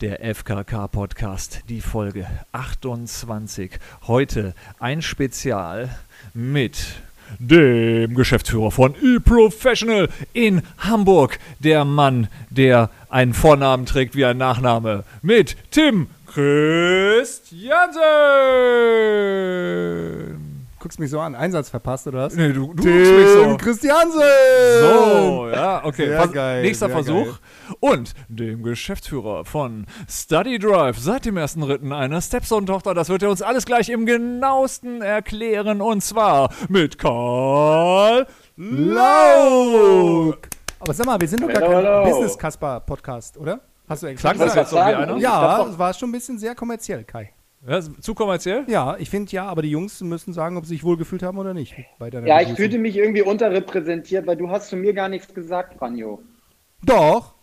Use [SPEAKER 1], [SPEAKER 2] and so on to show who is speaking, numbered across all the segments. [SPEAKER 1] der FKK-Podcast, die Folge 28. Heute ein Spezial mit dem Geschäftsführer von eProfessional in Hamburg, der Mann, der einen Vornamen trägt wie ein Nachname, mit Tim Christiansen.
[SPEAKER 2] Guckst mich so an, Einsatz verpasst oder was?
[SPEAKER 1] Nee, du, du
[SPEAKER 2] Tim
[SPEAKER 1] guckst mich so.
[SPEAKER 2] Christiansen!
[SPEAKER 1] So, ja, okay.
[SPEAKER 2] Sehr
[SPEAKER 1] Vers
[SPEAKER 2] geil,
[SPEAKER 1] nächster
[SPEAKER 2] sehr
[SPEAKER 1] Versuch.
[SPEAKER 2] geil.
[SPEAKER 1] Und dem Geschäftsführer von Study Drive seit dem ersten Ritten einer Stepson-Tochter. Das wird er uns alles gleich im genauesten erklären. Und zwar mit Karl Lauk.
[SPEAKER 2] Aber sag mal, wir sind doch gar
[SPEAKER 3] Hello,
[SPEAKER 2] kein
[SPEAKER 3] hello.
[SPEAKER 2] Business-Kasper-Podcast, oder? Hast du eigentlich
[SPEAKER 1] Klang
[SPEAKER 2] schon
[SPEAKER 1] das
[SPEAKER 2] gesagt?
[SPEAKER 1] jetzt so wie einer?
[SPEAKER 3] Ja.
[SPEAKER 2] Ja, es war schon ein bisschen sehr kommerziell, Kai.
[SPEAKER 1] Ja, ist zu kommerziell?
[SPEAKER 2] Ja, ich finde ja, aber die Jungs müssen sagen, ob sie sich wohlgefühlt haben oder nicht. Bei deiner
[SPEAKER 3] Ja, ich
[SPEAKER 2] Begrüßung.
[SPEAKER 3] fühlte mich irgendwie unterrepräsentiert, weil du hast zu mir gar nichts gesagt, Franjo.
[SPEAKER 2] Doch.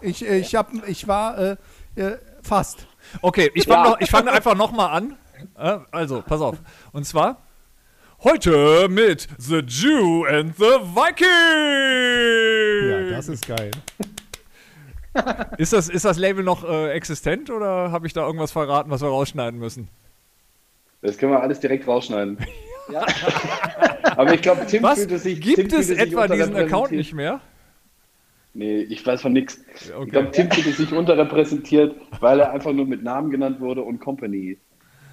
[SPEAKER 2] Ich, äh, ich, hab, ich war äh, äh, fast.
[SPEAKER 1] Okay, ich fange
[SPEAKER 3] Ja.
[SPEAKER 1] noch- ich fange einfach nochmal an. Äh, Also, pass auf. Und zwar heute mit The Jew and the Viking.
[SPEAKER 2] Ja, das ist geil.
[SPEAKER 1] Ist das, ist das Label noch äh, existent oder habe ich da irgendwas verraten, was wir rausschneiden müssen?
[SPEAKER 4] Das können wir alles direkt rausschneiden.
[SPEAKER 3] Ja.
[SPEAKER 4] Aber ich glaube, Tim
[SPEAKER 1] Was?
[SPEAKER 4] fühlte sich. Tim
[SPEAKER 1] Gibt
[SPEAKER 4] fühlte
[SPEAKER 1] es
[SPEAKER 4] sich
[SPEAKER 1] etwa diesen
[SPEAKER 4] unterrepräsentiert.
[SPEAKER 1] Account nicht mehr?
[SPEAKER 4] Nee, ich weiß von nichts.
[SPEAKER 1] okay.
[SPEAKER 4] Ich glaube, Tim fühlte sich unterrepräsentiert, weil er einfach nur mit Namen genannt wurde und Company.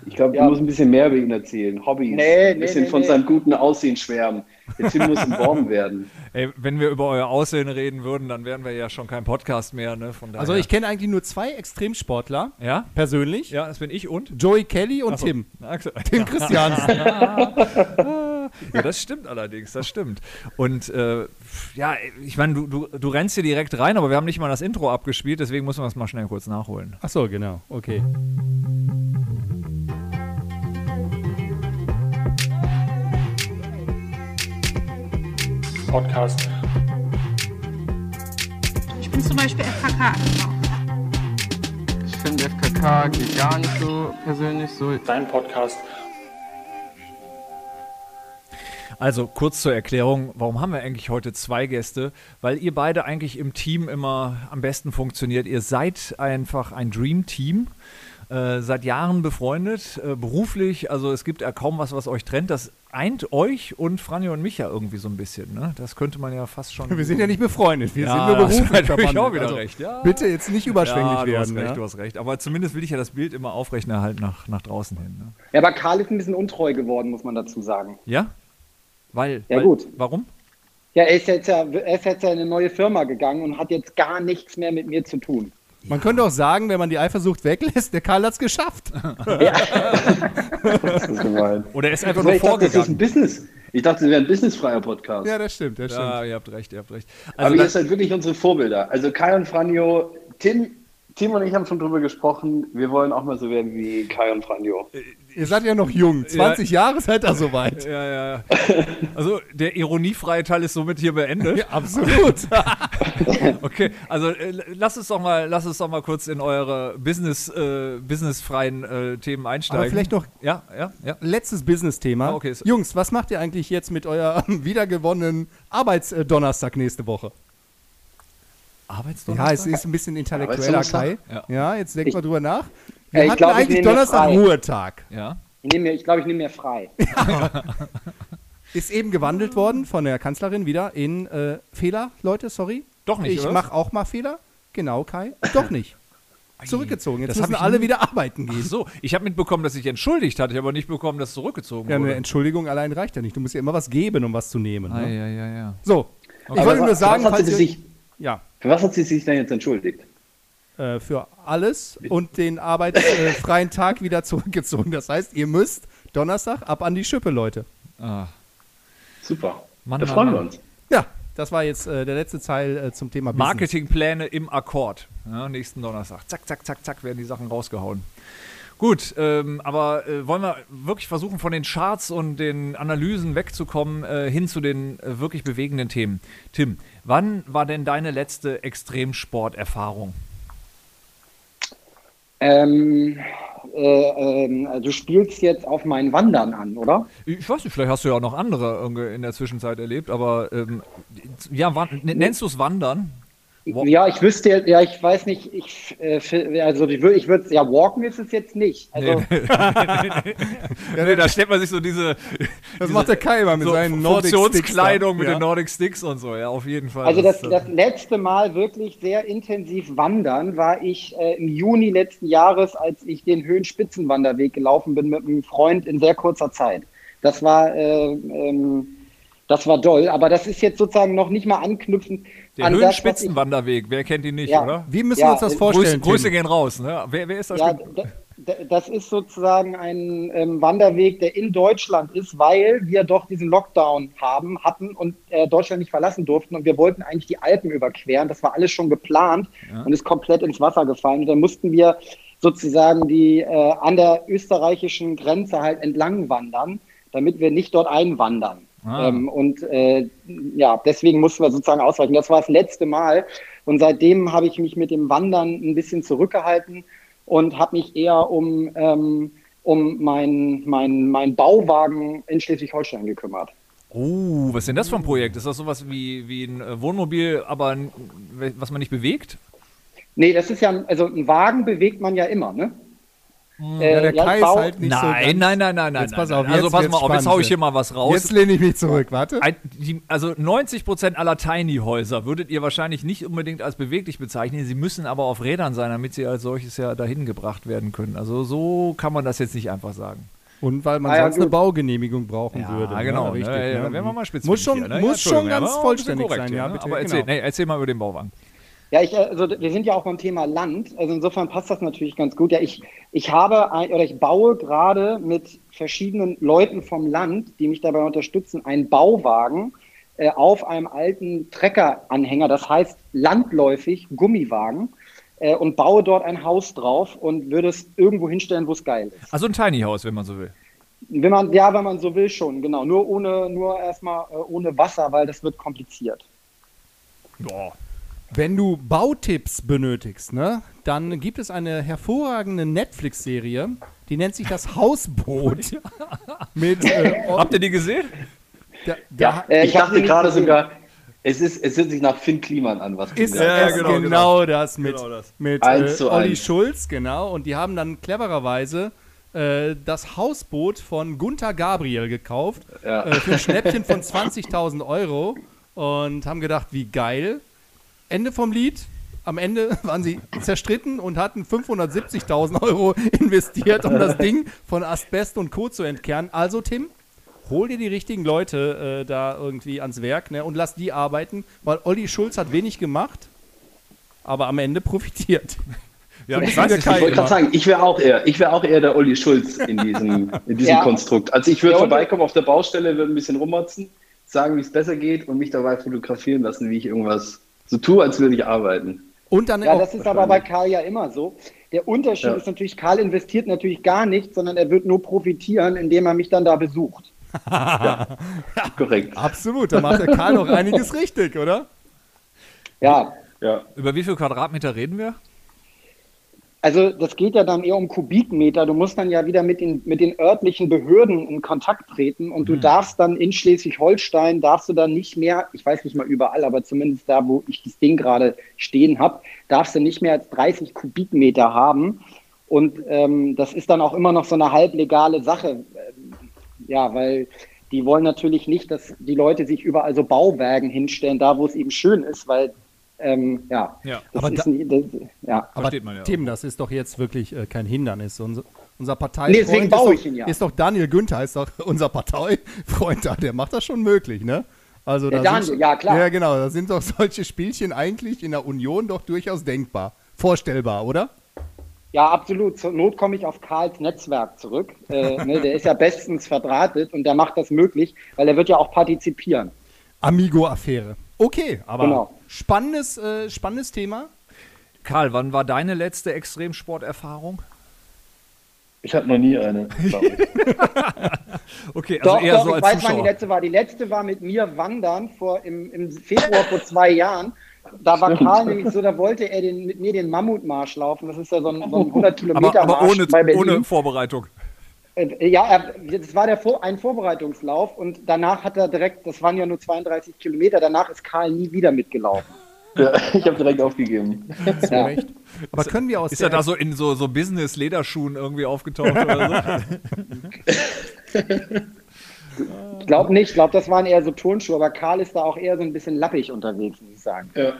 [SPEAKER 4] Ich glaube,
[SPEAKER 3] Ja.
[SPEAKER 4] man muss ein bisschen mehr über ihn erzählen. Hobbys,
[SPEAKER 3] Nee,
[SPEAKER 4] ein
[SPEAKER 3] nee,
[SPEAKER 4] bisschen
[SPEAKER 3] nee,
[SPEAKER 4] von
[SPEAKER 3] nee.
[SPEAKER 4] seinem guten Aussehen schwärmen. Der Tim muss umworben werden.
[SPEAKER 1] Ey, wenn wir über euer Aussehen reden würden, dann wären wir ja schon kein Podcast mehr, ne? Von daher.
[SPEAKER 2] Also ich kenne eigentlich nur zwei Extremsportler,
[SPEAKER 1] Ja?
[SPEAKER 2] persönlich.
[SPEAKER 1] Ja, das bin ich und?
[SPEAKER 2] Joey Kelly und Tim.
[SPEAKER 1] Axel.
[SPEAKER 2] Tim Christiansen.
[SPEAKER 1] Ja, das stimmt allerdings, das stimmt. Und äh, ja, ich meine, du, du, du rennst hier direkt rein, aber wir haben nicht mal das Intro abgespielt, deswegen müssen wir das mal schnell kurz nachholen.
[SPEAKER 2] Ach so, genau. Okay.
[SPEAKER 5] Podcast.
[SPEAKER 6] Ich bin zum Beispiel FKK.
[SPEAKER 7] Ich finde FKK geht gar nicht so persönlich so.
[SPEAKER 5] Dein Podcast.
[SPEAKER 1] Also kurz zur Erklärung, warum haben wir eigentlich heute zwei Gäste? Weil ihr beide eigentlich im Team immer am besten funktioniert. Ihr seid einfach ein Dream-Team. Äh, seit Jahren befreundet, äh, beruflich, also es gibt ja kaum was, was euch trennt. Das eint euch und Franjo und mich ja irgendwie so ein bisschen. Ne? Das könnte man ja fast schon.
[SPEAKER 2] Wir sind ja nicht befreundet, wir
[SPEAKER 1] Ja,
[SPEAKER 2] sind nur
[SPEAKER 1] das
[SPEAKER 2] beruflich
[SPEAKER 1] ist natürlich
[SPEAKER 2] verbandelt. Also
[SPEAKER 1] auch wieder recht, ja.
[SPEAKER 2] Bitte jetzt nicht überschwänglich
[SPEAKER 1] ja, du
[SPEAKER 2] werden.
[SPEAKER 1] Hast recht, Du
[SPEAKER 2] ja.
[SPEAKER 1] hast recht. Aber zumindest will ich ja das Bild immer aufrechterhalten halt nach, nach draußen hin. Ne?
[SPEAKER 3] Ja, aber Karl ist ein bisschen untreu geworden, muss man dazu sagen.
[SPEAKER 1] Ja? Weil.
[SPEAKER 3] Ja,
[SPEAKER 1] weil,
[SPEAKER 3] gut.
[SPEAKER 1] Warum?
[SPEAKER 3] Ja, er ist jetzt ja, er ist jetzt ja in eine neue Firma gegangen und hat jetzt gar nichts mehr mit mir zu tun.
[SPEAKER 2] Man könnte auch sagen, wenn man die Eifersucht weglässt, der Karl hat's geschafft.
[SPEAKER 4] Das ist gemein.
[SPEAKER 1] Oder er ist einfach nur
[SPEAKER 4] Aber Also ich dachte, das ist ein
[SPEAKER 1] vorgegangen.
[SPEAKER 4] Business. Ich dachte, das wäre ein businessfreier Podcast.
[SPEAKER 2] Ja, das stimmt, das stimmt.
[SPEAKER 1] Ja, ihr habt recht, ihr habt recht.
[SPEAKER 4] Aber
[SPEAKER 1] Also
[SPEAKER 4] ihr
[SPEAKER 1] das,
[SPEAKER 4] seid wirklich unsere Vorbilder. Also Kai und Franjo, Tim, Tim und ich haben schon drüber gesprochen. Wir wollen auch mal so werden wie Kai und Franjo.
[SPEAKER 2] Ihr seid ja noch jung, 20 Jahre halt seid ihr soweit.
[SPEAKER 1] ja, ja. ja. Also der ironiefreie Teil ist somit hier beendet.
[SPEAKER 2] Ja, absolut.
[SPEAKER 1] Okay, also äh, lass uns doch mal, lass uns doch mal kurz in eure Business, äh, businessfreien äh, Themen einsteigen.
[SPEAKER 2] Aber vielleicht noch-
[SPEAKER 1] Ja, ja, ja.
[SPEAKER 2] Letztes Business-Thema.
[SPEAKER 1] Ah, okay, so-
[SPEAKER 2] Jungs, was macht ihr eigentlich jetzt mit eurem wiedergewonnenen Arbeitsdonnerstag nächste Woche? Ja, es
[SPEAKER 1] Arbeitsdonnerstag?
[SPEAKER 2] ist ein bisschen intellektueller, Kai.
[SPEAKER 4] Arbeitsdonnerstag?
[SPEAKER 1] Ja.
[SPEAKER 2] Ja. jetzt denkt mal drüber nach. Wir
[SPEAKER 3] Ey, ich
[SPEAKER 2] hatten
[SPEAKER 3] glaub, ich
[SPEAKER 2] eigentlich
[SPEAKER 3] nehm mir
[SPEAKER 2] Donnerstag
[SPEAKER 3] frei.
[SPEAKER 2] Ruhetag.
[SPEAKER 1] Ja.
[SPEAKER 3] Ich nehme mir, ich glaube, ich nehme mir frei.
[SPEAKER 2] Ist eben gewandelt worden von der Kanzlerin wieder in äh, Fehler, Leute, sorry.
[SPEAKER 1] Doch nicht,
[SPEAKER 2] Ich
[SPEAKER 1] oder?
[SPEAKER 2] mache auch mal Fehler. Genau, Kai. Doch nicht. Zurückgezogen. Jetzt
[SPEAKER 1] das hab
[SPEAKER 2] müssen
[SPEAKER 1] ich
[SPEAKER 2] alle
[SPEAKER 1] nie-
[SPEAKER 2] wieder arbeiten gehen.
[SPEAKER 1] Ach so, ich habe mitbekommen, dass ich entschuldigt hatte, ich hab aber nicht bekommen, dass zurückgezogen
[SPEAKER 2] Ja, eine
[SPEAKER 1] wurde.
[SPEAKER 2] Entschuldigung allein reicht ja nicht. Du musst ja immer was geben, um was zu nehmen.
[SPEAKER 1] Ah,
[SPEAKER 2] Ne?
[SPEAKER 1] ja, ja, ja.
[SPEAKER 2] So, ich wollte nur sagen,
[SPEAKER 4] was hat, sie
[SPEAKER 2] ihr-
[SPEAKER 4] sich,
[SPEAKER 2] ja,
[SPEAKER 4] für was hat sie sich denn jetzt entschuldigt?
[SPEAKER 2] äh, für alles und den arbeitsfreien Tag wieder zurückgezogen. Das heißt, ihr müsst Donnerstag ab an die Schippe, Leute.
[SPEAKER 1] Ah.
[SPEAKER 4] Super.
[SPEAKER 1] Mann,
[SPEAKER 4] da
[SPEAKER 1] Mann,
[SPEAKER 4] freuen wir
[SPEAKER 1] Mann.
[SPEAKER 4] uns.
[SPEAKER 2] Ja, das war jetzt äh, der letzte Teil äh, zum Thema Business.
[SPEAKER 1] Marketingpläne im Akkord. Ja, nächsten Donnerstag. Zack, zack, zack, zack werden die Sachen rausgehauen. Gut, ähm, aber äh, wollen wir wirklich versuchen, von den Charts und den Analysen wegzukommen, äh, hin zu den äh, wirklich bewegenden Themen. Tim, wann war denn deine letzte Extremsporterfahrung?
[SPEAKER 3] Ähm, äh, ähm, du spielst jetzt auf mein Wandern an, oder?
[SPEAKER 1] Ich weiß nicht, vielleicht hast du ja auch noch andere irgendwie in der Zwischenzeit erlebt, aber ähm, ja, wann, nennst du es Wandern?
[SPEAKER 3] Ja, ich wüsste, jetzt- ja, ich weiß nicht, ich, äh, f- also ich würde, ich würd, ja, walken ist es jetzt nicht. Also,
[SPEAKER 1] nee, da stellt man sich so diese,
[SPEAKER 2] Das macht der Kai immer mit
[SPEAKER 1] so
[SPEAKER 2] seinen Nordic
[SPEAKER 1] Funktionskleidung mit
[SPEAKER 2] ja.
[SPEAKER 1] den Nordic Sticks und so, ja, auf jeden Fall.
[SPEAKER 3] also das,
[SPEAKER 1] ist, äh,
[SPEAKER 3] das letzte Mal wirklich sehr intensiv wandern war ich äh, im Juni letzten Jahres, als ich den Höhenspitzenwanderweg gelaufen bin mit einem Freund in sehr kurzer Zeit. Das war, äh, ähm, das war doll, aber das ist jetzt sozusagen noch nicht mal anknüpfend
[SPEAKER 1] der
[SPEAKER 3] an das, was ich
[SPEAKER 1] Höhenspitzenwanderweg, wer kennt ihn nicht,
[SPEAKER 3] Ja.
[SPEAKER 1] oder?
[SPEAKER 2] Wie müssen wir
[SPEAKER 3] Ja,
[SPEAKER 2] uns das
[SPEAKER 3] äh,
[SPEAKER 1] Grüße,
[SPEAKER 2] vorstellen?
[SPEAKER 1] Grüße
[SPEAKER 2] Tim?
[SPEAKER 1] gehen raus, ne? Wer, wer ist das?
[SPEAKER 3] Ja,
[SPEAKER 1] ge-
[SPEAKER 3] da- da- das ist sozusagen ein ähm, Wanderweg, der in Deutschland ist, weil wir doch diesen Lockdown haben, hatten und äh, Deutschland nicht verlassen durften. Und wir wollten eigentlich die Alpen überqueren. Das war alles schon geplant und ist komplett ins Wasser gefallen. Und dann mussten wir sozusagen die, äh, an der österreichischen Grenze halt entlang wandern, damit wir nicht dort einwandern.
[SPEAKER 1] Ah.
[SPEAKER 3] Ähm, und äh, ja, deswegen mussten wir sozusagen ausweichen. Das war das letzte Mal. Und seitdem habe ich mich mit dem Wandern ein bisschen zurückgehalten und habe mich eher um, ähm, um meinen mein, mein Bauwagen in Schleswig-Holstein gekümmert.
[SPEAKER 1] Oh, was ist denn das für ein Projekt? Ist das sowas wie, wie ein äh, Wohnmobil, aber n- was man nicht bewegt?
[SPEAKER 3] Nee, das ist ja, ein- also ein Wagen bewegt man ja immer, ne?
[SPEAKER 2] Hm, Ja,
[SPEAKER 3] Äh,
[SPEAKER 2] der
[SPEAKER 3] ja, ich
[SPEAKER 2] Kai ist
[SPEAKER 3] baue-
[SPEAKER 2] halt nicht so
[SPEAKER 1] nein,
[SPEAKER 2] ganz-
[SPEAKER 1] nein, nein, nein, nein.
[SPEAKER 2] Jetzt pass
[SPEAKER 1] nein,
[SPEAKER 2] auf,
[SPEAKER 1] nein. also
[SPEAKER 2] jetzt
[SPEAKER 1] pass
[SPEAKER 2] wird's
[SPEAKER 1] mal auf, jetzt
[SPEAKER 2] spannend.
[SPEAKER 1] hau ich hier mal was raus.
[SPEAKER 2] Jetzt lehne ich mich zurück, warte.
[SPEAKER 1] Ein- die, also 90% aller Tiny-Häuser würdet ihr wahrscheinlich nicht unbedingt als beweglich bezeichnen. Sie müssen aber auf Rädern sein, damit sie als solches ja dahin gebracht werden können. Also so kann man das jetzt nicht einfach sagen.
[SPEAKER 2] Und weil man
[SPEAKER 3] Ah, ja,
[SPEAKER 2] sonst eine
[SPEAKER 3] gut.
[SPEAKER 2] Baugenehmigung brauchen
[SPEAKER 1] Ja,
[SPEAKER 2] würde.
[SPEAKER 1] genau, ne?
[SPEAKER 2] Ne? Richtig,
[SPEAKER 1] Ja, ja,
[SPEAKER 2] ne?
[SPEAKER 1] da wären wir mal spezifisch
[SPEAKER 2] Muss schon,
[SPEAKER 1] hier, ne? Ja,
[SPEAKER 2] muss schon
[SPEAKER 1] Entschuldigung, ja,
[SPEAKER 2] ganz
[SPEAKER 1] aber auch ein bisschen
[SPEAKER 2] vollständig
[SPEAKER 1] korrekt
[SPEAKER 2] sein,
[SPEAKER 1] hier,
[SPEAKER 2] ja,
[SPEAKER 1] ne?
[SPEAKER 2] bitte.
[SPEAKER 1] Aber erzähl,
[SPEAKER 2] genau.
[SPEAKER 1] nee, erzähl mal über den Bauwagen.
[SPEAKER 3] Ja, ich, äh, also wir sind ja auch beim Thema Land. Also insofern passt das natürlich ganz gut. Ja, ich, ich habe ein, oder ich baue gerade mit verschiedenen Leuten vom Land, die mich dabei unterstützen, einen Bauwagen äh, auf einem alten Treckeranhänger. Das heißt landläufig Gummiwagen äh, und baue dort ein Haus drauf und würde es irgendwo hinstellen, wo es geil ist.
[SPEAKER 1] Also ein Tiny-Haus, wenn man so will.
[SPEAKER 3] Wenn man, ja, wenn man so will schon, genau. Nur ohne, nur erstmal äh, ohne Wasser, weil das wird kompliziert.
[SPEAKER 1] Ja.
[SPEAKER 2] Wenn du Bautipps benötigst, ne, dann gibt es eine hervorragende Netflix-Serie, die nennt sich das Hausboot. Mit, äh, oh,
[SPEAKER 1] Habt ihr die gesehen?
[SPEAKER 2] da,
[SPEAKER 4] Ja,
[SPEAKER 2] da
[SPEAKER 3] äh,
[SPEAKER 4] ich
[SPEAKER 3] ich hab
[SPEAKER 4] dachte
[SPEAKER 3] sie nicht
[SPEAKER 4] gerade
[SPEAKER 3] gesehen.
[SPEAKER 4] sogar, es, ist, es hört sich nach Finn Kliman an, was du
[SPEAKER 2] ist
[SPEAKER 4] gesagt hast.
[SPEAKER 2] es
[SPEAKER 1] genau,
[SPEAKER 2] genau,
[SPEAKER 1] genau.
[SPEAKER 2] das mit,
[SPEAKER 1] Genau das.
[SPEAKER 2] mit
[SPEAKER 4] Eins
[SPEAKER 2] äh,
[SPEAKER 4] zu
[SPEAKER 2] Olli
[SPEAKER 4] eins.
[SPEAKER 2] Schulz, genau. Und die haben dann clevererweise äh, das Hausboot von Gunther Gabriel gekauft
[SPEAKER 4] Ja.
[SPEAKER 2] äh, für ein Schnäppchen von 20.000 Euro und haben gedacht, wie geil. Ende vom Lied. Am Ende waren sie zerstritten und hatten 570.000 Euro investiert, um das Ding von Asbest und Co. zu entkernen. Also, Tim, hol dir die richtigen Leute äh, da irgendwie ans Werk ne, und lass die arbeiten, weil Olli Schulz hat wenig gemacht, aber am Ende profitiert.
[SPEAKER 1] Ja, ich
[SPEAKER 2] bisschen
[SPEAKER 1] weiß
[SPEAKER 2] der
[SPEAKER 1] es
[SPEAKER 2] Kai.
[SPEAKER 4] Ich wollte
[SPEAKER 1] nicht.
[SPEAKER 4] gerade sagen, ich wäre auch eher, ich wäre auch eher der Olli Schulz in diesem, in diesem
[SPEAKER 3] Ja.
[SPEAKER 4] Konstrukt. Also ich würde
[SPEAKER 3] Ja, und-
[SPEAKER 4] vorbeikommen auf der Baustelle, würde ein bisschen rummotzen, sagen, wie es besser geht und mich dabei fotografieren lassen, wie ich irgendwas so tue, als würde ich arbeiten.
[SPEAKER 2] Und dann
[SPEAKER 3] Ja,
[SPEAKER 2] auch,
[SPEAKER 3] das ist aber bei Karl ja immer so. Der Unterschied
[SPEAKER 4] Ja.
[SPEAKER 3] ist natürlich, Karl investiert natürlich gar nicht, sondern er wird nur profitieren, indem er mich dann da besucht.
[SPEAKER 4] Korrekt.
[SPEAKER 2] absolut, da macht der Karl noch einiges richtig, oder?
[SPEAKER 3] Ja,
[SPEAKER 4] Ja.
[SPEAKER 1] Über wie viel Quadratmeter reden wir?
[SPEAKER 3] also das geht ja dann eher um Kubikmeter. Du musst dann ja wieder mit den, mit den örtlichen Behörden in Kontakt treten und du
[SPEAKER 2] Mhm.
[SPEAKER 3] darfst dann in Schleswig-Holstein, darfst du dann nicht mehr, ich weiß nicht mal überall, aber zumindest da, wo ich das Ding gerade stehen habe, darfst du nicht mehr als 30 Kubikmeter haben. Und ähm, das ist dann auch immer noch so eine halblegale Sache. Ähm, Ja, weil die wollen natürlich nicht, dass die Leute sich überall so Bauwerken hinstellen, da wo es eben schön ist, weil ähm, ja,
[SPEAKER 1] Ja,
[SPEAKER 3] das
[SPEAKER 2] aber
[SPEAKER 3] ist
[SPEAKER 2] da-
[SPEAKER 3] nicht, das, ja.
[SPEAKER 2] Aber
[SPEAKER 1] Versteht man ja.
[SPEAKER 2] Tim, das ist doch jetzt wirklich äh, kein Hindernis. Unser, unser Partei
[SPEAKER 3] Nee, deswegen
[SPEAKER 2] ist,
[SPEAKER 3] baue
[SPEAKER 2] doch,
[SPEAKER 3] ich ihn ja.
[SPEAKER 2] ist doch Daniel Günther, ist doch unser Parteifreund da, der macht das schon möglich, ne? Also,
[SPEAKER 3] Der
[SPEAKER 2] da
[SPEAKER 3] Daniel,
[SPEAKER 2] sind,
[SPEAKER 3] ja, klar.
[SPEAKER 2] Ja, genau, da sind doch solche Spielchen eigentlich in der Union doch durchaus denkbar. Vorstellbar, oder?
[SPEAKER 3] ja, absolut. Zur Not komme ich auf Karls Netzwerk zurück. Äh, ne, der ist ja bestens verdrahtet und der macht das möglich, weil er wird ja auch partizipieren.
[SPEAKER 2] Amigo-Affäre. Okay, aber
[SPEAKER 3] Genau.
[SPEAKER 2] spannendes, äh, spannendes Thema.
[SPEAKER 1] Karl, wann war deine letzte Extremsporterfahrung?
[SPEAKER 4] Ich habe noch nie eine. glaub ich.
[SPEAKER 1] Okay, also
[SPEAKER 3] Doch,
[SPEAKER 1] eher
[SPEAKER 3] doch,
[SPEAKER 1] so
[SPEAKER 3] ich
[SPEAKER 1] als
[SPEAKER 3] weiß, wann
[SPEAKER 1] Zuschauer.
[SPEAKER 3] die letzte war. Die letzte war mit mir wandern vor, im, im Februar vor zwei Jahren. Da war Karl nämlich so, da wollte er den, mit mir den Mammutmarsch laufen. Das ist ja so ein, so ein 100
[SPEAKER 1] aber
[SPEAKER 3] Kilometer
[SPEAKER 1] aber
[SPEAKER 3] Marsch
[SPEAKER 1] ohne,
[SPEAKER 3] bei Berlin.
[SPEAKER 1] ohne Vorbereitung.
[SPEAKER 3] Äh, Ja, er, das war der Vor ein Vorbereitungslauf und danach hat er direkt, das waren ja nur 32 Kilometer, danach ist Karl nie wieder mitgelaufen.
[SPEAKER 4] Ja, ich habe direkt aufgegeben.
[SPEAKER 3] Ja.
[SPEAKER 2] Recht. Aber können wir aus
[SPEAKER 1] Ist
[SPEAKER 2] der
[SPEAKER 1] er da so in so, so Business-Lederschuhen irgendwie aufgetaucht oder so?
[SPEAKER 3] Ich glaube nicht, ich glaube, das waren eher so Turnschuhe, aber Karl ist da auch eher so ein bisschen lappig unterwegs, muss ich sagen.
[SPEAKER 4] Ja.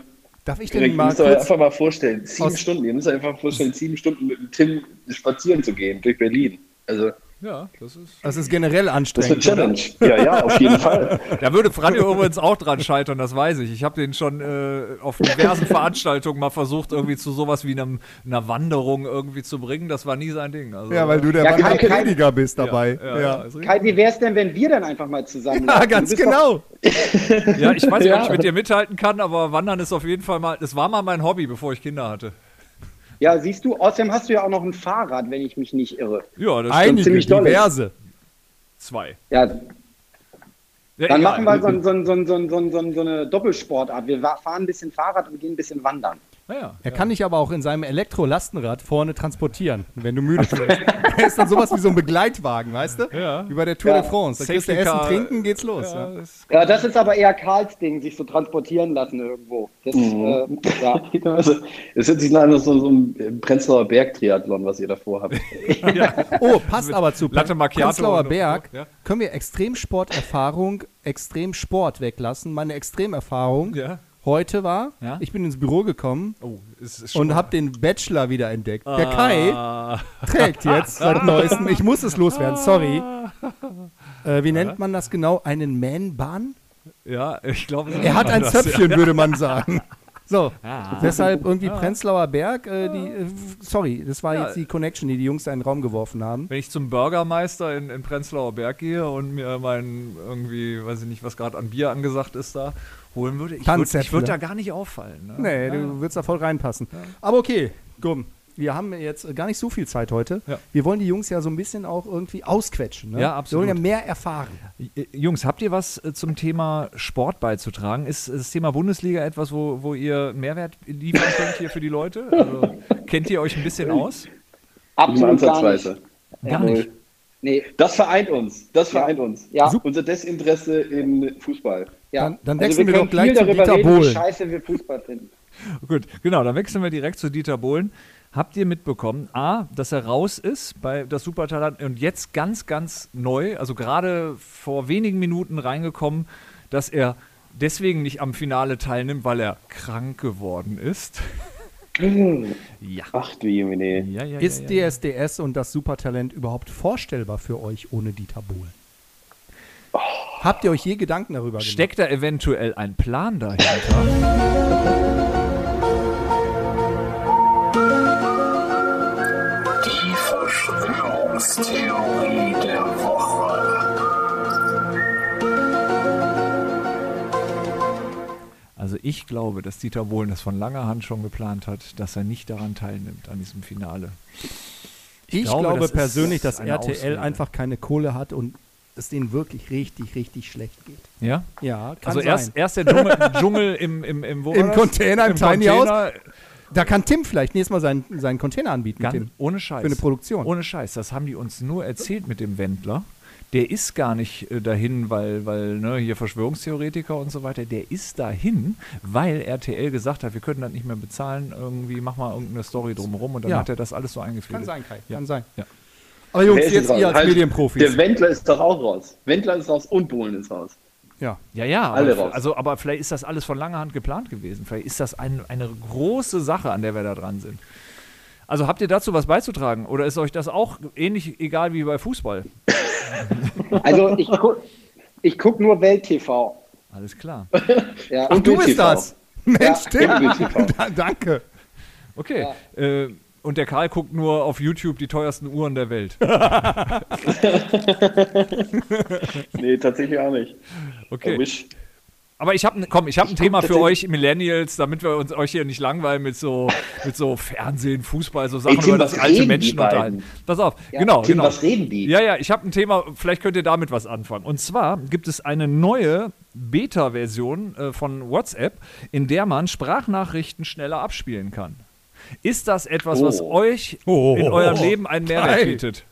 [SPEAKER 2] Darf ich denn
[SPEAKER 4] Direkt, ihr
[SPEAKER 2] mal
[SPEAKER 4] müsst euch
[SPEAKER 2] kurz,
[SPEAKER 4] einfach mal vorstellen, sieben
[SPEAKER 2] Aus-
[SPEAKER 4] Stunden, ihr müsst euch einfach vorstellen, sieben Stunden mit dem Tim spazieren zu gehen durch Berlin. Also,
[SPEAKER 1] ja, das ist.
[SPEAKER 2] das ist generell
[SPEAKER 4] das ist eine
[SPEAKER 2] anstrengend. oder?
[SPEAKER 4] Challenge. Ja, ja, auf jeden Fall.
[SPEAKER 1] Da würde Franjo übrigens auch dran scheitern, das weiß ich. Ich habe den schon äh, auf diversen Veranstaltungen mal versucht, irgendwie zu sowas wie einem, einer Wanderung irgendwie zu bringen. Das war nie sein Ding. Also,
[SPEAKER 5] Ja, weil du der
[SPEAKER 3] Ja, genau.
[SPEAKER 5] wahre
[SPEAKER 3] kein- kein-
[SPEAKER 5] Prediger bist
[SPEAKER 1] Ja,
[SPEAKER 5] dabei.
[SPEAKER 1] also
[SPEAKER 5] Ja,
[SPEAKER 1] ja, ist richtig.
[SPEAKER 3] Kai, wie wäre es denn, wenn wir dann einfach mal zusammen?
[SPEAKER 2] Ja, ganz genau.
[SPEAKER 1] ja, ich weiß nicht, ob ich mit dir mithalten kann, aber Wandern ist auf jeden Fall mal. Es war mal mein Hobby, bevor ich Kinder hatte.
[SPEAKER 3] Ja, siehst du, außerdem hast du ja auch noch ein Fahrrad, wenn ich mich nicht irre.
[SPEAKER 1] Ja, das stimmt.
[SPEAKER 2] Einige,
[SPEAKER 3] ziemlich dolle.
[SPEAKER 2] diverse.
[SPEAKER 1] Zwei.
[SPEAKER 3] Ja,
[SPEAKER 1] Ja, egal.
[SPEAKER 3] dann machen wir so,
[SPEAKER 2] mhm.
[SPEAKER 3] ein- so, ein- so, ein- so, ein- so, ein- so, ein- so eine Doppelsportart. Wir wa- fahren ein bisschen Fahrrad und gehen ein bisschen wandern.
[SPEAKER 1] Ja,
[SPEAKER 2] Er kann dich aber auch in seinem Elektrolastenrad vorne transportieren, wenn du müde bist. er ist dann sowas wie so ein Begleitwagen, weißt du?
[SPEAKER 1] Ja.
[SPEAKER 2] Wie bei der Tour
[SPEAKER 3] Ja.
[SPEAKER 2] de France. Da kriegst du
[SPEAKER 1] Safety
[SPEAKER 2] Essen,
[SPEAKER 1] Car.
[SPEAKER 2] Trinken, geht's los.
[SPEAKER 1] ja.
[SPEAKER 2] Ja.
[SPEAKER 1] das
[SPEAKER 3] Ja, das ist aber eher Karls Ding, sich so transportieren lassen irgendwo. Das, äh, ja.
[SPEAKER 4] Also, Es hört sich an, das ist so so ein Prenzlauer Berg-Triathlon, was ihr davor habt.
[SPEAKER 2] Oh, passt aber zu
[SPEAKER 1] Latte Macchiato
[SPEAKER 2] Prenzlauer
[SPEAKER 1] und-
[SPEAKER 2] Berg.
[SPEAKER 1] ja.
[SPEAKER 2] Können wir Extremsporterfahrung, Extremsport weglassen? Meine Extremerfahrung
[SPEAKER 1] Ja.
[SPEAKER 2] heute war,
[SPEAKER 1] Ja.
[SPEAKER 2] ich bin ins Büro gekommen
[SPEAKER 1] Oh, es ist
[SPEAKER 2] und habe den Bachelor wieder entdeckt. Der Kai
[SPEAKER 1] Ah,
[SPEAKER 2] trägt jetzt seit neuestem, ich muss es loswerden, sorry.
[SPEAKER 1] Ah.
[SPEAKER 2] Äh, wie nennt man das genau? Einen Man-Bahn?
[SPEAKER 1] ja, ich glaube.
[SPEAKER 2] Er hat ein
[SPEAKER 1] das- Ah.
[SPEAKER 2] Zöpfchen, würde man sagen. So, deshalb irgendwie Prenzlauer Berg, äh, die, äh, sorry, das war
[SPEAKER 1] Ja.
[SPEAKER 2] jetzt die Connection, die die Jungs da in den Raum geworfen haben.
[SPEAKER 1] Wenn ich zum Bürgermeister in, in Prenzlauer Berg gehe und mir mein irgendwie, weiß ich nicht, was gerade an Bier angesagt ist da, holen würde, ich würde
[SPEAKER 2] Tanzäpfle.
[SPEAKER 1] ich würd da gar nicht auffallen. Ne?
[SPEAKER 2] Nee, du würdest da voll reinpassen. Aber okay, gumm. Wir haben jetzt äh, gar nicht so viel Zeit heute.
[SPEAKER 1] Ja.
[SPEAKER 2] Wir wollen die Jungs ja so ein bisschen auch irgendwie ausquetschen. Ne?
[SPEAKER 1] Ja, absolut.
[SPEAKER 2] Wir wollen ja mehr erfahren.
[SPEAKER 1] J- Jungs, habt ihr was äh, zum Thema Sport beizutragen? Ist äh, das Thema Bundesliga etwas, wo, wo ihr Mehrwert liefern könnt hier für die Leute? Also, kennt ihr euch ein bisschen aus?
[SPEAKER 4] Im
[SPEAKER 3] Absolut gar nicht.
[SPEAKER 4] Ansatzweise.
[SPEAKER 1] Gar nicht.
[SPEAKER 3] Nee,
[SPEAKER 4] Das vereint uns. Das vereint uns.
[SPEAKER 3] Ja.
[SPEAKER 4] Unser Desinteresse in Fußball.
[SPEAKER 3] ja. Also
[SPEAKER 2] Dann- dann wechseln wir
[SPEAKER 3] können
[SPEAKER 2] doch gleich
[SPEAKER 3] viel
[SPEAKER 2] zu
[SPEAKER 3] darüber
[SPEAKER 2] Dieter
[SPEAKER 3] reden,
[SPEAKER 2] Bohlen.
[SPEAKER 3] Wie scheiße wir Fußball finden.
[SPEAKER 1] Gut, genau, dann wechseln wir direkt zu Dieter Bohlen. Habt ihr mitbekommen, A, dass er raus ist bei das Supertalent und jetzt ganz, ganz neu, also gerade vor wenigen Minuten reingekommen, dass er deswegen nicht am Finale teilnimmt, weil er krank geworden ist. ja.
[SPEAKER 4] Ach du Jemine.
[SPEAKER 1] ja, ja, ja,
[SPEAKER 2] Ist
[SPEAKER 1] ja.
[SPEAKER 2] DSDS und das Supertalent überhaupt vorstellbar für euch ohne Dieter Bohlen?
[SPEAKER 4] Oh.
[SPEAKER 2] Habt ihr euch je Gedanken darüber gemacht?
[SPEAKER 1] Steckt da eventuell ein Plan dahinter? Also ich glaube, dass Dieter Bohlen das von langer Hand schon geplant hat, dass er nicht daran teilnimmt, an diesem Finale.
[SPEAKER 2] Ich
[SPEAKER 1] glaube,
[SPEAKER 2] glaube,
[SPEAKER 1] das ist
[SPEAKER 2] persönlich, dass
[SPEAKER 1] eine
[SPEAKER 2] RTL
[SPEAKER 1] Ausrede.
[SPEAKER 2] einfach keine Kohle hat und es denen wirklich richtig, richtig schlecht geht.
[SPEAKER 1] Ja?
[SPEAKER 2] Ja, kann
[SPEAKER 1] Also
[SPEAKER 2] sein.
[SPEAKER 1] erst, erst der Dschungel, Dschungel im, im, im, wo war
[SPEAKER 2] Im
[SPEAKER 1] das?
[SPEAKER 2] Container, im Tiny House.
[SPEAKER 1] Container.
[SPEAKER 2] da kann Tim vielleicht nächstes Mal seinen, seinen Container anbieten.
[SPEAKER 1] Ganz,
[SPEAKER 2] Tim.
[SPEAKER 1] ohne Scheiß.
[SPEAKER 2] Für eine Produktion.
[SPEAKER 1] Ohne Scheiß. Das haben die uns nur erzählt mit dem Wendler. Der ist gar nicht äh, dahin, weil, weil ne, hier Verschwörungstheoretiker und so weiter. Der ist dahin, weil RTL gesagt hat, wir können das nicht mehr bezahlen. Irgendwie mach mal irgendeine Story drumherum und dann
[SPEAKER 2] Ja.
[SPEAKER 1] hat er das alles so eingefädelt.
[SPEAKER 2] kann sein, Kai.
[SPEAKER 1] Ja.
[SPEAKER 2] Kann sein.
[SPEAKER 1] Ja.
[SPEAKER 2] Aber
[SPEAKER 4] Wer
[SPEAKER 2] Jungs,
[SPEAKER 4] ist
[SPEAKER 2] jetzt
[SPEAKER 4] denn
[SPEAKER 2] ihr
[SPEAKER 4] raus?
[SPEAKER 2] als
[SPEAKER 4] Halt, Der
[SPEAKER 2] Medienprofis.
[SPEAKER 4] Wendler ist doch auch raus. Wendler ist raus und Bohlen ist raus.
[SPEAKER 2] Ja.
[SPEAKER 1] Ja, ja,
[SPEAKER 4] Alle
[SPEAKER 1] aber,
[SPEAKER 4] raus.
[SPEAKER 1] also, aber vielleicht ist das alles von langer Hand geplant gewesen. Vielleicht ist das ein, eine große Sache, an der wir da dran sind. Also habt ihr dazu was beizutragen? Oder ist euch das auch ähnlich egal wie bei Fußball?
[SPEAKER 3] Also ich guck, ich guck nur Welt-TV.
[SPEAKER 1] Alles klar.
[SPEAKER 3] Ja.
[SPEAKER 2] Ach, du
[SPEAKER 4] Bild
[SPEAKER 2] bist
[SPEAKER 4] TV.
[SPEAKER 2] das. Mensch,
[SPEAKER 4] Ja,
[SPEAKER 2] Tim.
[SPEAKER 4] Bild TV.
[SPEAKER 2] Da, Ah, danke.
[SPEAKER 1] Okay. Äh, und der Karl guckt nur auf YouTube die teuersten Uhren der Welt.
[SPEAKER 4] Nee, tatsächlich auch nicht. I
[SPEAKER 1] Okay.
[SPEAKER 4] wish.
[SPEAKER 1] Aber ich habe komm, ich habe ein Thema für
[SPEAKER 4] tatsächlich-
[SPEAKER 1] euch Millennials, damit wir uns euch hier nicht langweilen mit so mit so Fernsehen, Fußball, so Sachen
[SPEAKER 4] Ey, Tim,
[SPEAKER 1] über das
[SPEAKER 4] was
[SPEAKER 1] alte
[SPEAKER 4] reden die
[SPEAKER 1] Menschen
[SPEAKER 4] beiden?
[SPEAKER 1] unterhalten. Pass auf. genau,
[SPEAKER 4] Tim,
[SPEAKER 1] genau.
[SPEAKER 4] was reden die?
[SPEAKER 1] Ja, ja, ich habe ein Thema, vielleicht könnt ihr damit was anfangen. Und zwar gibt es eine neue Beta-Version äh, von WhatsApp, in der man Sprachnachrichten schneller abspielen kann. Ist das etwas, was
[SPEAKER 4] Oh.
[SPEAKER 1] euch
[SPEAKER 2] Oh.
[SPEAKER 1] in eurem Leben einen Mehrwert
[SPEAKER 2] Geil.
[SPEAKER 1] bietet?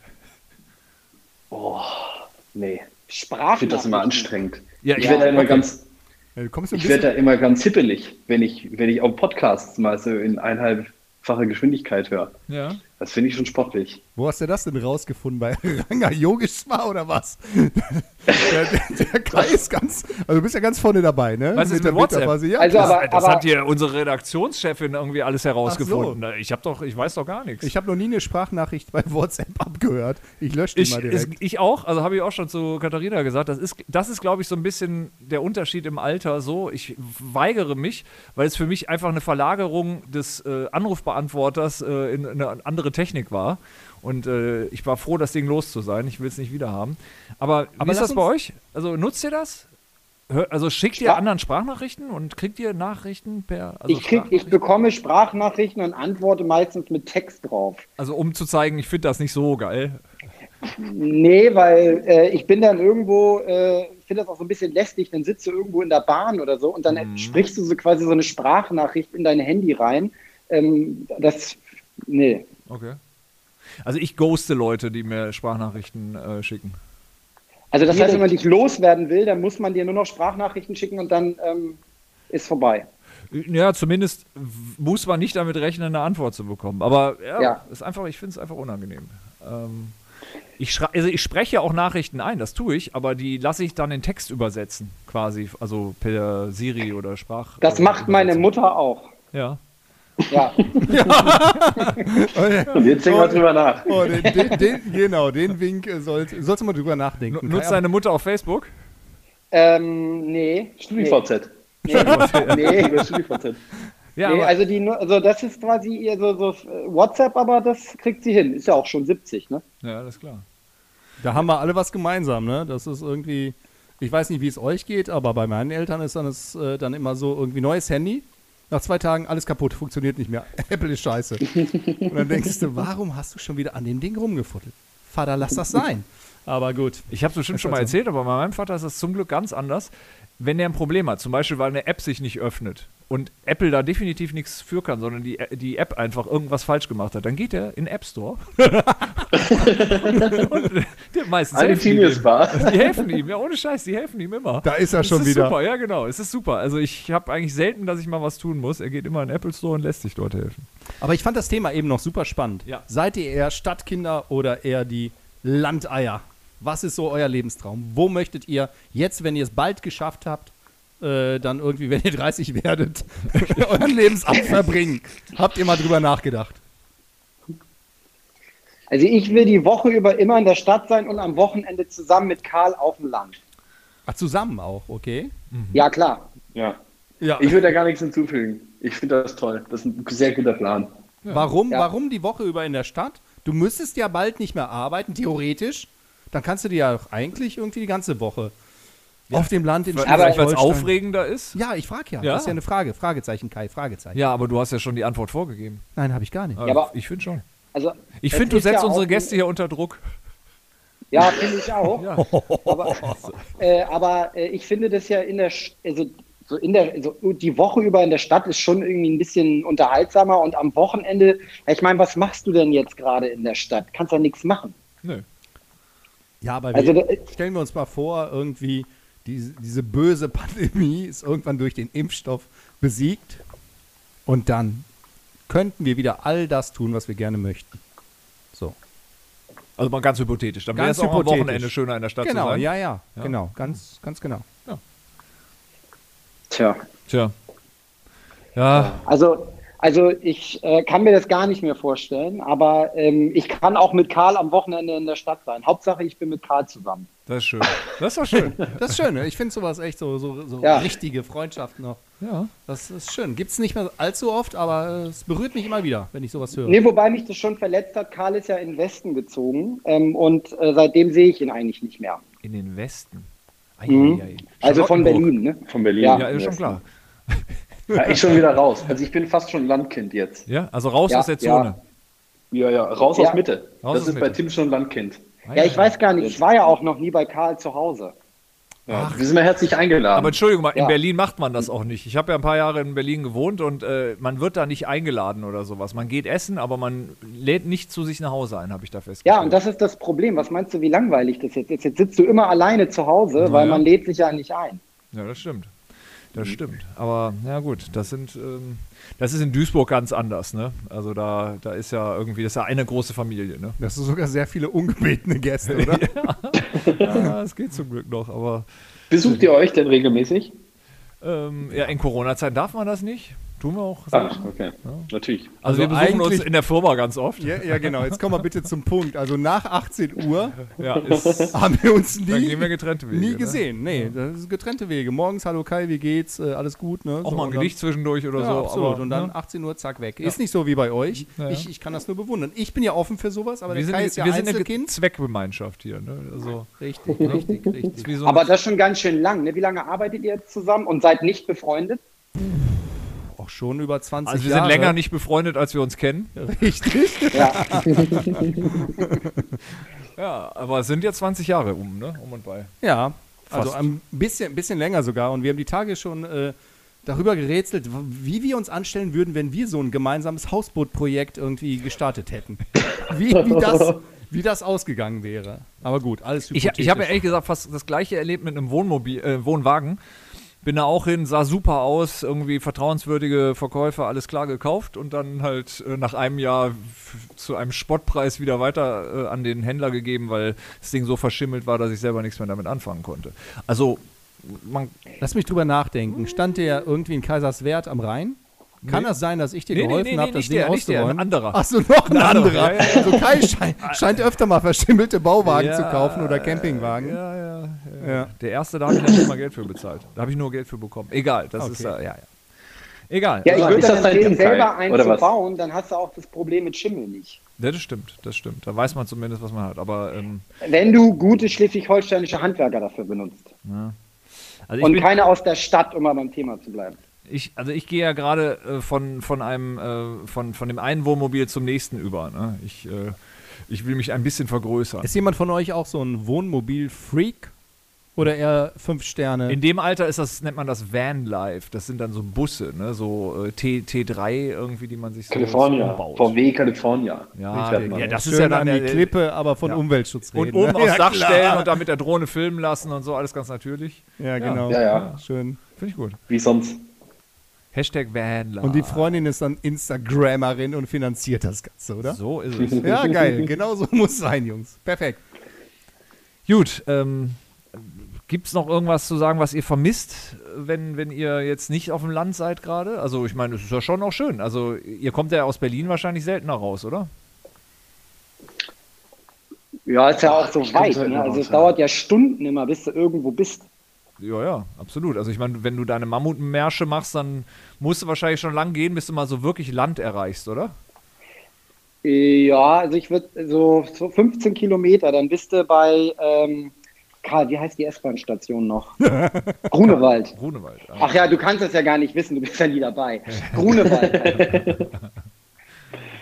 [SPEAKER 4] Nee. Ich
[SPEAKER 3] Sprachnachrichten.
[SPEAKER 4] finde das immer anstrengend.
[SPEAKER 1] Ja,
[SPEAKER 4] ich
[SPEAKER 1] ja,
[SPEAKER 4] werde da immer
[SPEAKER 1] okay.
[SPEAKER 4] ganz.
[SPEAKER 2] Ja, du kommst ein
[SPEAKER 4] Ich werde da
[SPEAKER 2] bisschen.
[SPEAKER 4] immer ganz hippelig, wenn ich, wenn ich auch Podcasts mal so in eineinhalbfacher Geschwindigkeit höre.
[SPEAKER 1] Ja.
[SPEAKER 4] Das finde ich schon sportlich.
[SPEAKER 2] Wo hast du das denn rausgefunden? Bei Ranga Yogeshwar oder was? der, der, der Kai ist ganz. Also du bist ja ganz vorne dabei, ne?
[SPEAKER 1] Was ist mit
[SPEAKER 2] der
[SPEAKER 1] WhatsApp?
[SPEAKER 2] Metaphase. Ja,
[SPEAKER 3] Also,
[SPEAKER 2] klar.
[SPEAKER 3] aber-
[SPEAKER 1] das hat hier unsere Redaktionschefin irgendwie alles herausgefunden. Ich habe doch, ich weiß doch gar nichts.
[SPEAKER 2] ich habe noch nie eine Sprachnachricht bei WhatsApp abgehört. Ich lösche die
[SPEAKER 1] Ich,
[SPEAKER 2] mal
[SPEAKER 1] ist,
[SPEAKER 2] direkt.
[SPEAKER 1] ich auch, also habe ich auch schon zu Katharina gesagt, das ist, das ist glaube ich, so ein bisschen der Unterschied im Alter. So, ich weigere mich, weil es für mich einfach eine Verlagerung des äh, Anrufbeantworters äh, in eine andere Technik war. Und äh, ich war froh, das Ding los zu sein. Ich will es nicht wieder haben. Aber, wie
[SPEAKER 2] Aber
[SPEAKER 1] ist
[SPEAKER 2] lass
[SPEAKER 1] das bei
[SPEAKER 2] uns-
[SPEAKER 1] euch? Also nutzt ihr das? Hör- Also schickt ihr
[SPEAKER 3] Sprach-
[SPEAKER 1] anderen Sprachnachrichten und kriegt ihr Nachrichten per. Also,
[SPEAKER 3] Ich, krieg, ich
[SPEAKER 1] Sprachnachrichten?
[SPEAKER 3] bekomme Sprachnachrichten und antworte meistens mit Text drauf.
[SPEAKER 1] also um zu zeigen, ich finde das nicht so geil.
[SPEAKER 3] Nee, weil äh, ich bin dann irgendwo, äh, finde das auch so ein bisschen lästig, dann sitze irgendwo in der Bahn oder so und dann sprichst du so quasi so eine Sprachnachricht in dein Handy rein. Ähm, das, nee.
[SPEAKER 1] Okay. Also ich ghoste Leute, die mir Sprachnachrichten äh, schicken.
[SPEAKER 3] Also das heißt, wenn man dich loswerden will, dann muss man dir nur noch Sprachnachrichten schicken und dann ähm, ist vorbei.
[SPEAKER 1] Ja, zumindest w- muss man nicht damit rechnen, eine Antwort zu bekommen. Aber ja,
[SPEAKER 3] Ja.
[SPEAKER 1] Ist einfach, ich finde es einfach unangenehm. Ähm, ich, schrei- also ich spreche auch Nachrichten ein, das tue ich, aber die lasse ich dann in Text übersetzen, quasi. Also per Siri oder Sprach.
[SPEAKER 3] Das
[SPEAKER 1] äh,
[SPEAKER 3] macht meine
[SPEAKER 1] Übersetzung.
[SPEAKER 3] Mutter auch.
[SPEAKER 1] Ja.
[SPEAKER 3] Ja.
[SPEAKER 4] Und jetzt denken wir drüber nach.
[SPEAKER 2] Oh, den, den, den, genau, den Wink äh, sollst, sollst du mal drüber nachdenken.
[SPEAKER 1] N- Nutzt
[SPEAKER 2] Kai,
[SPEAKER 1] deine Mutter auf Facebook?
[SPEAKER 3] ähm, nee.
[SPEAKER 4] StudiVZ.
[SPEAKER 3] Nee. nee. nee.
[SPEAKER 4] Über StudiVZ.
[SPEAKER 1] Ja,
[SPEAKER 3] Nee,
[SPEAKER 1] aber,
[SPEAKER 3] also, die, nur- also das ist quasi ihr so, so äh, WhatsApp, aber das kriegt sie hin. Ist ja auch schon 70, ne?
[SPEAKER 1] ja, das ist klar.
[SPEAKER 2] Da haben wir alle was gemeinsam, ne? Das ist irgendwie, ich weiß nicht, wie es euch geht, aber bei meinen Eltern ist dann, es, äh, dann immer so irgendwie neues Handy. Nach zwei Tagen alles kaputt, funktioniert nicht mehr. Apple ist scheiße. Und dann denkst du, warum hast du schon wieder an dem Ding rumgefuttelt? Vater, lass das sein. Aber gut.
[SPEAKER 1] Ich habe es bestimmt
[SPEAKER 2] Ist
[SPEAKER 1] schon mal
[SPEAKER 2] halt so.
[SPEAKER 1] erzählt, aber bei meinem Vater ist das zum Glück ganz anders. Wenn der ein Problem hat, zum Beispiel, weil eine App sich nicht öffnet und Apple da definitiv nichts für kann, sondern die, die App einfach irgendwas falsch gemacht hat, dann geht er in den App Store. und der meistens
[SPEAKER 4] Eine
[SPEAKER 1] helfen die
[SPEAKER 4] Genius
[SPEAKER 1] dem.
[SPEAKER 4] Bar.
[SPEAKER 1] Die helfen ihm, ja, ohne Scheiß, die helfen ihm immer.
[SPEAKER 2] Da ist er
[SPEAKER 1] es
[SPEAKER 2] schon
[SPEAKER 1] ist
[SPEAKER 2] wieder.
[SPEAKER 1] Super, ja, genau, es ist super. Also ich habe eigentlich selten, dass ich mal was tun muss. Er geht immer in den Apple Store und lässt sich dort helfen.
[SPEAKER 2] Aber ich fand das Thema eben noch super spannend.
[SPEAKER 1] Ja.
[SPEAKER 2] Seid ihr eher Stadtkinder oder eher die Landeier? Was ist so euer Lebenstraum? Wo möchtet ihr jetzt, wenn ihr es bald geschafft habt, äh, dann irgendwie, wenn ihr 30 werdet, euren Lebensabend verbringen? Habt ihr mal drüber nachgedacht?
[SPEAKER 3] Also ich will die Woche über immer in der Stadt sein und am Wochenende zusammen mit Karl auf dem Land.
[SPEAKER 2] Ach, zusammen auch, okay?
[SPEAKER 3] Ja, klar.
[SPEAKER 4] Ja.
[SPEAKER 2] Ja.
[SPEAKER 4] Ich würde da gar nichts hinzufügen. Ich finde das toll. Das ist ein sehr guter Plan.
[SPEAKER 2] Warum,
[SPEAKER 3] Ja.
[SPEAKER 2] warum die Woche über in der Stadt? Du müsstest ja bald nicht mehr arbeiten, theoretisch. Dann kannst du dir ja auch eigentlich irgendwie die ganze Woche auf dem Land in
[SPEAKER 1] Vielleicht, weil es
[SPEAKER 2] Schleswig-Holstein-
[SPEAKER 1] aufregender ist?
[SPEAKER 2] Ja, ich frage ja.
[SPEAKER 1] Ja?
[SPEAKER 2] Das ist ja eine Frage. Fragezeichen, Kai, Fragezeichen.
[SPEAKER 1] Ja, aber du hast ja schon die Antwort vorgegeben.
[SPEAKER 2] Nein, habe ich gar nicht.
[SPEAKER 1] Ja,
[SPEAKER 3] aber-
[SPEAKER 1] ich finde schon.
[SPEAKER 3] Also
[SPEAKER 1] Ich
[SPEAKER 3] es
[SPEAKER 1] finde, du
[SPEAKER 3] ist ja
[SPEAKER 1] setzt
[SPEAKER 3] auch
[SPEAKER 1] unsere
[SPEAKER 3] ein-
[SPEAKER 1] Gäste hier unter Druck.
[SPEAKER 3] Ja, finde ich auch.
[SPEAKER 1] Ja.
[SPEAKER 3] Aber, äh, aber äh, ich finde das ja in der, Sch- also, so in der, also die Woche über in der Stadt ist schon irgendwie ein bisschen unterhaltsamer und am Wochenende, ja, ich meine, was machst du denn jetzt gerade in der Stadt? Kannst ja nichts machen.
[SPEAKER 1] Nö.
[SPEAKER 2] Ja, aber
[SPEAKER 3] Also,
[SPEAKER 2] wir,
[SPEAKER 3] da-
[SPEAKER 2] äh, stellen wir uns mal vor, irgendwie diese, diese böse Pandemie ist irgendwann durch den Impfstoff besiegt und dann könnten wir wieder all das tun, was wir gerne möchten. So.
[SPEAKER 1] Also mal ganz hypothetisch. Dann wäre
[SPEAKER 2] Ganz
[SPEAKER 1] es auch am
[SPEAKER 2] hypothetisch.
[SPEAKER 1] Wochenende schöner in der Stadt zu
[SPEAKER 2] genau,
[SPEAKER 1] sein.
[SPEAKER 2] ja, ja, genau, ganz, ganz genau.
[SPEAKER 4] Tja.
[SPEAKER 1] Tja. Ja,
[SPEAKER 3] Also, also ich äh, kann mir das gar nicht mehr vorstellen, aber ähm, ich kann auch mit Karl am Wochenende in der Stadt sein. Hauptsache, ich bin mit Karl zusammen.
[SPEAKER 1] das ist schön. Das ist doch schön.
[SPEAKER 2] Das ist schön, ne? ich finde sowas echt so, so, so
[SPEAKER 3] Ja.
[SPEAKER 2] richtige Freundschaften noch.
[SPEAKER 1] ja.
[SPEAKER 2] Das ist schön. Gibt es nicht mehr allzu oft, aber äh, es berührt mich immer wieder, wenn ich sowas höre.
[SPEAKER 3] Nee, wobei mich das schon verletzt hat. Karl ist ja in den Westen gezogen ähm, und äh, seitdem sehe ich ihn eigentlich nicht mehr.
[SPEAKER 1] In den Westen. Eieiei.
[SPEAKER 3] Also von
[SPEAKER 1] Charlottenburg.
[SPEAKER 3] Berlin, ne?
[SPEAKER 4] Von Berlin.
[SPEAKER 3] Ja.
[SPEAKER 1] Ja, ist schon klar.
[SPEAKER 4] Ja, ich schon wieder raus. Also ich bin fast schon Landkind jetzt.
[SPEAKER 1] Ja, also raus
[SPEAKER 3] Ja,
[SPEAKER 1] aus der
[SPEAKER 3] ja.
[SPEAKER 1] Zone.
[SPEAKER 4] Ja, ja, raus
[SPEAKER 3] Ja.
[SPEAKER 4] aus Mitte.
[SPEAKER 1] Raus
[SPEAKER 4] das
[SPEAKER 1] aus
[SPEAKER 4] ist bei
[SPEAKER 1] Mitte.
[SPEAKER 4] Tim schon Landkind.
[SPEAKER 1] Ah,
[SPEAKER 3] Ja, ich weiß gar nicht. Ich war ja auch noch nie bei Karl zu Hause.
[SPEAKER 4] Ja, wir sind mal herzlich eingeladen.
[SPEAKER 1] Aber Entschuldigung, mal, in
[SPEAKER 3] Ja.
[SPEAKER 1] Berlin macht man das auch nicht. Ich habe ja ein paar Jahre in Berlin gewohnt und äh, man wird da nicht eingeladen oder sowas. Man geht essen, aber man lädt nicht zu sich nach Hause ein, habe ich da festgestellt.
[SPEAKER 3] Ja, und das ist das Problem. Was meinst du, wie langweilig das jetzt ist? Jetzt sitzt du immer alleine zu Hause, weil
[SPEAKER 1] ja.
[SPEAKER 3] man lädt sich ja nicht ein.
[SPEAKER 1] Ja, das stimmt. Das stimmt. Aber ja gut, das sind, ähm, das ist in Duisburg ganz anders, ne? Also da, da ist ja irgendwie, das ist ja eine große Familie, ne?
[SPEAKER 2] Das sind sogar sehr viele ungebetene Gäste, oder?
[SPEAKER 1] Ja, es geht zum Glück noch, aber
[SPEAKER 4] Besucht ihr euch denn regelmäßig?
[SPEAKER 1] ähm, ja, in Corona-Zeiten darf man das nicht. Tun wir auch.
[SPEAKER 4] Ah, okay. Natürlich.
[SPEAKER 1] Also, wir besuchen uns
[SPEAKER 2] eigentlich-
[SPEAKER 1] in der Firma ganz oft.
[SPEAKER 2] ja, ja, genau. Jetzt kommen wir bitte zum Punkt. Also nach 18 Uhr
[SPEAKER 1] Ja, ist,
[SPEAKER 2] haben wir uns
[SPEAKER 1] dann
[SPEAKER 2] nie,
[SPEAKER 1] gehen wir getrennte Wege.
[SPEAKER 2] nie
[SPEAKER 1] ne?
[SPEAKER 2] gesehen. Nee, das ist getrennte Wege. Morgens, hallo Kai, wie geht's? Äh, alles gut, ne?
[SPEAKER 1] Auch
[SPEAKER 2] So,
[SPEAKER 1] mal ein
[SPEAKER 2] und dann-
[SPEAKER 1] Gedicht zwischendurch oder
[SPEAKER 2] Ja,
[SPEAKER 1] so.
[SPEAKER 2] absolut.
[SPEAKER 1] Aber,
[SPEAKER 2] und dann
[SPEAKER 1] ne?
[SPEAKER 2] 18 Uhr, zack, weg. Ist nicht so wie bei euch.
[SPEAKER 1] Ja.
[SPEAKER 2] Ich, ich kann das nur bewundern. Ich bin ja offen für sowas, aber
[SPEAKER 1] wir
[SPEAKER 2] der
[SPEAKER 1] sind,
[SPEAKER 2] Kai ist ja
[SPEAKER 1] wir sind eine Ge-
[SPEAKER 2] Einzelkind.
[SPEAKER 1] Zweckgemeinschaft hier. Ne? Also,
[SPEAKER 2] Richtig, richtig, ne?
[SPEAKER 1] ist
[SPEAKER 2] richtig.
[SPEAKER 1] wie so ein-
[SPEAKER 3] Aber das schon ganz schön lang. Ne? Wie lange arbeitet ihr jetzt zusammen und seid nicht befreundet?
[SPEAKER 2] Auch schon über 20
[SPEAKER 1] also wir
[SPEAKER 2] Jahre.
[SPEAKER 1] sind länger nicht befreundet, als wir uns kennen.
[SPEAKER 2] Richtig.
[SPEAKER 1] Ja, aber es sind ja 20 Jahre um, ne? Um und bei.
[SPEAKER 2] Ja,
[SPEAKER 1] Fast.
[SPEAKER 2] also ein bisschen, bisschen länger sogar. Und wir haben die Tage schon äh, darüber gerätselt, w- wie wir uns anstellen würden, wenn wir so ein gemeinsames Hausbootprojekt irgendwie gestartet hätten. Wie, wie, das, wie das ausgegangen wäre. Aber gut, alles
[SPEAKER 1] Ich,
[SPEAKER 2] hypothetisch.
[SPEAKER 1] ich habe ja ehrlich gesagt fast das gleiche erlebt mit einem Wohnmobil, äh, Wohnwagen. Bin da auch hin, sah super aus, irgendwie vertrauenswürdige Verkäufer, alles klar gekauft und dann halt äh, nach einem Jahr f- zu einem Spottpreis wieder weiter äh, an den Händler gegeben, weil das Ding so verschimmelt war, dass ich selber nichts mehr damit anfangen konnte. Also, man,
[SPEAKER 2] Lass mich drüber nachdenken. Stand der irgendwie in Kaiserswerth am Rhein? Kann das sein, dass ich dir
[SPEAKER 1] Nee, nee,
[SPEAKER 2] geholfen
[SPEAKER 1] nee, nee,
[SPEAKER 2] habe, das
[SPEAKER 1] nicht
[SPEAKER 2] Ding
[SPEAKER 1] der, nicht der,
[SPEAKER 2] auszuräumen?
[SPEAKER 1] ein anderer.
[SPEAKER 2] Achso, noch ein anderer.
[SPEAKER 1] anderer, ja, ja.
[SPEAKER 2] Also Kai scheint, scheint öfter mal verschimmelte Bauwagen
[SPEAKER 1] Ja,
[SPEAKER 2] zu kaufen oder Campingwagen.
[SPEAKER 1] ja, ja, ja.
[SPEAKER 2] Ja.
[SPEAKER 1] Der erste, da habe ich noch nicht mal Geld für bezahlt. Da habe ich nur Geld für bekommen. Egal, das ist ja,
[SPEAKER 2] Okay.
[SPEAKER 1] ja, ja. Egal.
[SPEAKER 3] Ja, ich
[SPEAKER 4] Aber
[SPEAKER 3] würde
[SPEAKER 4] ist
[SPEAKER 3] dann
[SPEAKER 4] das dein
[SPEAKER 3] empfehlen,
[SPEAKER 4] Tipp, Kai?
[SPEAKER 3] selber einen
[SPEAKER 4] Oder
[SPEAKER 3] zu
[SPEAKER 4] was?
[SPEAKER 3] bauen, dann hast du auch das Problem mit Schimmel nicht.
[SPEAKER 1] Ja, das stimmt, das stimmt. Da weiß man zumindest, was man hat. Aber ähm,
[SPEAKER 3] Wenn du gute schleswig-holsteinische Handwerker dafür benutzt.
[SPEAKER 1] also ich,
[SPEAKER 3] Und
[SPEAKER 1] bin,
[SPEAKER 3] keine aus der Stadt, um mal beim Thema zu bleiben.
[SPEAKER 1] ich, also ich gehe ja gerade äh, von, von einem äh, von, von dem einen Wohnmobil zum nächsten über. Ne? Ich, äh, ich will mich ein bisschen vergrößern.
[SPEAKER 2] Ist jemand von euch auch so ein Wohnmobil-Freak? Oder eher fünf Sterne?
[SPEAKER 1] In dem Alter ist das, nennt man das Vanlife. Das sind dann so Busse, ne? so äh, T, T3 irgendwie, die man sich so
[SPEAKER 4] California.
[SPEAKER 1] zusammenbaut.
[SPEAKER 4] VW California.
[SPEAKER 1] Ja,
[SPEAKER 4] Fährt man.
[SPEAKER 1] ja, das
[SPEAKER 2] Schön
[SPEAKER 1] ist ja dann
[SPEAKER 2] an die
[SPEAKER 1] der-
[SPEAKER 2] Klippe, aber von
[SPEAKER 1] ja.
[SPEAKER 2] Umweltschutz reden.
[SPEAKER 1] Und oben
[SPEAKER 2] ne?
[SPEAKER 1] aufs
[SPEAKER 2] ja,
[SPEAKER 1] Dach
[SPEAKER 2] klar.
[SPEAKER 1] stellen und dann mit der Drohne filmen lassen und so, alles ganz natürlich.
[SPEAKER 2] Ja, genau.
[SPEAKER 4] Ja, ja.
[SPEAKER 2] Schön.
[SPEAKER 1] Finde ich gut.
[SPEAKER 4] Wie sonst?
[SPEAKER 1] Hashtag Vanlife.
[SPEAKER 2] Und die Freundin ist dann Instagrammerin und finanziert das Ganze, oder?
[SPEAKER 1] So ist es.
[SPEAKER 2] Ja, geil. Genau so muss sein, Jungs. Perfekt.
[SPEAKER 1] Gut, ähm, gibt es noch irgendwas zu sagen, was ihr vermisst, wenn, wenn ihr jetzt nicht auf dem Land seid gerade? Also ich meine, es ist ja schon auch schön. Also ihr kommt ja aus Berlin wahrscheinlich seltener raus, oder?
[SPEAKER 3] Ja, ist ja auch so
[SPEAKER 4] ich glaub,
[SPEAKER 3] weit.
[SPEAKER 4] so
[SPEAKER 3] Ne?
[SPEAKER 4] immer
[SPEAKER 3] Also es
[SPEAKER 4] noch, ja.
[SPEAKER 3] dauert ja Stunden immer, bis du irgendwo bist.
[SPEAKER 1] Ja, ja, absolut. Also ich meine, wenn du deine Mammutmärsche machst, dann musst du wahrscheinlich schon lang gehen, bis du mal so wirklich Land erreichst, oder?
[SPEAKER 3] Ja, also ich würde so, so 15 Kilometer, dann bist du bei, ähm, Karl, wie heißt die S-Bahn-Station noch? Grunewald.
[SPEAKER 1] Grunewald. Ah,
[SPEAKER 3] Ach ja, du kannst das ja gar nicht wissen, du bist ja nie dabei. Grunewald.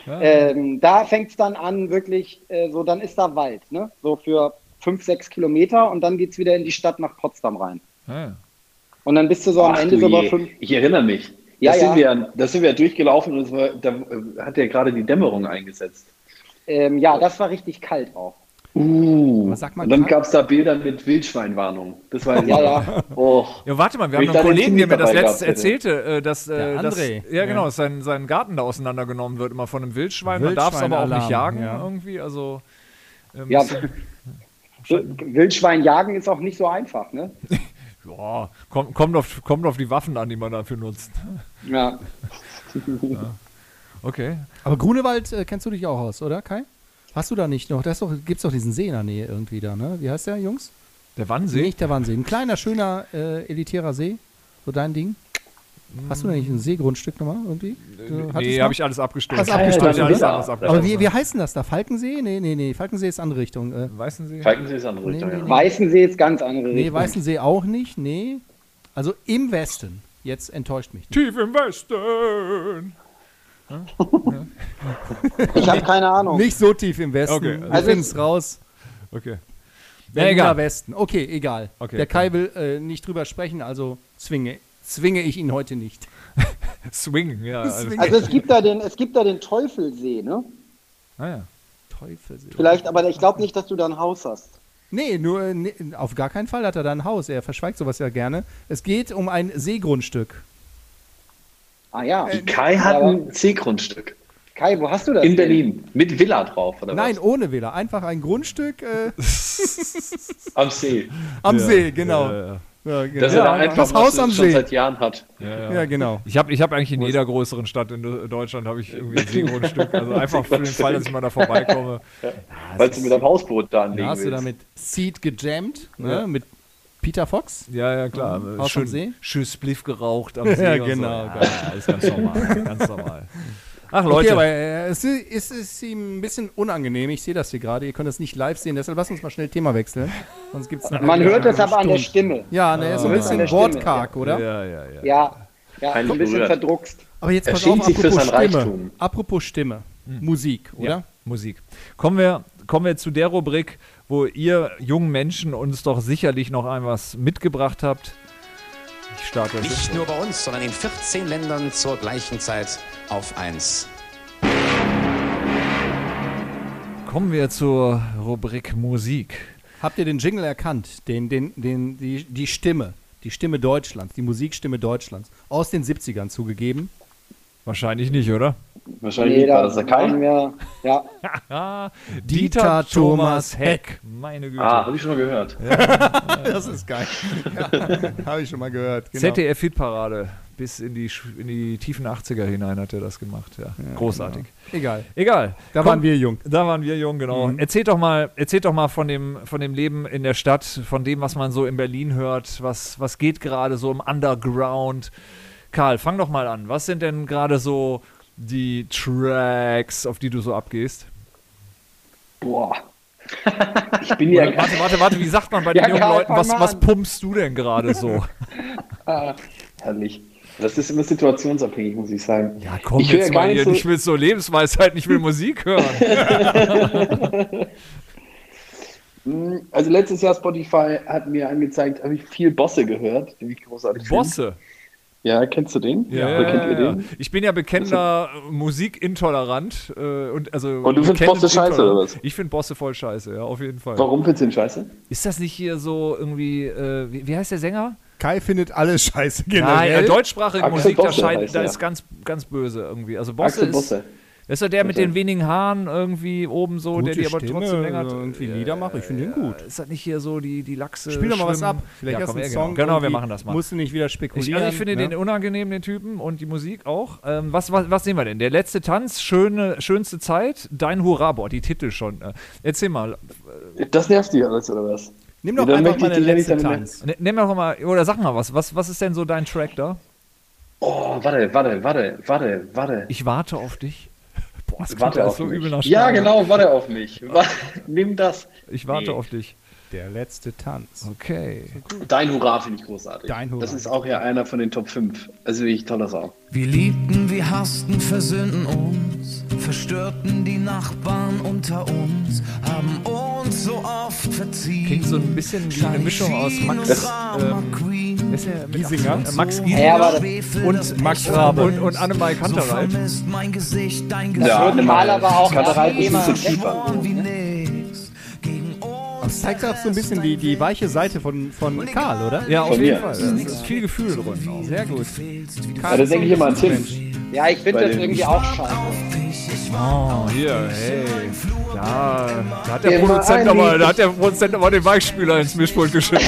[SPEAKER 3] ähm, da fängt es dann an, wirklich, äh, so, dann ist da Wald, ne? So für fünf, sechs Kilometer und dann geht es wieder in die Stadt nach Potsdam rein.
[SPEAKER 1] ja.
[SPEAKER 3] Und dann bist du so am
[SPEAKER 4] Ach
[SPEAKER 3] Ende
[SPEAKER 4] du
[SPEAKER 3] so bei
[SPEAKER 4] je.
[SPEAKER 3] fünf.
[SPEAKER 4] Ich erinnere mich.
[SPEAKER 3] Ja,
[SPEAKER 4] Ja, das,
[SPEAKER 3] ja.
[SPEAKER 4] Sind wir, das sind wir durchgelaufen und es war, da äh, hat ja gerade die Dämmerung eingesetzt.
[SPEAKER 3] Ähm, ja, das war richtig kalt auch.
[SPEAKER 4] Uh.
[SPEAKER 2] Was sagt man
[SPEAKER 4] und dann
[SPEAKER 2] da?
[SPEAKER 4] gab es da Bilder mit Wildschweinwarnung. Das war Oh,
[SPEAKER 3] Ja, ja.
[SPEAKER 4] Och.
[SPEAKER 1] Ja, warte mal, wir
[SPEAKER 4] Wenn
[SPEAKER 1] haben
[SPEAKER 4] ich
[SPEAKER 1] einen
[SPEAKER 4] da den
[SPEAKER 1] Kollegen, der mir
[SPEAKER 4] Team
[SPEAKER 1] das
[SPEAKER 4] dabei
[SPEAKER 1] letztens
[SPEAKER 4] gehabt hätte.
[SPEAKER 1] erzählte, äh, dass, äh,
[SPEAKER 2] Der André.
[SPEAKER 1] dass ja, genau,
[SPEAKER 2] Ja.
[SPEAKER 1] dass sein, sein Garten da auseinandergenommen wird, immer von einem Wildschwein. Man darf es aber auch nicht
[SPEAKER 2] Wildschweinalarm,
[SPEAKER 1] jagen
[SPEAKER 2] ja.
[SPEAKER 1] irgendwie. Also ähm,
[SPEAKER 3] Ja.
[SPEAKER 1] ist-
[SPEAKER 3] Wildschwein jagen ist auch nicht so einfach, ne?
[SPEAKER 1] ja, kommt, kommt, auf, kommt auf die Waffen an, die man dafür nutzt.
[SPEAKER 3] Ja.
[SPEAKER 1] Okay.
[SPEAKER 2] Aber Grunewald äh, kennst du dich auch aus, oder Kai? Hast du da nicht noch? Da ist doch, gibt's doch diesen See in der Nähe irgendwie da, ne? Wie heißt der, Jungs?
[SPEAKER 1] Der Wannsee?
[SPEAKER 2] Nicht der Wannsee. Ein kleiner, schöner, äh, elitärer See. So dein Ding. Hast du da nicht ein Seegrundstück nochmal irgendwie? Du hattest
[SPEAKER 1] Nee,
[SPEAKER 2] äh, noch?
[SPEAKER 1] habe ich alles abgestoßen.
[SPEAKER 2] Hast abgestoßen,
[SPEAKER 1] Hab ich alles
[SPEAKER 4] ne?
[SPEAKER 1] anderes abgestoßen.
[SPEAKER 2] Aber wie, wie heißt denn das da? Falkensee? Nee, nee, nee. Falkensee ist andere Richtung. Äh,
[SPEAKER 1] Weißensee?
[SPEAKER 4] Falkensee ist andere Richtung.
[SPEAKER 2] Nee, nee,
[SPEAKER 4] ja.
[SPEAKER 3] Weißensee ist ganz andere
[SPEAKER 2] nee,
[SPEAKER 3] Richtung.
[SPEAKER 2] Weißensee auch nicht. Nee. Also im Westen. Jetzt enttäuscht mich.
[SPEAKER 1] Tief im Westen.
[SPEAKER 3] Ich habe keine Ahnung.
[SPEAKER 2] Nicht so tief im Westen.
[SPEAKER 1] Okay.
[SPEAKER 2] Wir
[SPEAKER 3] Also-
[SPEAKER 2] also es raus.
[SPEAKER 1] Okay. Ja,
[SPEAKER 2] Berliner
[SPEAKER 1] egal.
[SPEAKER 2] Westen. Okay, egal.
[SPEAKER 1] Okay,
[SPEAKER 2] Der Kai will äh, nicht drüber sprechen, also zwinge, zwinge ich ihn heute nicht.
[SPEAKER 1] Swing, ja. Alles.
[SPEAKER 2] Swing.
[SPEAKER 3] Also es gibt da den, es gibt da den Teufelsee, ne?
[SPEAKER 1] Ah, ja.
[SPEAKER 2] Teufelsee.
[SPEAKER 3] Vielleicht, aber ich glaube nicht, dass du da ein Haus hast.
[SPEAKER 2] Nee, nur äh, nee, auf gar keinen Fall hat er da ein Haus. Er verschweigt sowas ja gerne. Es geht um ein Seegrundstück.
[SPEAKER 3] Ah ja.
[SPEAKER 4] Kai hat
[SPEAKER 3] Aber-
[SPEAKER 4] ein C-Grundstück.
[SPEAKER 3] Kai, wo hast du das? denn?
[SPEAKER 4] In Berlin. Mit Villa drauf, oder
[SPEAKER 2] Nein,
[SPEAKER 4] was?
[SPEAKER 2] ohne Villa. Einfach ein Grundstück äh,
[SPEAKER 4] Am See.
[SPEAKER 2] am
[SPEAKER 1] Ja,
[SPEAKER 2] See, genau.
[SPEAKER 1] ja, ja.
[SPEAKER 2] Ja, genau.
[SPEAKER 4] Das ist
[SPEAKER 2] Ja,
[SPEAKER 4] ja, einfach,
[SPEAKER 2] das
[SPEAKER 4] was
[SPEAKER 2] Haus
[SPEAKER 4] es
[SPEAKER 2] am
[SPEAKER 4] schon
[SPEAKER 2] See.
[SPEAKER 4] seit Jahren hat.
[SPEAKER 1] Ja, ja.
[SPEAKER 2] Ja, genau.
[SPEAKER 1] Ich habe ich hab eigentlich in jeder größeren Stadt in Do- Deutschland habe ich irgendwie ein Seegrundstück. Also einfach für den Fall, dass ich mal da vorbeikomme.
[SPEAKER 4] Weil du mit deinem Hausboot da anlegen
[SPEAKER 2] Da hast du
[SPEAKER 4] willst.
[SPEAKER 2] damit Seed gejammt, ne?
[SPEAKER 1] Ja.
[SPEAKER 2] Mit Peter Fox.
[SPEAKER 1] Ja, ja, klar.
[SPEAKER 2] Mhm. Haus am
[SPEAKER 1] schön,
[SPEAKER 2] See?
[SPEAKER 1] schön Spliff geraucht am See.
[SPEAKER 2] Ja,
[SPEAKER 1] und
[SPEAKER 2] genau,
[SPEAKER 1] So. Ja,
[SPEAKER 2] geil.
[SPEAKER 1] ja, ist ganz normal. ganz normal. Ach, Leute.
[SPEAKER 2] Okay, aber äh, es ist, es ist ihm ein bisschen unangenehm. Ich sehe das hier gerade. Ihr könnt das nicht live sehen. Deshalb lasst uns mal schnell Thema wechseln. Sonst gibt's nachher
[SPEAKER 3] Man
[SPEAKER 2] wieder
[SPEAKER 3] hört es
[SPEAKER 2] eine
[SPEAKER 3] aber an der
[SPEAKER 2] Stunde.
[SPEAKER 3] Stimme.
[SPEAKER 2] Ja, ne, er ist so ein
[SPEAKER 3] Man hört an der
[SPEAKER 2] bisschen
[SPEAKER 3] Stimme,
[SPEAKER 2] wortkarg, oder?
[SPEAKER 1] ja, ja, ja.
[SPEAKER 3] Ja, ja
[SPEAKER 4] Kein
[SPEAKER 3] so ein bisschen
[SPEAKER 4] berührt.
[SPEAKER 3] verdruckst.
[SPEAKER 2] Aber jetzt
[SPEAKER 4] Er
[SPEAKER 2] pass auf,
[SPEAKER 4] schämt sich für
[SPEAKER 2] apropos
[SPEAKER 4] sein
[SPEAKER 2] Stimme.
[SPEAKER 4] Reichtum.
[SPEAKER 2] Apropos Stimme. Musik, oder?
[SPEAKER 1] Ja, Musik. Kommen wir, kommen wir zu der Rubrik, wo ihr jungen Menschen uns doch sicherlich noch ein was mitgebracht habt. Ich starte das.
[SPEAKER 5] Nicht nur bei uns, sondern in 14 Ländern zur gleichen Zeit auf 1.
[SPEAKER 1] Kommen wir zur Rubrik Musik.
[SPEAKER 2] Habt ihr den Jingle erkannt? Den, den, den, die, die Stimme. Die Stimme Deutschlands, die Musikstimme Deutschlands. Aus den 70ern zugegeben.
[SPEAKER 1] Wahrscheinlich nicht, oder?
[SPEAKER 4] Wahrscheinlich war das der
[SPEAKER 3] haben
[SPEAKER 4] also Kai.
[SPEAKER 3] wir, ja,
[SPEAKER 2] Dieter Thomas Heck.
[SPEAKER 1] Meine Güte. Genau.
[SPEAKER 4] Ah, habe ich schon mal gehört.
[SPEAKER 2] Das ist geil. ja, Habe ich schon mal gehört. Genau.
[SPEAKER 1] ZDF Hitparade. Bis in die, Sch- in die tiefen 80er hinein hat er das gemacht. Ja, großartig.
[SPEAKER 2] Egal.
[SPEAKER 1] Egal.
[SPEAKER 2] genau. Da
[SPEAKER 1] Komm-
[SPEAKER 2] waren wir jung.
[SPEAKER 1] Da waren wir jung, genau. Erzählt doch mal, erzählt doch mal von dem, von dem Leben in der Stadt, von dem, was man so in Berlin hört, was, was geht gerade so im Underground. Karl, fang doch mal an. Was sind denn gerade so die Tracks, auf die du so abgehst?
[SPEAKER 4] Boah. Ich bin ja
[SPEAKER 1] Warte, warte, warte, wie sagt man bei den
[SPEAKER 3] Ja,
[SPEAKER 1] jungen
[SPEAKER 3] Karl,
[SPEAKER 1] Leuten,
[SPEAKER 3] fang
[SPEAKER 1] was,
[SPEAKER 3] mal
[SPEAKER 1] was
[SPEAKER 3] an.
[SPEAKER 1] pumpst du denn gerade so?
[SPEAKER 4] herrlich. Das ist immer situationsabhängig, muss ich sagen.
[SPEAKER 1] Ja, komm
[SPEAKER 4] ich höre
[SPEAKER 1] jetzt
[SPEAKER 4] gar
[SPEAKER 1] mal
[SPEAKER 4] nicht
[SPEAKER 1] hier.
[SPEAKER 4] so-
[SPEAKER 1] Ich will so Lebensweisheiten, ich will Musik hören.
[SPEAKER 4] Hm, Also letztes Jahr Spotify hat mir angezeigt, habe ich viel Bosse gehört, den ich großartig finde.
[SPEAKER 1] Bosse.
[SPEAKER 4] Ja, kennst du den?
[SPEAKER 1] Ja,
[SPEAKER 4] Oder kennt ihr
[SPEAKER 1] ja, ja.
[SPEAKER 4] den?
[SPEAKER 1] Ich bin ja bekennender äh, musikintolerant. Äh, und, also,
[SPEAKER 4] Und du findest
[SPEAKER 1] bekennend
[SPEAKER 4] Bosse scheiße,
[SPEAKER 1] intolerant.
[SPEAKER 4] oder was?
[SPEAKER 1] Ich finde Bosse voll scheiße, ja, auf jeden Fall.
[SPEAKER 4] Warum findest du den scheiße?
[SPEAKER 1] Ist das nicht hier so irgendwie, äh, wie, wie heißt der Sänger?
[SPEAKER 2] Kai findet alles scheiße
[SPEAKER 1] Nein, äh,
[SPEAKER 2] generell.
[SPEAKER 1] deutschsprachige
[SPEAKER 4] Axel
[SPEAKER 1] Musik, da,
[SPEAKER 4] Bosse
[SPEAKER 1] scheint,
[SPEAKER 4] heißt
[SPEAKER 1] da
[SPEAKER 4] er.
[SPEAKER 1] ist ganz, ganz böse irgendwie. Also Bosse
[SPEAKER 4] Axel
[SPEAKER 1] ist,
[SPEAKER 4] Bosse.
[SPEAKER 1] ist so der mit den wenigen Haaren irgendwie oben so, der die aber trotzdem länger hat.
[SPEAKER 2] irgendwie Lieder mache. Ich finde ihn gut.
[SPEAKER 1] Ist das nicht hier so die, die Lachse?
[SPEAKER 2] Spiel doch mal was
[SPEAKER 1] schwimmen?
[SPEAKER 2] ab. Vielleicht
[SPEAKER 1] ja,
[SPEAKER 2] hast
[SPEAKER 1] komm,
[SPEAKER 2] du einen
[SPEAKER 1] ja, genau.
[SPEAKER 2] Song.
[SPEAKER 1] Genau, wir
[SPEAKER 2] irgendwie.
[SPEAKER 1] machen das mal.
[SPEAKER 2] Musst du nicht wieder
[SPEAKER 1] Ich,
[SPEAKER 2] spekulieren.
[SPEAKER 1] also ich finde
[SPEAKER 2] ne?
[SPEAKER 1] den unangenehm, den Typen und die Musik auch. Ähm, was, was, was sehen wir denn? Der letzte Tanz, schöne, schönste Zeit, dein Hurra, boah, die Titel schon. Äh, erzähl mal,
[SPEAKER 4] Das nervt dich alles, oder was?
[SPEAKER 2] Nimm doch
[SPEAKER 4] Ja, dann
[SPEAKER 2] einfach
[SPEAKER 4] möchte
[SPEAKER 2] mal den
[SPEAKER 4] ich dich ja nicht
[SPEAKER 2] letzten
[SPEAKER 4] damit-
[SPEAKER 2] Tanz.
[SPEAKER 1] N- nimm ne, doch mal, oder sag mal was, was, was ist denn so dein Track da?
[SPEAKER 4] Oh, warte, warte, warte, warte, warte.
[SPEAKER 1] Ich warte auf dich. Boah, das klingt
[SPEAKER 4] Warte
[SPEAKER 1] alles
[SPEAKER 4] auf
[SPEAKER 1] so
[SPEAKER 4] mich.
[SPEAKER 1] übel nach
[SPEAKER 4] ja,
[SPEAKER 1] Schlager.
[SPEAKER 4] genau, warte auf mich. Wa- Nimm das.
[SPEAKER 1] Ich warte
[SPEAKER 4] Nee.
[SPEAKER 1] auf dich.
[SPEAKER 2] Der letzte Tanz.
[SPEAKER 1] Okay.
[SPEAKER 4] Dein Hurra finde ich großartig.
[SPEAKER 2] Dein Hurra.
[SPEAKER 4] Das ist auch ja einer von den Top 5. Also wirklich toller Song.
[SPEAKER 8] Wir liebten, wir hassten, versöhnten uns, verstörten die Nachbarn unter uns, haben uns so oft verziehen.
[SPEAKER 1] Klingt so ein bisschen wie eine Mischung aus Max,
[SPEAKER 4] Das-
[SPEAKER 1] ähm, ist er mit
[SPEAKER 2] Giesinger?
[SPEAKER 1] Äh, Max
[SPEAKER 3] Ja,
[SPEAKER 1] Giesinger
[SPEAKER 3] aber
[SPEAKER 1] und
[SPEAKER 2] Max Rabe.
[SPEAKER 1] und, und Annemai
[SPEAKER 8] So
[SPEAKER 1] Kantereit.
[SPEAKER 8] vermisst mein Gesicht, dein
[SPEAKER 4] Ja,
[SPEAKER 8] Gesicht,
[SPEAKER 4] nimm
[SPEAKER 3] mal aber auch
[SPEAKER 4] Kannst
[SPEAKER 3] das
[SPEAKER 4] du ein bisschen
[SPEAKER 3] Thema.
[SPEAKER 4] zu tiefer.
[SPEAKER 8] wie nix. Gegen uns
[SPEAKER 2] Das zeigt auch so ein bisschen die, die weiche Seite von, von Karl, oder?
[SPEAKER 1] Ja, auf
[SPEAKER 4] Von
[SPEAKER 1] jeden
[SPEAKER 4] mir.
[SPEAKER 1] Fall. Da ist viel Gefühl drin. auch.
[SPEAKER 2] Sehr gut.
[SPEAKER 4] Ja, da Also denke ich immer an Tim.
[SPEAKER 3] ja, ich finde
[SPEAKER 4] Bei
[SPEAKER 3] das
[SPEAKER 4] dem-
[SPEAKER 3] irgendwie auch scheiße.
[SPEAKER 1] Oh, hier, hey. Da, da hat der,
[SPEAKER 4] Immer
[SPEAKER 1] Produzent
[SPEAKER 4] ein
[SPEAKER 1] aber,
[SPEAKER 4] Lied.
[SPEAKER 1] da hat der Produzent aber den Weichspüler ins Mischpult geschüttet.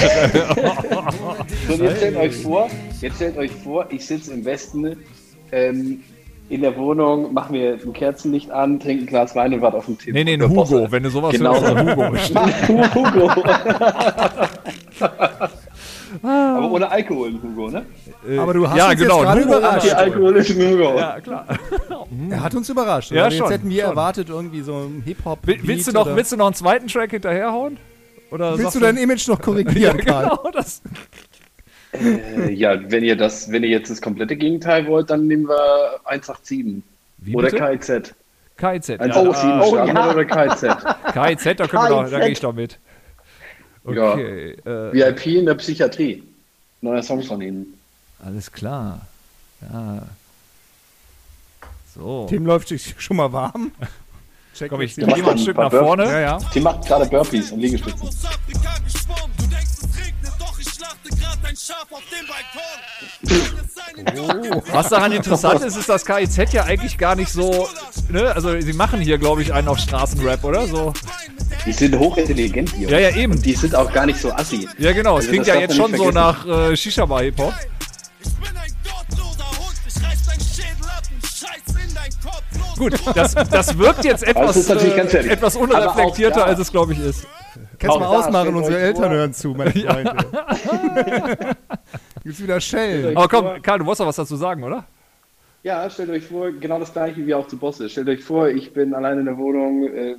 [SPEAKER 4] So, und jetzt stellt euch vor, jetzt stellt euch vor, ich sitze im Westen ähm, in der Wohnung, mache mir ein Kerzenlicht an, trinke ein Glas Wein und warte auf den Tim.
[SPEAKER 1] Nee, nee, ein
[SPEAKER 4] Der
[SPEAKER 1] Hugo.
[SPEAKER 4] Bosse.
[SPEAKER 1] Wenn du sowas
[SPEAKER 4] Genau.
[SPEAKER 1] hörst, ein Hugo. bestimmt.
[SPEAKER 4] Hugo. Ah. Aber ohne Alkohol, ein Hugo, ne?
[SPEAKER 2] Aber du hast
[SPEAKER 1] ja,
[SPEAKER 2] uns
[SPEAKER 1] genau,
[SPEAKER 2] jetzt gerade
[SPEAKER 1] Hugo
[SPEAKER 2] überrascht.
[SPEAKER 4] Die alkoholischen Hugo.
[SPEAKER 2] Er hat uns überrascht.
[SPEAKER 1] Ja,
[SPEAKER 2] oder?
[SPEAKER 1] schon,
[SPEAKER 2] jetzt hätten wir
[SPEAKER 1] schon.
[SPEAKER 2] erwartet, irgendwie so ein Hip-Hop.
[SPEAKER 1] Will- Willst du, noch, willst du noch einen zweiten Track hinterherhauen? Oder
[SPEAKER 2] willst
[SPEAKER 1] sagst
[SPEAKER 2] du dein Image noch korrigieren, Karl?
[SPEAKER 1] Genau, das.
[SPEAKER 4] Äh, Ja, wenn ihr das, wenn ihr jetzt das komplette Gegenteil wollt, dann nehmen wir 187.
[SPEAKER 1] Wie
[SPEAKER 4] oder
[SPEAKER 1] bitte?
[SPEAKER 4] KZ.
[SPEAKER 1] KZ. Ja,
[SPEAKER 4] 187
[SPEAKER 1] da-
[SPEAKER 4] oh, oder KZ.
[SPEAKER 1] KZ, da, können wir doch, da
[SPEAKER 3] KZ.
[SPEAKER 1] gehe ich doch mit.
[SPEAKER 4] Ja.
[SPEAKER 1] Okay, äh,
[SPEAKER 4] VIP in der Psychiatrie. Neuer Song von ihnen.
[SPEAKER 1] alles klar. Ja. So.
[SPEAKER 2] Tim läuft sich schon mal warm. Check
[SPEAKER 1] Komm, ich
[SPEAKER 2] jetzt die-
[SPEAKER 1] gehe mal ein Stück nach vorne.
[SPEAKER 2] Ja, ja.
[SPEAKER 4] Die macht gerade Burpees und Liegestützen.
[SPEAKER 9] What's up? Ich
[SPEAKER 1] Was daran interessant ist, ist, dass KIZ ja eigentlich gar nicht so. Ne? Also, sie machen hier, glaube ich, einen auf Straßenrap, oder? So.
[SPEAKER 4] Die sind hochintelligent, die Jungs.
[SPEAKER 1] Ja, ja, eben.
[SPEAKER 4] Und die sind auch gar nicht so assi.
[SPEAKER 1] Ja, genau. es
[SPEAKER 4] Also,
[SPEAKER 1] klingt
[SPEAKER 4] das
[SPEAKER 1] ja
[SPEAKER 4] darf
[SPEAKER 1] jetzt
[SPEAKER 4] man
[SPEAKER 1] schon
[SPEAKER 4] nicht
[SPEAKER 1] so nach
[SPEAKER 4] vergessen.
[SPEAKER 1] äh, Shisha-Bar-Hip-Hop. Gut, das, das wirkt jetzt etwas,
[SPEAKER 4] Also, ist natürlich ganz
[SPEAKER 1] äh,
[SPEAKER 4] ehrlich.
[SPEAKER 1] etwas
[SPEAKER 4] Aber auch
[SPEAKER 1] unreflektierter,
[SPEAKER 4] da-
[SPEAKER 1] als es, glaube ich, ist.
[SPEAKER 2] Kannst du
[SPEAKER 4] Auch
[SPEAKER 2] mal
[SPEAKER 4] da
[SPEAKER 2] ausmachen,
[SPEAKER 4] stellt
[SPEAKER 2] unsere
[SPEAKER 4] euch
[SPEAKER 2] Eltern
[SPEAKER 4] vor-
[SPEAKER 2] hören zu, meine Freunde. Gibt's wieder Shell.
[SPEAKER 1] Aber komm, Karl, du musst doch was dazu sagen, oder?
[SPEAKER 4] Ja, stellt euch vor, genau das gleiche wie auch zu Bosse. Stellt euch vor, ich bin allein in der Wohnung, äh,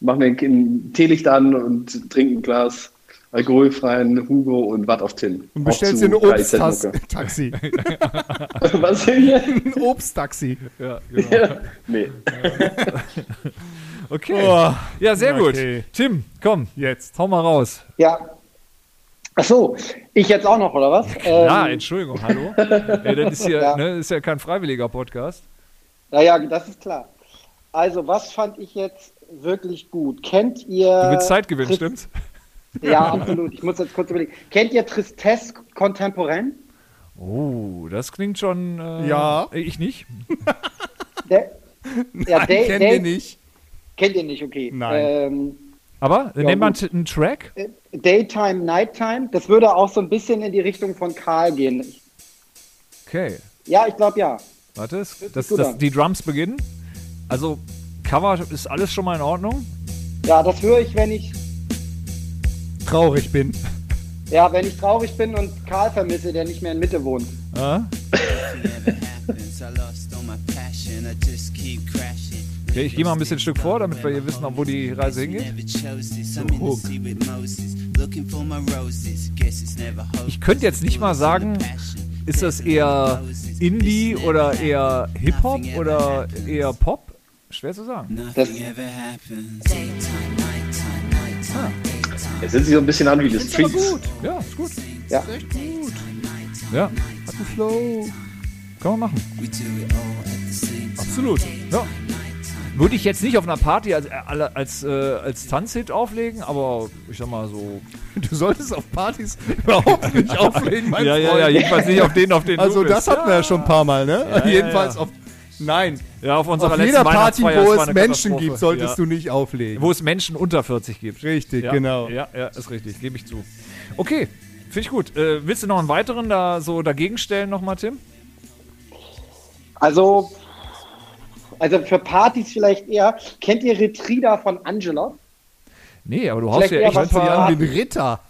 [SPEAKER 4] mache mir ein, ein Teelicht an und trinke ein Glas alkoholfreien Hugo und Watt auf Tin.
[SPEAKER 2] Und bestellst dir ein Obsttaxi.
[SPEAKER 4] Was denn hier?
[SPEAKER 2] Ein Obsttaxi.
[SPEAKER 1] Ja, genau.
[SPEAKER 4] Nee.
[SPEAKER 1] Okay. Ja, sehr gut.
[SPEAKER 2] Oh. Okay.
[SPEAKER 1] Tim, komm,
[SPEAKER 2] Jetzt.
[SPEAKER 1] hau mal raus.
[SPEAKER 3] Ja. Ach so, ich jetzt auch noch, oder was?
[SPEAKER 1] Ja,
[SPEAKER 3] ähm,
[SPEAKER 1] Entschuldigung, hallo. Ey, das ist hier,
[SPEAKER 3] Ja.
[SPEAKER 1] ne, ist ja kein freiwilliger Podcast.
[SPEAKER 3] naja, das ist klar. Also, was fand ich jetzt wirklich gut? Kennt ihr.
[SPEAKER 4] Äh,
[SPEAKER 1] Du willst Zeit gewinnen,
[SPEAKER 3] Tris-
[SPEAKER 1] stimmt's?
[SPEAKER 3] Ja, absolut. Ich muss jetzt kurz überlegen. Kennt ihr Tristesse Contemporain?
[SPEAKER 1] Oh, das klingt schon. Äh,
[SPEAKER 2] Ja.
[SPEAKER 1] Ich nicht.
[SPEAKER 3] Der, ja,
[SPEAKER 2] Nein,
[SPEAKER 3] der-
[SPEAKER 2] kennen
[SPEAKER 3] der-
[SPEAKER 2] wir nicht.
[SPEAKER 3] Kennt ihr nicht, okay.
[SPEAKER 2] Nein.
[SPEAKER 3] Ähm,
[SPEAKER 1] Aber ja,
[SPEAKER 3] Ja,
[SPEAKER 1] nennt man
[SPEAKER 3] gut.
[SPEAKER 1] einen Track?
[SPEAKER 3] äh, Daytime, Nighttime, das würde auch so ein bisschen in die Richtung von Karl gehen. Ich-
[SPEAKER 1] Okay.
[SPEAKER 3] Ja, ich glaube ja.
[SPEAKER 1] Warte, es-
[SPEAKER 3] sich
[SPEAKER 1] das,
[SPEAKER 3] gut
[SPEAKER 1] das,
[SPEAKER 3] an.
[SPEAKER 1] die Drums beginnen. Also, Cover ist alles schon mal in Ordnung.
[SPEAKER 3] Ja, das höre ich, wenn ich,
[SPEAKER 2] Traurig bin.
[SPEAKER 3] ja, wenn ich traurig bin und Karl vermisse, der nicht mehr in Mitte wohnt.
[SPEAKER 1] Äh?
[SPEAKER 9] Okay, ich gehe mal ein bisschen Stück vor, damit wir hier wissen, wo die Reise hingeht.
[SPEAKER 1] Hook. Ich könnte jetzt nicht mal sagen, Ist das eher Indie oder eher Hip-Hop oder eher Pop? Schwer zu sagen.
[SPEAKER 3] Das-
[SPEAKER 4] Es hört sich so ein bisschen an wie das
[SPEAKER 1] Aber
[SPEAKER 4] Streets.
[SPEAKER 1] gut. Ja, ist gut.
[SPEAKER 3] Ja.
[SPEAKER 1] Ja. Hat einen Flow. Kann man machen. Absolut. Ja. Würde ich jetzt nicht auf einer Party als, als, äh, als Tanzhit auflegen, aber ich sag mal so.
[SPEAKER 2] Du solltest auf Partys überhaupt nicht auflegen, mein Freund.
[SPEAKER 1] jedenfalls nicht auf den, auf den
[SPEAKER 2] Also
[SPEAKER 1] du
[SPEAKER 2] das
[SPEAKER 1] bist.
[SPEAKER 2] hatten wir ja schon ein paar Mal, ne? Jedenfalls
[SPEAKER 1] ja.
[SPEAKER 2] auf. Nein,
[SPEAKER 1] ja, auf unserer
[SPEAKER 2] auf
[SPEAKER 1] letzten
[SPEAKER 2] jeder Party,
[SPEAKER 1] Weihnachtsfeier, das
[SPEAKER 2] wo
[SPEAKER 1] war
[SPEAKER 2] es
[SPEAKER 1] eine
[SPEAKER 2] Menschen
[SPEAKER 1] Katastrophe.
[SPEAKER 2] gibt, solltest
[SPEAKER 1] ja.
[SPEAKER 2] du nicht auflegen.
[SPEAKER 1] Wo es Menschen unter 40 gibt.
[SPEAKER 2] Richtig,
[SPEAKER 1] Ja,
[SPEAKER 2] genau.
[SPEAKER 1] Ja, ja, ist richtig, gebe ich zu. Okay, finde ich gut. Äh, willst du noch einen weiteren da so dagegen stellen nochmal, Tim?
[SPEAKER 3] Also, also für Partys vielleicht eher. Kennt ihr Retrida von Angela?
[SPEAKER 1] Nee, aber du haust
[SPEAKER 3] Vielleicht
[SPEAKER 1] ja
[SPEAKER 3] eher
[SPEAKER 1] echt
[SPEAKER 3] was
[SPEAKER 1] ein paar
[SPEAKER 3] für-
[SPEAKER 1] Jahre.
[SPEAKER 2] Den Ritter.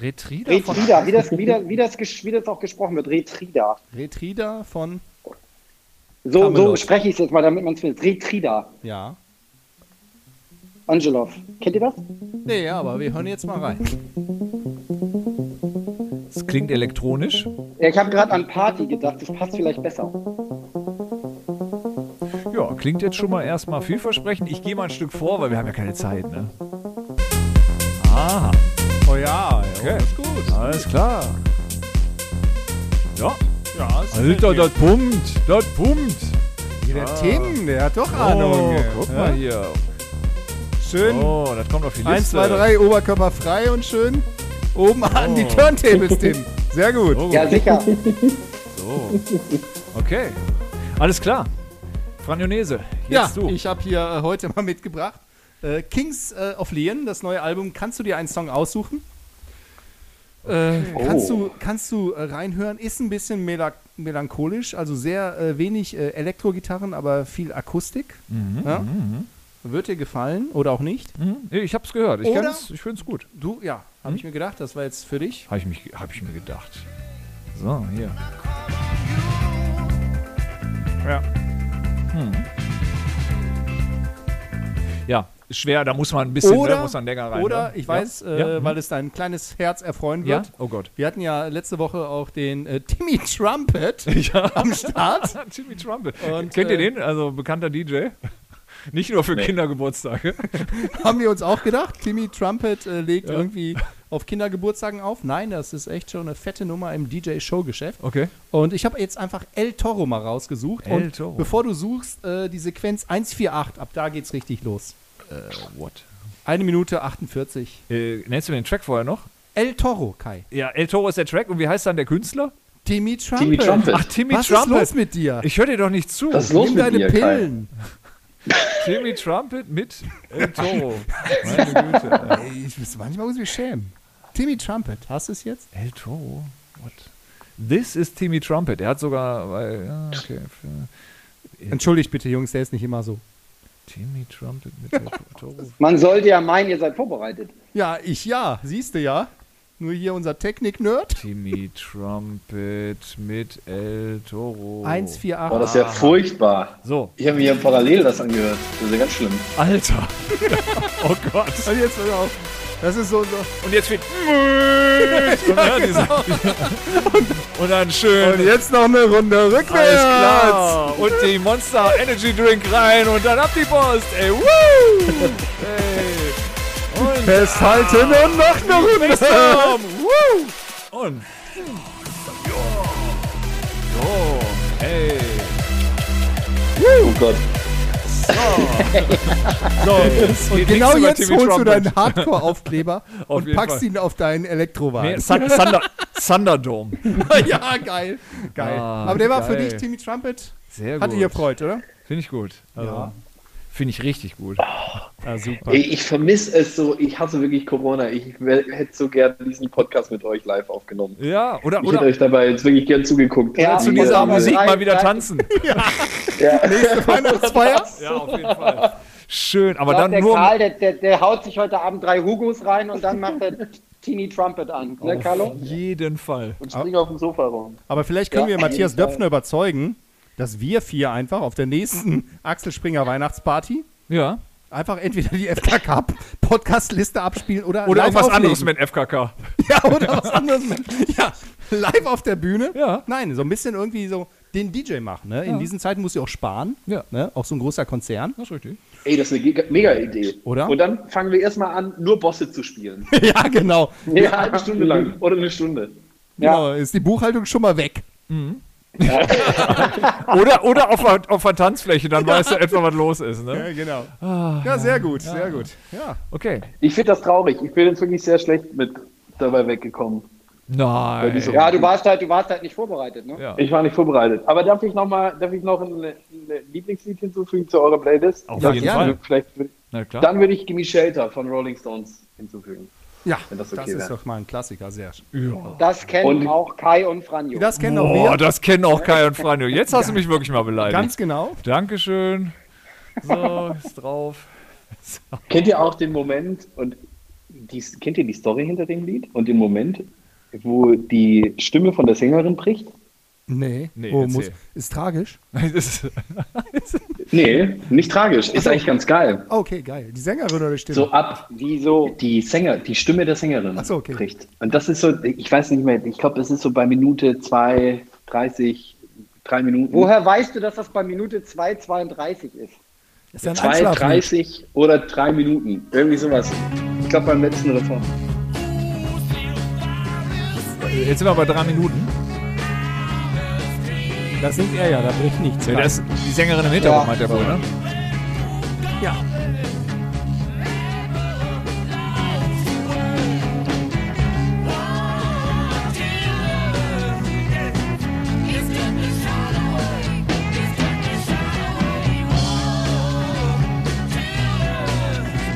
[SPEAKER 1] Retrieder von
[SPEAKER 3] Retrida, wie das, wie, das, wie, das, gesch- wie das auch gesprochen wird, Retrida.
[SPEAKER 2] Retrider von.
[SPEAKER 3] So, so
[SPEAKER 2] Camelot.
[SPEAKER 3] spreche ich es jetzt mal, damit man es findet. Retrida,
[SPEAKER 2] Ja.
[SPEAKER 3] Angelov. Kennt ihr das?
[SPEAKER 2] Nee, aber wir hören jetzt mal rein.
[SPEAKER 1] Das klingt elektronisch.
[SPEAKER 3] Ja, ich habe gerade an Party gedacht, das passt vielleicht besser.
[SPEAKER 1] Ja, klingt jetzt schon mal erstmal vielversprechend. Ich gehe mal ein Stück vor, weil wir haben ja keine Zeit, ne? Aha,
[SPEAKER 2] Oh ja,
[SPEAKER 1] Okay.
[SPEAKER 2] okay. ist gut.
[SPEAKER 1] alles klar. Ja,
[SPEAKER 2] Ja, ist
[SPEAKER 1] Alter, das pumpt, das pumpt.
[SPEAKER 2] der Tim, der hat doch Ahnung.
[SPEAKER 1] Ah. Oh, guck mal
[SPEAKER 2] Ja?
[SPEAKER 1] hier.
[SPEAKER 2] Schön.
[SPEAKER 1] Oh, das kommt auf die Liste.
[SPEAKER 2] Eins, zwei, drei, Oberkörper frei und schön oben an die
[SPEAKER 1] Oh.
[SPEAKER 2] Turntables, Tim. Sehr gut.
[SPEAKER 1] Oh.
[SPEAKER 3] Ja, sicher.
[SPEAKER 1] So. Okay. Alles klar. Franjonese, jetzt
[SPEAKER 2] Ja,
[SPEAKER 1] du.
[SPEAKER 2] ich habe hier äh, heute mal mitgebracht. Äh, Kings äh, of Leon, das neue Album. Kannst du dir einen Song aussuchen? Äh, kannst, du,
[SPEAKER 1] Oh.
[SPEAKER 2] kannst du äh, reinhören? Ist ein bisschen mela- melancholisch, also sehr äh, wenig äh, Elektrogitarren, aber viel Akustik.
[SPEAKER 1] Mhm,
[SPEAKER 2] ja? Wird dir gefallen oder auch nicht?
[SPEAKER 1] Hm? Nee, Ich hab's gehört. Ich,
[SPEAKER 2] Oder-
[SPEAKER 1] kann's- ich find's gut.
[SPEAKER 2] Du, ja, habe
[SPEAKER 1] Mhm.
[SPEAKER 2] ich mir gedacht, das war jetzt für dich.
[SPEAKER 1] Habe ich, mich- hab ich mir gedacht. So, hier.
[SPEAKER 2] Ja.
[SPEAKER 1] Hm. Ja, ist schwer, da muss man ein bisschen, da muss man länger rein.
[SPEAKER 2] oder
[SPEAKER 1] ne?
[SPEAKER 2] ich weiß,
[SPEAKER 1] ja.
[SPEAKER 2] äh,
[SPEAKER 1] ja?
[SPEAKER 2] weil es dein kleines Herz erfreuen
[SPEAKER 1] ja?
[SPEAKER 2] wird.
[SPEAKER 1] Oh Gott.
[SPEAKER 2] Wir hatten ja letzte Woche auch den äh, Timmy Trumpet am Start.
[SPEAKER 1] Jimmy Trumpet.
[SPEAKER 2] Und,
[SPEAKER 1] Kennt ihr
[SPEAKER 2] äh,
[SPEAKER 1] den? Also bekannter DJ. Nicht nur für Kindergeburtstage.
[SPEAKER 2] haben wir uns auch gedacht. Timmy Trumpet äh, legt irgendwie auf Kindergeburtstagen auf. Nein, das ist echt schon eine fette Nummer im DJ-Show-Geschäft.
[SPEAKER 1] Okay.
[SPEAKER 2] Und ich habe jetzt einfach El Toro mal rausgesucht.
[SPEAKER 1] El
[SPEAKER 2] und
[SPEAKER 1] Toro.
[SPEAKER 2] bevor du suchst, äh, die Sequenz 148, ab da geht's richtig los.
[SPEAKER 1] What?
[SPEAKER 2] Eine Minute 48.
[SPEAKER 1] Äh, nennst du mir den Track vorher noch?
[SPEAKER 2] El Toro, Kai.
[SPEAKER 1] Ja, El Toro ist der Track. Und wie heißt dann der Künstler?
[SPEAKER 2] Timmy Trumpet.
[SPEAKER 4] Timmy Trumpet.
[SPEAKER 1] Ach, Timmy
[SPEAKER 2] Was
[SPEAKER 1] Trumpet.
[SPEAKER 2] ist los mit dir?
[SPEAKER 1] Ich höre dir doch nicht zu.
[SPEAKER 4] Was ist los
[SPEAKER 2] Nimm
[SPEAKER 4] mit
[SPEAKER 2] deine
[SPEAKER 4] dir, Kai?
[SPEAKER 2] Pillen.
[SPEAKER 1] Timmy Trumpet mit El Toro. Meine Güte.
[SPEAKER 2] Ey, ich muss manchmal muss ich mich schämen. Timmy Trumpet, hast du es jetzt?
[SPEAKER 1] El Toro? What? This is Timmy Trumpet. Er hat sogar. Weil, ja, okay. Für
[SPEAKER 2] Entschuldigt bitte, Jungs, der ist nicht immer so.
[SPEAKER 1] Timmy Trumpet mit El Toro.
[SPEAKER 3] Man sollte ja meinen, ihr seid vorbereitet.
[SPEAKER 2] Ja, ich ja, siehst du ja. Nur hier unser Technik-Nerd.
[SPEAKER 1] Timmy Trumpet mit El Toro.
[SPEAKER 4] Oh.
[SPEAKER 2] 148.
[SPEAKER 4] Boah, das ist ja furchtbar.
[SPEAKER 1] So,
[SPEAKER 4] Ich habe mir hier parallel das angehört. Das ist ja ganz schlimm.
[SPEAKER 1] Alter. oh Gott.
[SPEAKER 2] Und jetzt pass auf. Das ist so, so.
[SPEAKER 1] Und jetzt wird. und, ja, dieser- und dann schön.
[SPEAKER 2] Und jetzt noch eine Runde rückwärts.
[SPEAKER 1] Alles klar. Und die Monster Energy Drink rein und dann ab die Post. Ey, woo! Ey. Und
[SPEAKER 2] Festhalten und noch eine Runde.
[SPEAKER 1] Bam, woo! Und. Jo. Jo. Ey.
[SPEAKER 4] Oh Gott.
[SPEAKER 1] So, und
[SPEAKER 2] Genau jetzt holst du deinen Hardcore-Aufkleber und
[SPEAKER 1] jeden
[SPEAKER 2] packst
[SPEAKER 1] Fall.
[SPEAKER 2] ihn auf deinen Elektrowagen.
[SPEAKER 1] Nee, Sun, Thunder, Thunderdome.
[SPEAKER 2] ja, geil. Geil.
[SPEAKER 1] Ah,
[SPEAKER 2] Aber der war für
[SPEAKER 1] geil.
[SPEAKER 2] dich, Timmy Trumpet.
[SPEAKER 1] Sehr
[SPEAKER 2] Hat dich gefreut, oder?
[SPEAKER 1] Finde ich gut. Also,
[SPEAKER 2] Ja. Ah,
[SPEAKER 1] Finde ich richtig gut. Ja, super.
[SPEAKER 4] Ey, ich vermisse es so. Ich hasse wirklich Corona. Ich wär- hätte so gerne diesen Podcast mit euch live aufgenommen.
[SPEAKER 1] Ja, oder,
[SPEAKER 4] Ich hätte
[SPEAKER 1] oder
[SPEAKER 4] euch dabei jetzt wirklich gern zugeguckt.
[SPEAKER 3] Ja,
[SPEAKER 1] zu
[SPEAKER 4] Wie ihr-
[SPEAKER 1] dieser
[SPEAKER 3] aber-
[SPEAKER 1] Musik mal
[SPEAKER 3] Nein,
[SPEAKER 1] wieder
[SPEAKER 3] nein.
[SPEAKER 1] tanzen.
[SPEAKER 2] Weihnachtsfeier?
[SPEAKER 1] Ja, auf jeden Fall. Schön, aber
[SPEAKER 3] Ich glaub,
[SPEAKER 1] dann
[SPEAKER 3] der
[SPEAKER 1] nur.
[SPEAKER 3] Karl, der, der, der haut sich heute Abend drei Hugos rein und dann macht er Teeny Trumpet an. Ne, Carlo?
[SPEAKER 1] Auf jeden Fall.
[SPEAKER 4] Und springe auf dem Sofa rum.
[SPEAKER 2] Aber vielleicht können
[SPEAKER 4] Ja,
[SPEAKER 2] wir Matthias
[SPEAKER 4] auf jeden Fall.
[SPEAKER 2] Döpfner überzeugen, dass wir vier einfach auf der nächsten Axel Springer Weihnachtsparty
[SPEAKER 1] Ja.
[SPEAKER 2] einfach entweder die FK Cup Podcast-Liste abspielen oder
[SPEAKER 1] Oder
[SPEAKER 2] live
[SPEAKER 1] auch was
[SPEAKER 2] auflegen.
[SPEAKER 1] anderes mit FKK.
[SPEAKER 2] Ja, oder was anderes mit. Ja, live auf der Bühne.
[SPEAKER 1] Ja.
[SPEAKER 2] Nein, so ein bisschen irgendwie so den DJ machen. Ne? In diesen Zeiten musst du auch sparen.
[SPEAKER 1] Ja.
[SPEAKER 2] Ne? Auch so ein großer Konzern.
[SPEAKER 1] Das ist richtig.
[SPEAKER 4] Ey, das ist eine giga- mega Idee.
[SPEAKER 2] Oder?
[SPEAKER 4] Und dann fangen wir erstmal an, nur Bosse zu spielen.
[SPEAKER 2] ja, genau.
[SPEAKER 4] Eine halbe Stunde lang. Oder eine Stunde.
[SPEAKER 2] genau. Ist die Buchhaltung schon mal weg.
[SPEAKER 1] Oder, oder auf, der- auf der Tanzfläche, dann weißt du etwa, was los ist. Ne?
[SPEAKER 2] genau. ja, sehr gut, sehr gut. Ja.
[SPEAKER 1] Okay.
[SPEAKER 4] Ich finde das traurig. Ich bin jetzt wirklich sehr schlecht mit dabei weggekommen. Bei
[SPEAKER 1] Nein.
[SPEAKER 4] dieser-
[SPEAKER 3] Ja, du warst halt, du warst halt nicht vorbereitet, ne?
[SPEAKER 1] Ja.
[SPEAKER 4] Ich war nicht vorbereitet. Aber darf ich noch mal, darf ich noch ein, ein Lieblingslied hinzufügen zu eurer Playlist?
[SPEAKER 1] Auf
[SPEAKER 4] Das-
[SPEAKER 1] jeden
[SPEAKER 4] ja, Also
[SPEAKER 1] Fall.
[SPEAKER 4] Vielleicht, würd-
[SPEAKER 1] Na klar.
[SPEAKER 4] dann würde ich Gimme Shelter von Rolling Stones hinzufügen.
[SPEAKER 2] Ja,
[SPEAKER 4] Wenn das
[SPEAKER 2] das,
[SPEAKER 4] okay
[SPEAKER 2] ist
[SPEAKER 4] wär.
[SPEAKER 2] doch mal ein Klassiker, sehr schön.
[SPEAKER 3] Das kennen
[SPEAKER 4] Und-
[SPEAKER 3] auch Kai und Franjo.
[SPEAKER 2] Das kennen auch wir.
[SPEAKER 1] Boah, das kennen auch Kai und Franjo. Jetzt hast du mich wirklich mal beleidigt.
[SPEAKER 2] Ganz genau.
[SPEAKER 1] Dankeschön. So, ist drauf.
[SPEAKER 4] Kennt ihr auch den Moment und die, kennt ihr die Story hinter dem Lied und den Moment, wo die Stimme von der Sängerin bricht?
[SPEAKER 2] Nee,
[SPEAKER 1] Nee,
[SPEAKER 2] oh,
[SPEAKER 1] erzähl.
[SPEAKER 2] muss, ist tragisch.
[SPEAKER 1] Das ist,
[SPEAKER 4] Nee, nicht tragisch. Ist eigentlich ganz geil.
[SPEAKER 2] Okay, geil. Die Sängerin oder die Stimme?
[SPEAKER 4] So ab
[SPEAKER 3] Wieso?
[SPEAKER 4] die Sänger, die Stimme der Sängerin
[SPEAKER 2] Ach so, okay.
[SPEAKER 4] bricht. Und das ist so, ich weiß nicht mehr, ich glaube, das ist so bei Minute 2, 30, 3 Minuten.
[SPEAKER 3] Woher weißt du, dass das bei Minute 2,32 ist?
[SPEAKER 2] ist ja ein Einschlaflied.
[SPEAKER 4] 2,30 oder 3 Minuten. Irgendwie sowas. Ich glaube beim letzten Refrain.
[SPEAKER 1] jetzt sind wir bei drei Minuten.
[SPEAKER 2] Das singt er ja, da bricht nichts.
[SPEAKER 1] Ja, das, die Sängerin im Hintergrund hat er wohl, ne?
[SPEAKER 2] Ja.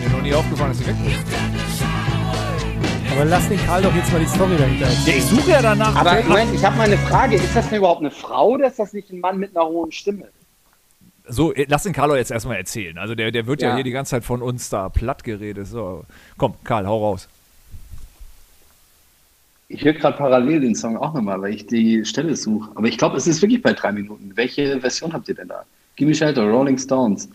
[SPEAKER 1] Mir noch nie aufgefallen, dass sie weg
[SPEAKER 2] Aber lass den Karl doch jetzt mal die Story dahinter erzählen.
[SPEAKER 1] Ich suche ja danach.
[SPEAKER 3] Aber Also, Moment, ich habe mal eine Frage. Ist das denn überhaupt eine Frau oder ist das nicht ein Mann mit einer hohen Stimme?
[SPEAKER 1] So, äh, lass den Carlo jetzt erstmal erzählen. Also der, der wird ja.
[SPEAKER 3] Ja.
[SPEAKER 1] hier die ganze Zeit von uns da platt geredet. So. Komm, Karl, hau raus.
[SPEAKER 4] Ich höre gerade parallel den Song auch nochmal, weil ich die Stelle suche. Aber ich glaube, es ist wirklich bei 3 Minuten. Welche Version habt ihr denn da? Gimme Shelter, Rolling Stones.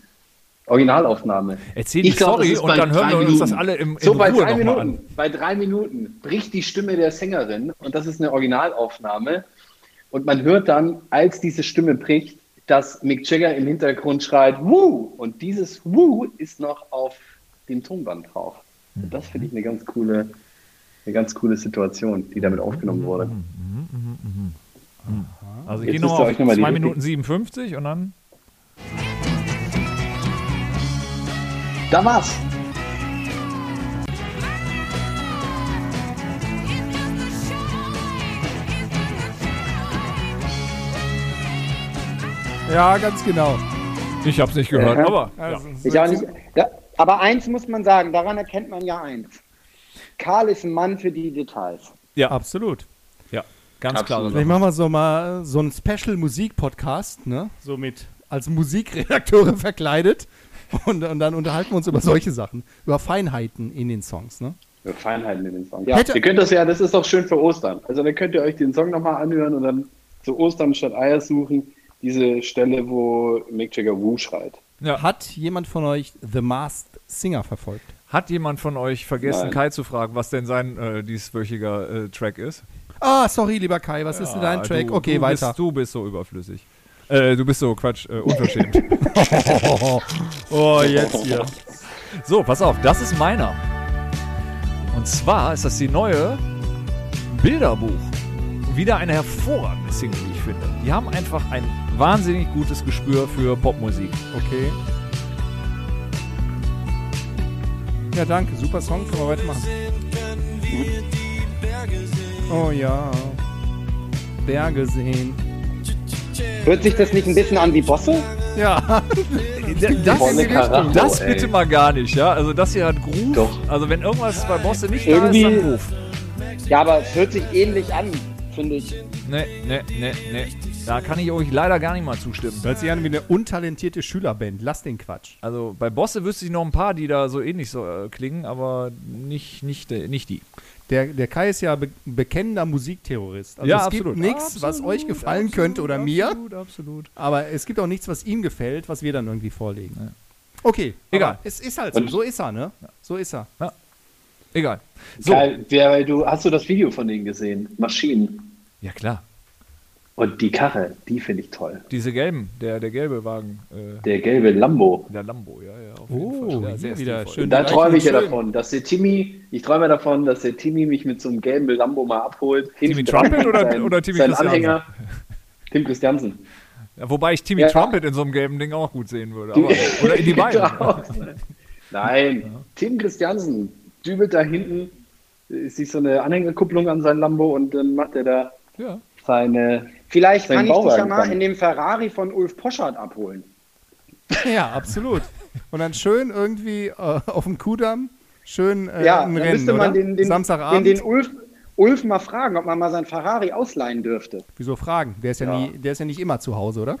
[SPEAKER 4] Originalaufnahme.
[SPEAKER 1] Erzähl die
[SPEAKER 4] glaub,
[SPEAKER 1] Story
[SPEAKER 4] es ist
[SPEAKER 1] und
[SPEAKER 4] bei
[SPEAKER 1] dann hören
[SPEAKER 4] drei
[SPEAKER 1] wir uns
[SPEAKER 4] Minuten.
[SPEAKER 1] das alle im- in
[SPEAKER 4] So, bei
[SPEAKER 1] Ruhe
[SPEAKER 4] drei
[SPEAKER 1] noch mal an.
[SPEAKER 4] Minuten. Bei drei Minuten bricht die Stimme der Sängerin und das ist eine Originalaufnahme. Und man hört dann, als diese Stimme bricht, dass Mick Jagger im Hintergrund schreit, Woo! Und dieses Woo ist noch auf dem Tonband drauf.
[SPEAKER 1] Mhm.
[SPEAKER 4] Und das finde ich eine ganz coole, eine ganz coole Situation, die damit aufgenommen
[SPEAKER 1] Mhm.
[SPEAKER 4] wurde.
[SPEAKER 1] Also ich gehe
[SPEAKER 4] Jetzt müsst ihr
[SPEAKER 1] nochmal auf
[SPEAKER 4] euch noch mal die
[SPEAKER 1] 2
[SPEAKER 4] richtig-
[SPEAKER 1] Minuten 57 und dann.
[SPEAKER 4] Da war's!
[SPEAKER 2] Ja, ganz genau.
[SPEAKER 1] Ich hab's nicht gehört,
[SPEAKER 3] Ja.
[SPEAKER 1] aber. Ja.
[SPEAKER 2] Also,
[SPEAKER 3] Ich auch nicht, ja, aber eins muss man sagen, daran erkennt man ja eins. Karl ist ein Mann für die Details.
[SPEAKER 2] Absolut.
[SPEAKER 1] Ja, ganz
[SPEAKER 4] Absolut.
[SPEAKER 1] klar.
[SPEAKER 2] Vielleicht machen wir so mal so einen Special Musik Podcast, ne? So mit als Musikredakteure verkleidet und, und dann unterhalten wir uns über solche Sachen, über Feinheiten in den Songs, ne?
[SPEAKER 4] Feinheiten in den halt Song.
[SPEAKER 3] Ja.
[SPEAKER 2] Hätte-
[SPEAKER 4] Ihr könnt das ja, das ist doch schön für Ostern. Also dann könnt ihr euch den Song nochmal anhören und dann zu Ostern statt Eier suchen, diese Stelle, wo Mick Jagger Woo schreit.
[SPEAKER 2] Hat jemand von euch The Masked Singer verfolgt?
[SPEAKER 1] Hat jemand von euch vergessen,
[SPEAKER 4] Nein.
[SPEAKER 1] Kai zu fragen, was denn sein äh, dieswöchiger äh, Track ist?
[SPEAKER 2] Ah, sorry, lieber Kai, was ist denn dein
[SPEAKER 1] Ah,
[SPEAKER 2] Track?
[SPEAKER 1] du,
[SPEAKER 2] okay,
[SPEAKER 1] du
[SPEAKER 2] weiter.
[SPEAKER 1] Bist, du bist so überflüssig. Äh, du bist so, Quatsch, äh, unverschämt.
[SPEAKER 2] Oh, jetzt hier.
[SPEAKER 1] so, pass auf, das ist meiner. Und zwar ist das die neue Bilderbuch. Wieder eine hervorragende Single, wie ich finde. Die haben einfach ein wahnsinnig gutes Gespür für Popmusik.
[SPEAKER 2] Okay. Ja, danke. Super Song. Können wir weitermachen.
[SPEAKER 1] Hm?
[SPEAKER 2] Oh ja. Berge sehen.
[SPEAKER 3] Hört sich das nicht ein bisschen an wie Bosse?
[SPEAKER 2] Ja.
[SPEAKER 1] Das,
[SPEAKER 4] Volle Karacho,
[SPEAKER 1] das
[SPEAKER 4] ey.
[SPEAKER 1] bitte mal gar nicht, ja? Also das hier hat Groove.
[SPEAKER 4] Doch.
[SPEAKER 1] Also wenn irgendwas bei Bosse nicht
[SPEAKER 3] Irgendwie-
[SPEAKER 1] da ist, dann Groove.
[SPEAKER 3] Ja, aber es hört sich ähnlich an, finde ich.
[SPEAKER 1] Nee, nee, nee, nee. ne, Da kann ich euch leider gar nicht mal zustimmen.
[SPEAKER 2] Hört sich an wie eine untalentierte Schülerband. Lass den Quatsch.
[SPEAKER 1] Also bei Bosse wüsste ich noch ein paar, die da so ähnlich so äh, klingen, aber nicht, nicht, äh, nicht die.
[SPEAKER 2] Der, der Kai ist ja be bekennender Musikterrorist. Also
[SPEAKER 1] Ja,
[SPEAKER 2] es
[SPEAKER 1] absolut.
[SPEAKER 2] gibt nichts, was
[SPEAKER 1] Absolut,
[SPEAKER 2] euch gefallen könnte oder mir.
[SPEAKER 1] Absolut, absolut.
[SPEAKER 2] Aber es gibt auch nichts, was ihm gefällt, was wir dann irgendwie vorlegen. Okay,
[SPEAKER 1] Egal.
[SPEAKER 2] aber Es ist halt so. So ist er, ne? So ist er.
[SPEAKER 1] Egal. So.
[SPEAKER 4] So. Geil, wer, weil du, hast du das Video von denen gesehen? Maschinen.
[SPEAKER 1] Ja klar.
[SPEAKER 4] Und die Karre, die finde ich toll.
[SPEAKER 1] Diese gelben, der, der gelbe Wagen, äh,
[SPEAKER 4] Der gelbe Lambo.
[SPEAKER 1] der Lambo, ja, ja. Auf
[SPEAKER 2] Oh,
[SPEAKER 1] Ja,
[SPEAKER 2] hier
[SPEAKER 1] sehr
[SPEAKER 2] wieder
[SPEAKER 1] stilvoll.
[SPEAKER 2] schön.
[SPEAKER 4] Da
[SPEAKER 2] Gleich
[SPEAKER 4] träume ich ja
[SPEAKER 2] schön.
[SPEAKER 4] davon, dass der Timmy, ich träume davon, dass der Timmy mich mit so einem gelben Lambo mal abholt. Timmy
[SPEAKER 1] Trumpet oder- oder Timmy
[SPEAKER 4] sein
[SPEAKER 1] Christiansen?
[SPEAKER 4] Anhänger. Tim Christiansen.
[SPEAKER 1] Ja, wobei ich Timmy
[SPEAKER 4] Ja.
[SPEAKER 1] Trumpet in so einem gelben Ding auch gut sehen würde. Aber, oder in die Beine.
[SPEAKER 4] Genau. Nein, Tim Christiansen dübelt da hinten, äh, sich so eine Anhängerkupplung an sein Lambo und dann macht er da
[SPEAKER 1] Ja.
[SPEAKER 4] seine.
[SPEAKER 3] Vielleicht
[SPEAKER 4] Sein
[SPEAKER 3] kann ich dich ja
[SPEAKER 4] Bauwagen
[SPEAKER 3] mal
[SPEAKER 4] kann.
[SPEAKER 3] in dem Ferrari von Ulf Poschardt abholen.
[SPEAKER 2] Ja, absolut. Und dann schön irgendwie äh, auf dem Kudamm, schön äh,
[SPEAKER 3] ja,
[SPEAKER 2] ein
[SPEAKER 3] dann
[SPEAKER 2] Rennen,
[SPEAKER 3] müsste
[SPEAKER 2] oder?
[SPEAKER 3] man den, den, den,
[SPEAKER 2] Samstagabend.
[SPEAKER 3] den Ulf, Ulf mal fragen, ob man mal sein Ferrari ausleihen dürfte.
[SPEAKER 2] Wieso fragen? Der ist ja, Nie, der ist ja nicht immer zu Hause, oder?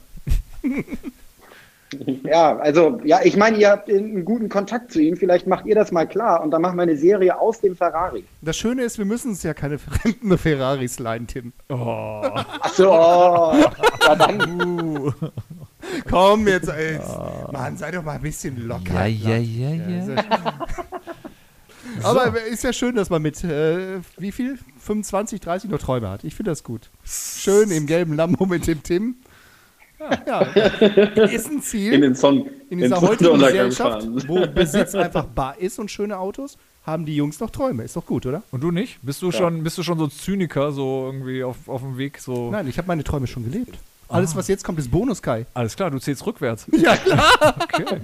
[SPEAKER 3] Ja, also, ja, ich meine, ihr habt einen guten Kontakt zu ihm. Vielleicht macht ihr das mal klar und dann machen wir eine Serie aus dem Ferrari.
[SPEAKER 2] Das Schöne ist, wir müssen uns ja keine fremden Ferraris leihen, Tim.
[SPEAKER 3] Ach so, oh, ja, dann,
[SPEAKER 2] Komm jetzt, ey. Mann, sei doch mal ein bisschen locker.
[SPEAKER 9] ja, ja,
[SPEAKER 2] Ist ja schön. Aber ist ja schön, dass man mit äh, wie viel? 25, 30 noch Träume hat. Ich finde das gut. Schön im gelben Lambo mit dem Tim. Ja, ja. ist ein Ziel.
[SPEAKER 4] In den Song.
[SPEAKER 2] in
[SPEAKER 4] den
[SPEAKER 2] dieser heutigen
[SPEAKER 4] Sonnenuntergang
[SPEAKER 2] Gesellschaft,
[SPEAKER 4] fahren.
[SPEAKER 2] wo Besitz einfach bar ist und schöne Autos, haben die Jungs noch Träume. Ist doch gut, oder?
[SPEAKER 1] Und du nicht? Bist du schon, bist du schon so Zyniker, so irgendwie auf, auf dem Weg, so.
[SPEAKER 2] Nein, ich habe meine Träume schon gelebt. Alles, was jetzt kommt, ist Bonus, Kai.
[SPEAKER 1] Alles klar, du zählst rückwärts.
[SPEAKER 2] Ah. Ja, klar.
[SPEAKER 1] Okay.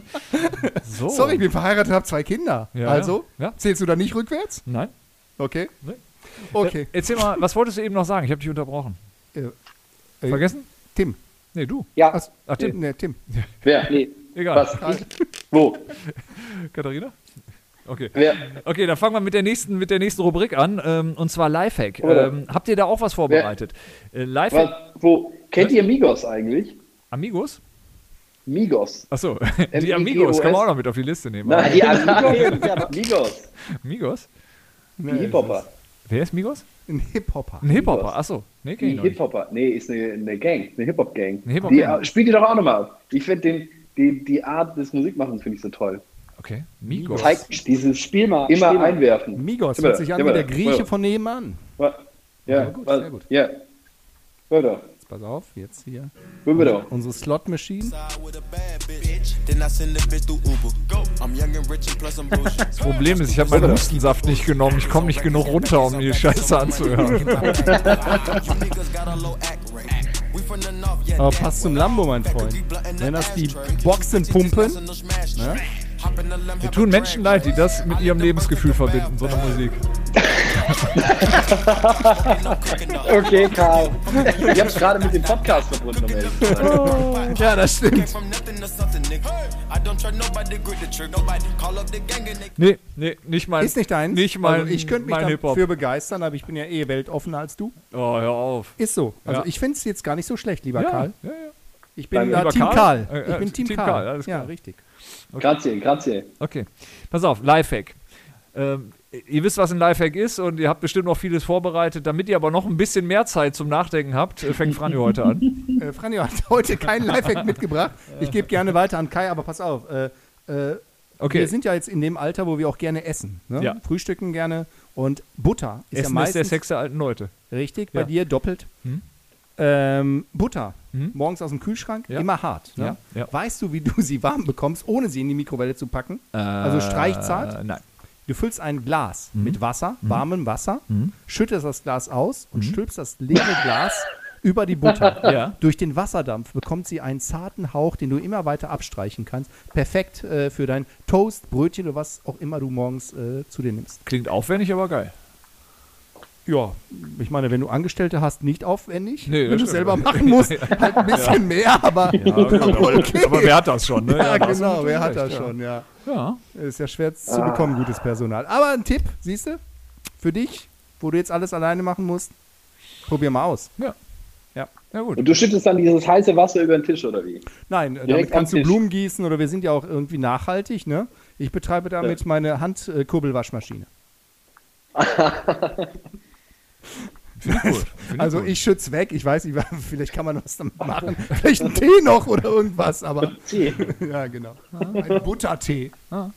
[SPEAKER 1] so.
[SPEAKER 2] Sorry, ich bin verheiratet, habe zwei Kinder.
[SPEAKER 1] Ja,
[SPEAKER 2] also,
[SPEAKER 1] ja.
[SPEAKER 2] zählst du da nicht rückwärts?
[SPEAKER 1] Nein?
[SPEAKER 2] Okay. Okay.
[SPEAKER 1] Ne? Äh, Erzähl mal, was wolltest du eben noch sagen? Ich habe dich unterbrochen.
[SPEAKER 2] Äh, äh,
[SPEAKER 1] Vergessen?
[SPEAKER 2] Tim.
[SPEAKER 1] Nee, du.
[SPEAKER 3] ja,
[SPEAKER 2] Ach,
[SPEAKER 1] Ach, Tim.
[SPEAKER 2] Tim. Nee, Tim.
[SPEAKER 4] Wer?
[SPEAKER 3] nee.
[SPEAKER 1] Egal.
[SPEAKER 4] Was? Ich? Wo?
[SPEAKER 1] Katharina? Okay.
[SPEAKER 4] Wer?
[SPEAKER 1] Okay, dann fangen wir mit der nächsten, mit der nächsten Rubrik an. Ähm, und zwar Lifehack.
[SPEAKER 4] Oder?
[SPEAKER 1] Ähm, habt ihr da auch was vorbereitet? Äh,
[SPEAKER 4] Was?
[SPEAKER 1] Lifehack.
[SPEAKER 4] Wo? Kennt ihr Migos eigentlich?
[SPEAKER 1] Amigos?
[SPEAKER 4] Migos.
[SPEAKER 1] Achso,
[SPEAKER 4] M-I-G-O-S.
[SPEAKER 1] die Amigos können wir auch noch mit auf die Liste nehmen.
[SPEAKER 4] Nein,
[SPEAKER 3] Die Amigos sind ja aber-
[SPEAKER 4] Migos.
[SPEAKER 1] Amigos?
[SPEAKER 4] Die Hip-Hopper.
[SPEAKER 1] Wer ist Migos?
[SPEAKER 2] Ein Hip-Hopper.
[SPEAKER 1] Ein Hip-Hopper. Achso, nee, kenn
[SPEAKER 4] Die
[SPEAKER 1] ich noch nicht.
[SPEAKER 4] Hip-Hopper. Nee, ist eine, eine Gang. Eine Hip-Hop-Gang.
[SPEAKER 1] Eine Hip-Hop-Gang.
[SPEAKER 4] Die, äh, Spielt die doch auch nochmal ab. Ich finde den. Die, die Art des Musikmachens finde ich so toll.
[SPEAKER 1] Okay, Migos.
[SPEAKER 3] Zeig dieses Spiel mal.
[SPEAKER 4] Immer
[SPEAKER 3] Spiel mal.
[SPEAKER 4] einwerfen.
[SPEAKER 2] Migos
[SPEAKER 4] Immer
[SPEAKER 2] hört
[SPEAKER 4] da,
[SPEAKER 2] sich an
[SPEAKER 4] immer
[SPEAKER 2] wie der
[SPEAKER 4] da,
[SPEAKER 2] Grieche
[SPEAKER 4] immer
[SPEAKER 2] von nebenan.
[SPEAKER 4] Ja, ja,
[SPEAKER 2] gut,
[SPEAKER 4] was-
[SPEAKER 2] sehr gut.
[SPEAKER 4] ja. Hör doch,
[SPEAKER 2] Jetzt pass auf, jetzt hier.
[SPEAKER 4] hör mir doch.
[SPEAKER 2] Unsere Slot-Machine.
[SPEAKER 1] Das Problem ist, ich habe meinen Hustensaft nicht genommen. Ich komme nicht genug runter, um die Scheiße anzuhören.
[SPEAKER 2] Aber passt zum Lambo, mein Freund. Wenn das die Boxen pumpen,
[SPEAKER 1] Mir tun Menschen leid, die das mit ihrem Lebensgefühl verbinden, so eine Musik.
[SPEAKER 3] Okay, Karl.
[SPEAKER 4] Ich hab's gerade mit dem Podcast verbunden, um ehrlich zu sein.
[SPEAKER 2] Ja, das stimmt.
[SPEAKER 1] Nee, nee, nicht mein.
[SPEAKER 2] Ist nicht deins.
[SPEAKER 1] Nicht mein,
[SPEAKER 2] also ich könnte mich
[SPEAKER 1] mein Hip-Hop.
[SPEAKER 2] dafür begeistern, aber ich bin ja eh weltoffener als du.
[SPEAKER 1] Oh, hör auf.
[SPEAKER 2] Ist so. Also
[SPEAKER 1] Ja.
[SPEAKER 2] ich finde es jetzt gar nicht so schlecht, lieber
[SPEAKER 1] Ja,
[SPEAKER 2] Karl.
[SPEAKER 1] ja, ja.
[SPEAKER 2] Ich bin
[SPEAKER 4] Lieber
[SPEAKER 2] da Team
[SPEAKER 1] Karl?
[SPEAKER 2] Karl.
[SPEAKER 1] Äh,
[SPEAKER 2] Ich
[SPEAKER 1] äh,
[SPEAKER 2] bin Team,
[SPEAKER 1] Team
[SPEAKER 2] Karl.
[SPEAKER 1] Karl, alles
[SPEAKER 2] ja,
[SPEAKER 1] klar.
[SPEAKER 2] richtig.
[SPEAKER 4] Grazie, grazie.
[SPEAKER 1] Okay. Pass auf, Lifehack. Ähm, ihr wisst, was ein Lifehack ist und ihr habt bestimmt noch vieles vorbereitet. Damit ihr aber noch ein bisschen mehr Zeit zum Nachdenken habt, äh, fängt Franjo heute an.
[SPEAKER 2] Äh, Franjo hat heute keinen Lifehack mitgebracht. Ich gebe gerne weiter an Kai, aber pass auf. Äh, äh,
[SPEAKER 1] Okay.
[SPEAKER 2] Wir sind ja jetzt in dem Alter, wo wir auch gerne essen. Ne?
[SPEAKER 1] Ja.
[SPEAKER 2] Frühstücken gerne. Und Butter ist ja
[SPEAKER 1] Essen ist
[SPEAKER 2] meistens
[SPEAKER 1] der Sex der alten Leute.
[SPEAKER 2] richtig,
[SPEAKER 1] Ja. Hm?
[SPEAKER 2] bei dir doppelt. Ähm, Butter, morgens aus dem Kühlschrank,
[SPEAKER 1] Ja.
[SPEAKER 2] immer hart. Ne?
[SPEAKER 1] Ja. Ja.
[SPEAKER 2] Weißt du, wie du sie warm bekommst, ohne sie in die Mikrowelle zu packen? also streichzart.
[SPEAKER 1] Äh, nein. Hm?
[SPEAKER 2] Du füllst ein Glas mit Wasser, warmem Wasser, schüttest das Glas aus und stülpst das leere Glas über die
[SPEAKER 1] Hm?
[SPEAKER 2] Butter.
[SPEAKER 1] Ja.
[SPEAKER 2] Durch den Wasserdampf bekommt sie einen zarten Hauch, den du immer weiter abstreichen kannst. Perfekt äh, für dein Toast, Brötchen oder was auch immer du morgens äh, zu dir nimmst.
[SPEAKER 1] Klingt aufwendig, aber geil.
[SPEAKER 2] Ja, ich meine, wenn du Angestellte hast, nicht aufwendig.
[SPEAKER 1] Nee, das
[SPEAKER 2] wenn du
[SPEAKER 1] stimmt.
[SPEAKER 2] selber machen musst, halt ein bisschen mehr, aber okay.
[SPEAKER 1] Aber wer hat das schon? Ne?
[SPEAKER 2] ja,
[SPEAKER 1] da hast du
[SPEAKER 2] genau, wer hat
[SPEAKER 1] recht,
[SPEAKER 2] das
[SPEAKER 1] ja.
[SPEAKER 2] schon, ja.
[SPEAKER 1] Ja.
[SPEAKER 2] Ist ja schwer zu bekommen, gutes Personal. Aber ein Tipp, siehst du, für dich, wo du jetzt alles alleine machen musst, probier mal aus.
[SPEAKER 1] Ja.
[SPEAKER 2] Ja.
[SPEAKER 1] ja, gut.
[SPEAKER 4] Und du schüttest dann dieses heiße Wasser über den Tisch, oder wie?
[SPEAKER 2] Nein, äh, damit
[SPEAKER 4] Direkt am
[SPEAKER 2] kannst du
[SPEAKER 4] Tisch.
[SPEAKER 2] Blumen gießen oder wir sind ja auch irgendwie nachhaltig, ne? Ich betreibe damit meine äh, Handkurbelwaschmaschine.
[SPEAKER 1] Gut. Finde
[SPEAKER 2] Also
[SPEAKER 1] gut.
[SPEAKER 2] ich schütze weg, ich weiß nicht, vielleicht kann man was damit machen. Vielleicht einen Tee noch oder irgendwas, aber
[SPEAKER 4] Tee.
[SPEAKER 2] ja, genau. Ein Buttertee.
[SPEAKER 1] Ja,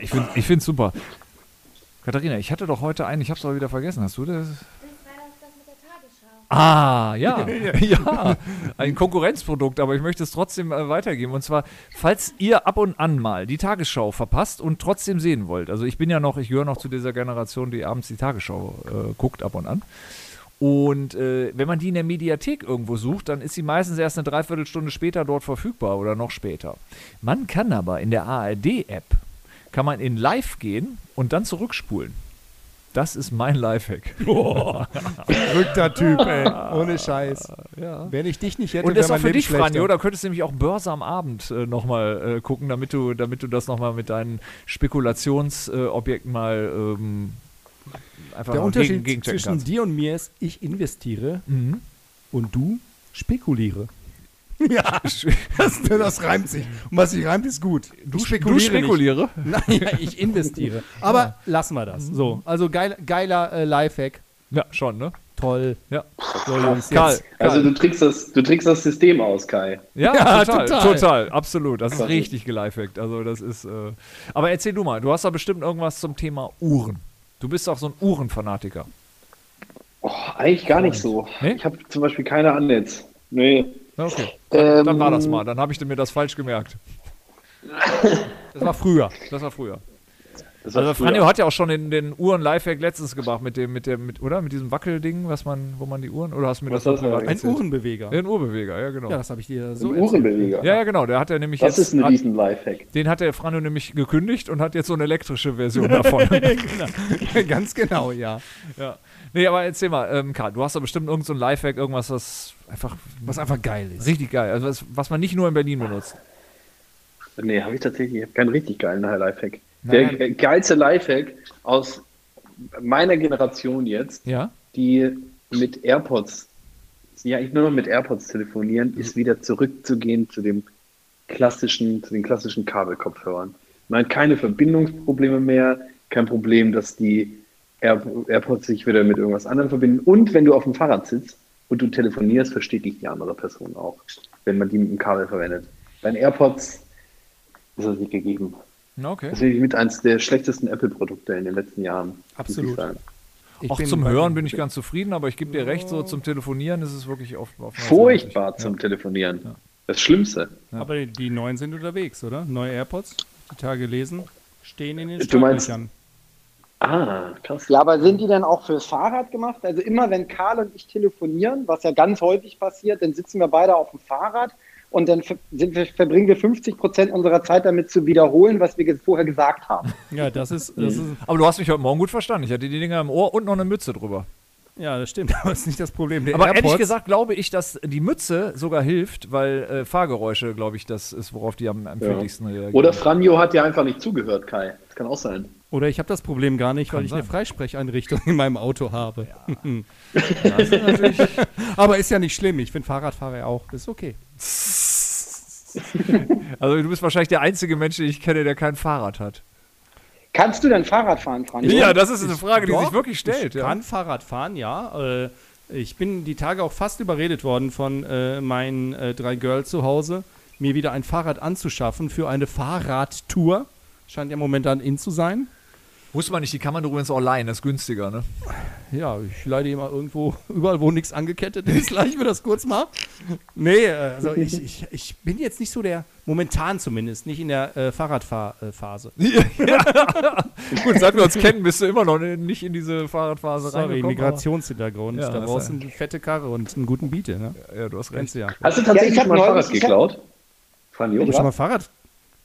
[SPEAKER 1] ich finde es super. Katharina, ich hatte doch heute einen, ich habe es aber wieder vergessen. Hast du das? Ah, ja. ja, ein Konkurrenzprodukt, aber ich möchte es trotzdem äh, weitergeben. Und zwar, falls ihr ab und an mal die Tagesschau verpasst und trotzdem sehen wollt. Also ich bin ja noch, ich gehöre noch zu dieser Generation, die abends die Tagesschau äh, guckt ab und an. Und äh, wenn man die in der Mediathek irgendwo sucht, dann ist sie meistens erst eine Dreiviertelstunde später dort verfügbar oder noch später. Man kann aber in der ARD-App, kann man in Live gehen und dann zurückspulen. Das ist mein Lifehack.
[SPEAKER 2] Verrückter Typ, ey. Ohne Scheiß. Wenn ich dich nicht hätte,
[SPEAKER 1] Und das ist
[SPEAKER 2] wär
[SPEAKER 1] auch
[SPEAKER 2] mein
[SPEAKER 1] für
[SPEAKER 2] Leben
[SPEAKER 1] dich, Franjo,
[SPEAKER 2] schlechter.
[SPEAKER 1] da könntest du nämlich auch Börse am Abend äh, nochmal äh, gucken, damit du, damit du das nochmal mit deinen Spekulationsobjekten äh, Objekten mal ähm, einfach
[SPEAKER 2] Der
[SPEAKER 1] mal
[SPEAKER 2] Unterschied
[SPEAKER 1] gegenchecken
[SPEAKER 2] zwischen
[SPEAKER 1] kannst.
[SPEAKER 2] dir und mir ist, ich investiere und du spekuliere. Ja, das, das reimt sich. Und was sich reimt, ist gut. Du
[SPEAKER 1] Du spekuliere?
[SPEAKER 2] Naja, ich investiere. Aber lassen wir das. So, also geil, geiler äh, Lifehack.
[SPEAKER 1] Ja, schon, ne?
[SPEAKER 2] Toll.
[SPEAKER 1] Ja.
[SPEAKER 2] So, Jungs,
[SPEAKER 1] Karl,
[SPEAKER 2] jetzt.
[SPEAKER 1] Karl.
[SPEAKER 4] Also du trickst das, du trickst das System aus, Kai.
[SPEAKER 1] Ja,
[SPEAKER 2] Ja,
[SPEAKER 1] total, total,
[SPEAKER 2] total.
[SPEAKER 1] absolut. Das ist richtig gelifehackt. Also das ist. Äh, aber erzähl du mal, du hast da bestimmt irgendwas zum Thema Uhren. Du bist auch so ein Uhrenfanatiker.
[SPEAKER 4] Oh, eigentlich gar nicht so.
[SPEAKER 1] Nee?
[SPEAKER 4] Ich habe zum Beispiel keine an jetzt. Nee.
[SPEAKER 1] Ja, Okay,
[SPEAKER 4] Ähm,
[SPEAKER 1] dann war das mal. Dann habe ich mir das falsch gemerkt.
[SPEAKER 2] Das war früher.
[SPEAKER 1] Das war früher.
[SPEAKER 4] Das war
[SPEAKER 1] Also
[SPEAKER 4] früher.
[SPEAKER 1] Franjo hat ja auch schon den, den Uhren-Lifehack letztens gemacht mit dem, mit dem, mit, oder? Mit diesem Wackelding, was man, wo man die Uhren, oder hast du mir
[SPEAKER 4] Was
[SPEAKER 1] das
[SPEAKER 4] das war?
[SPEAKER 1] gerade
[SPEAKER 2] Ein
[SPEAKER 1] erzählt?
[SPEAKER 2] Uhrenbeweger.
[SPEAKER 1] Den Uhrbeweger, ja genau.
[SPEAKER 2] Ja,
[SPEAKER 1] Ja,
[SPEAKER 2] das habe ich dir
[SPEAKER 4] Ein
[SPEAKER 2] so
[SPEAKER 4] Uhrenbeweger.
[SPEAKER 1] ja genau, der hat ja nämlich
[SPEAKER 4] das ist
[SPEAKER 1] jetzt,
[SPEAKER 4] ein
[SPEAKER 1] hat,
[SPEAKER 4] riesen Lifehack.
[SPEAKER 1] den hat der Franjo nämlich gekündigt und hat jetzt so eine elektrische Version davon.
[SPEAKER 2] erzählt. Ganz genau, ja.
[SPEAKER 1] ja. Nee, aber erzähl mal, ähm, Karl, du hast da bestimmt irgendein so ein Lifehack, irgendwas, was einfach
[SPEAKER 2] Was einfach geil ist.
[SPEAKER 1] Richtig geil. Also was, was man nicht nur in Berlin benutzt.
[SPEAKER 4] Nee, habe ich tatsächlich. Ich habe keinen richtig geilen Lifehack.
[SPEAKER 1] Nein.
[SPEAKER 4] Der geilste Lifehack aus meiner Generation jetzt,
[SPEAKER 1] Ja?
[SPEAKER 4] die mit AirPods, ja eigentlich nur noch mit AirPods telefonieren, ist wieder zurückzugehen zu dem klassischen, zu den klassischen Kabelkopfhörern. Man hat keine Verbindungsprobleme mehr, kein Problem, dass die Air AirPods sich wieder mit irgendwas anderem verbinden. Und wenn du auf dem Fahrrad sitzt und du telefonierst, versteht dich die andere Person auch, wenn man die mit dem Kabel verwendet. Bei den AirPods ist das nicht gegeben.
[SPEAKER 1] Na, Okay.
[SPEAKER 4] Das ist wirklich mit eines der schlechtesten Apple-Produkte in den letzten Jahren. muss ich
[SPEAKER 2] Absolut.
[SPEAKER 4] sagen.
[SPEAKER 2] Ich
[SPEAKER 1] Auch
[SPEAKER 2] bin
[SPEAKER 1] zum
[SPEAKER 2] bei-
[SPEAKER 1] Hören bin ich ganz zufrieden, aber ich gebe dir recht, so zum Telefonieren ist es wirklich auf, auf
[SPEAKER 4] Furchtbar zum Telefonieren. Das Schlimmste.
[SPEAKER 2] Aber die- die neuen sind unterwegs, oder? Neue AirPods, die Tage lesen, stehen in den
[SPEAKER 4] Du meinst-
[SPEAKER 2] Startlöchern.
[SPEAKER 4] Ah, krass.
[SPEAKER 3] Ja, aber sind die denn auch fürs Fahrrad gemacht? Also immer wenn Karl und ich telefonieren, was ja ganz häufig passiert, dann sitzen wir beide auf dem Fahrrad und dann ver- sind wir, verbringen wir 50 Prozent unserer Zeit damit zu wiederholen, was wir ge- vorher gesagt haben.
[SPEAKER 2] Ja, das ist, das ist
[SPEAKER 4] Mhm.
[SPEAKER 1] Aber du hast mich heute Morgen gut verstanden. Ich hatte die Dinger im Ohr und noch eine Mütze drüber.
[SPEAKER 2] Ja, das stimmt, aber das ist nicht das Problem. Der
[SPEAKER 1] Aber ehrlich
[SPEAKER 2] AirPods-
[SPEAKER 1] gesagt glaube ich, dass die Mütze sogar hilft, weil äh, Fahrgeräusche, glaube ich, das ist, worauf die am empfindlichsten reagieren.
[SPEAKER 4] Oder Franjo hat dir einfach nicht zugehört, Kai. Das kann auch sein.
[SPEAKER 2] Oder ich habe das Problem gar nicht, weil ich eine
[SPEAKER 1] sein.
[SPEAKER 2] Freisprecheinrichtung in meinem Auto habe.
[SPEAKER 1] das ist natürlich
[SPEAKER 2] Aber ist ja nicht schlimm. Ich bin Fahrradfahrer ja auch. Ist okay.
[SPEAKER 1] Also du bist wahrscheinlich der einzige Mensch, den ich kenne, der kein Fahrrad hat.
[SPEAKER 3] Kannst du denn Fahrrad fahren, Franjo?
[SPEAKER 1] Ja, das ist eine Frage, die
[SPEAKER 2] Doch,
[SPEAKER 1] sich wirklich stellt.
[SPEAKER 2] Ich
[SPEAKER 1] ja.
[SPEAKER 2] kann Fahrrad fahren, ja. Äh, ich bin die Tage auch fast überredet worden von äh, meinen äh, drei Girls zu Hause, mir wieder ein Fahrrad anzuschaffen für eine Fahrradtour. Scheint ja momentan in zu sein.
[SPEAKER 1] Muss man nicht, die kann man übrigens auch leihen, das ist günstiger, ne?
[SPEAKER 2] Ja, ich leide immer irgendwo, überall wo nichts angekettet ist, leih ich mir das kurz mal. Nee, äh, also ich, ich, ich bin jetzt nicht so der, momentan zumindest, nicht in der äh, Fahrradfahrphase.
[SPEAKER 1] Gut, seit wir uns kennen, bist du immer noch nicht in diese Fahrradphase
[SPEAKER 2] Sorry,
[SPEAKER 1] reingekommen.
[SPEAKER 2] Migrationshintergrund.
[SPEAKER 1] Ja,
[SPEAKER 2] da
[SPEAKER 1] das
[SPEAKER 2] brauchst du
[SPEAKER 1] sei-
[SPEAKER 2] eine fette Karre und einen guten Biete. Ne?
[SPEAKER 1] aber- Ja, du hast recht.
[SPEAKER 2] Kennst du ja.
[SPEAKER 4] Hast du
[SPEAKER 3] Ja,
[SPEAKER 4] tatsächlich
[SPEAKER 3] ich hab
[SPEAKER 4] schon mal ein
[SPEAKER 3] neulich-
[SPEAKER 4] Fahrrad
[SPEAKER 3] ich hab-
[SPEAKER 4] geklaut? Franjo,
[SPEAKER 2] Hast du schon
[SPEAKER 4] ja?
[SPEAKER 2] mal Fahrrad?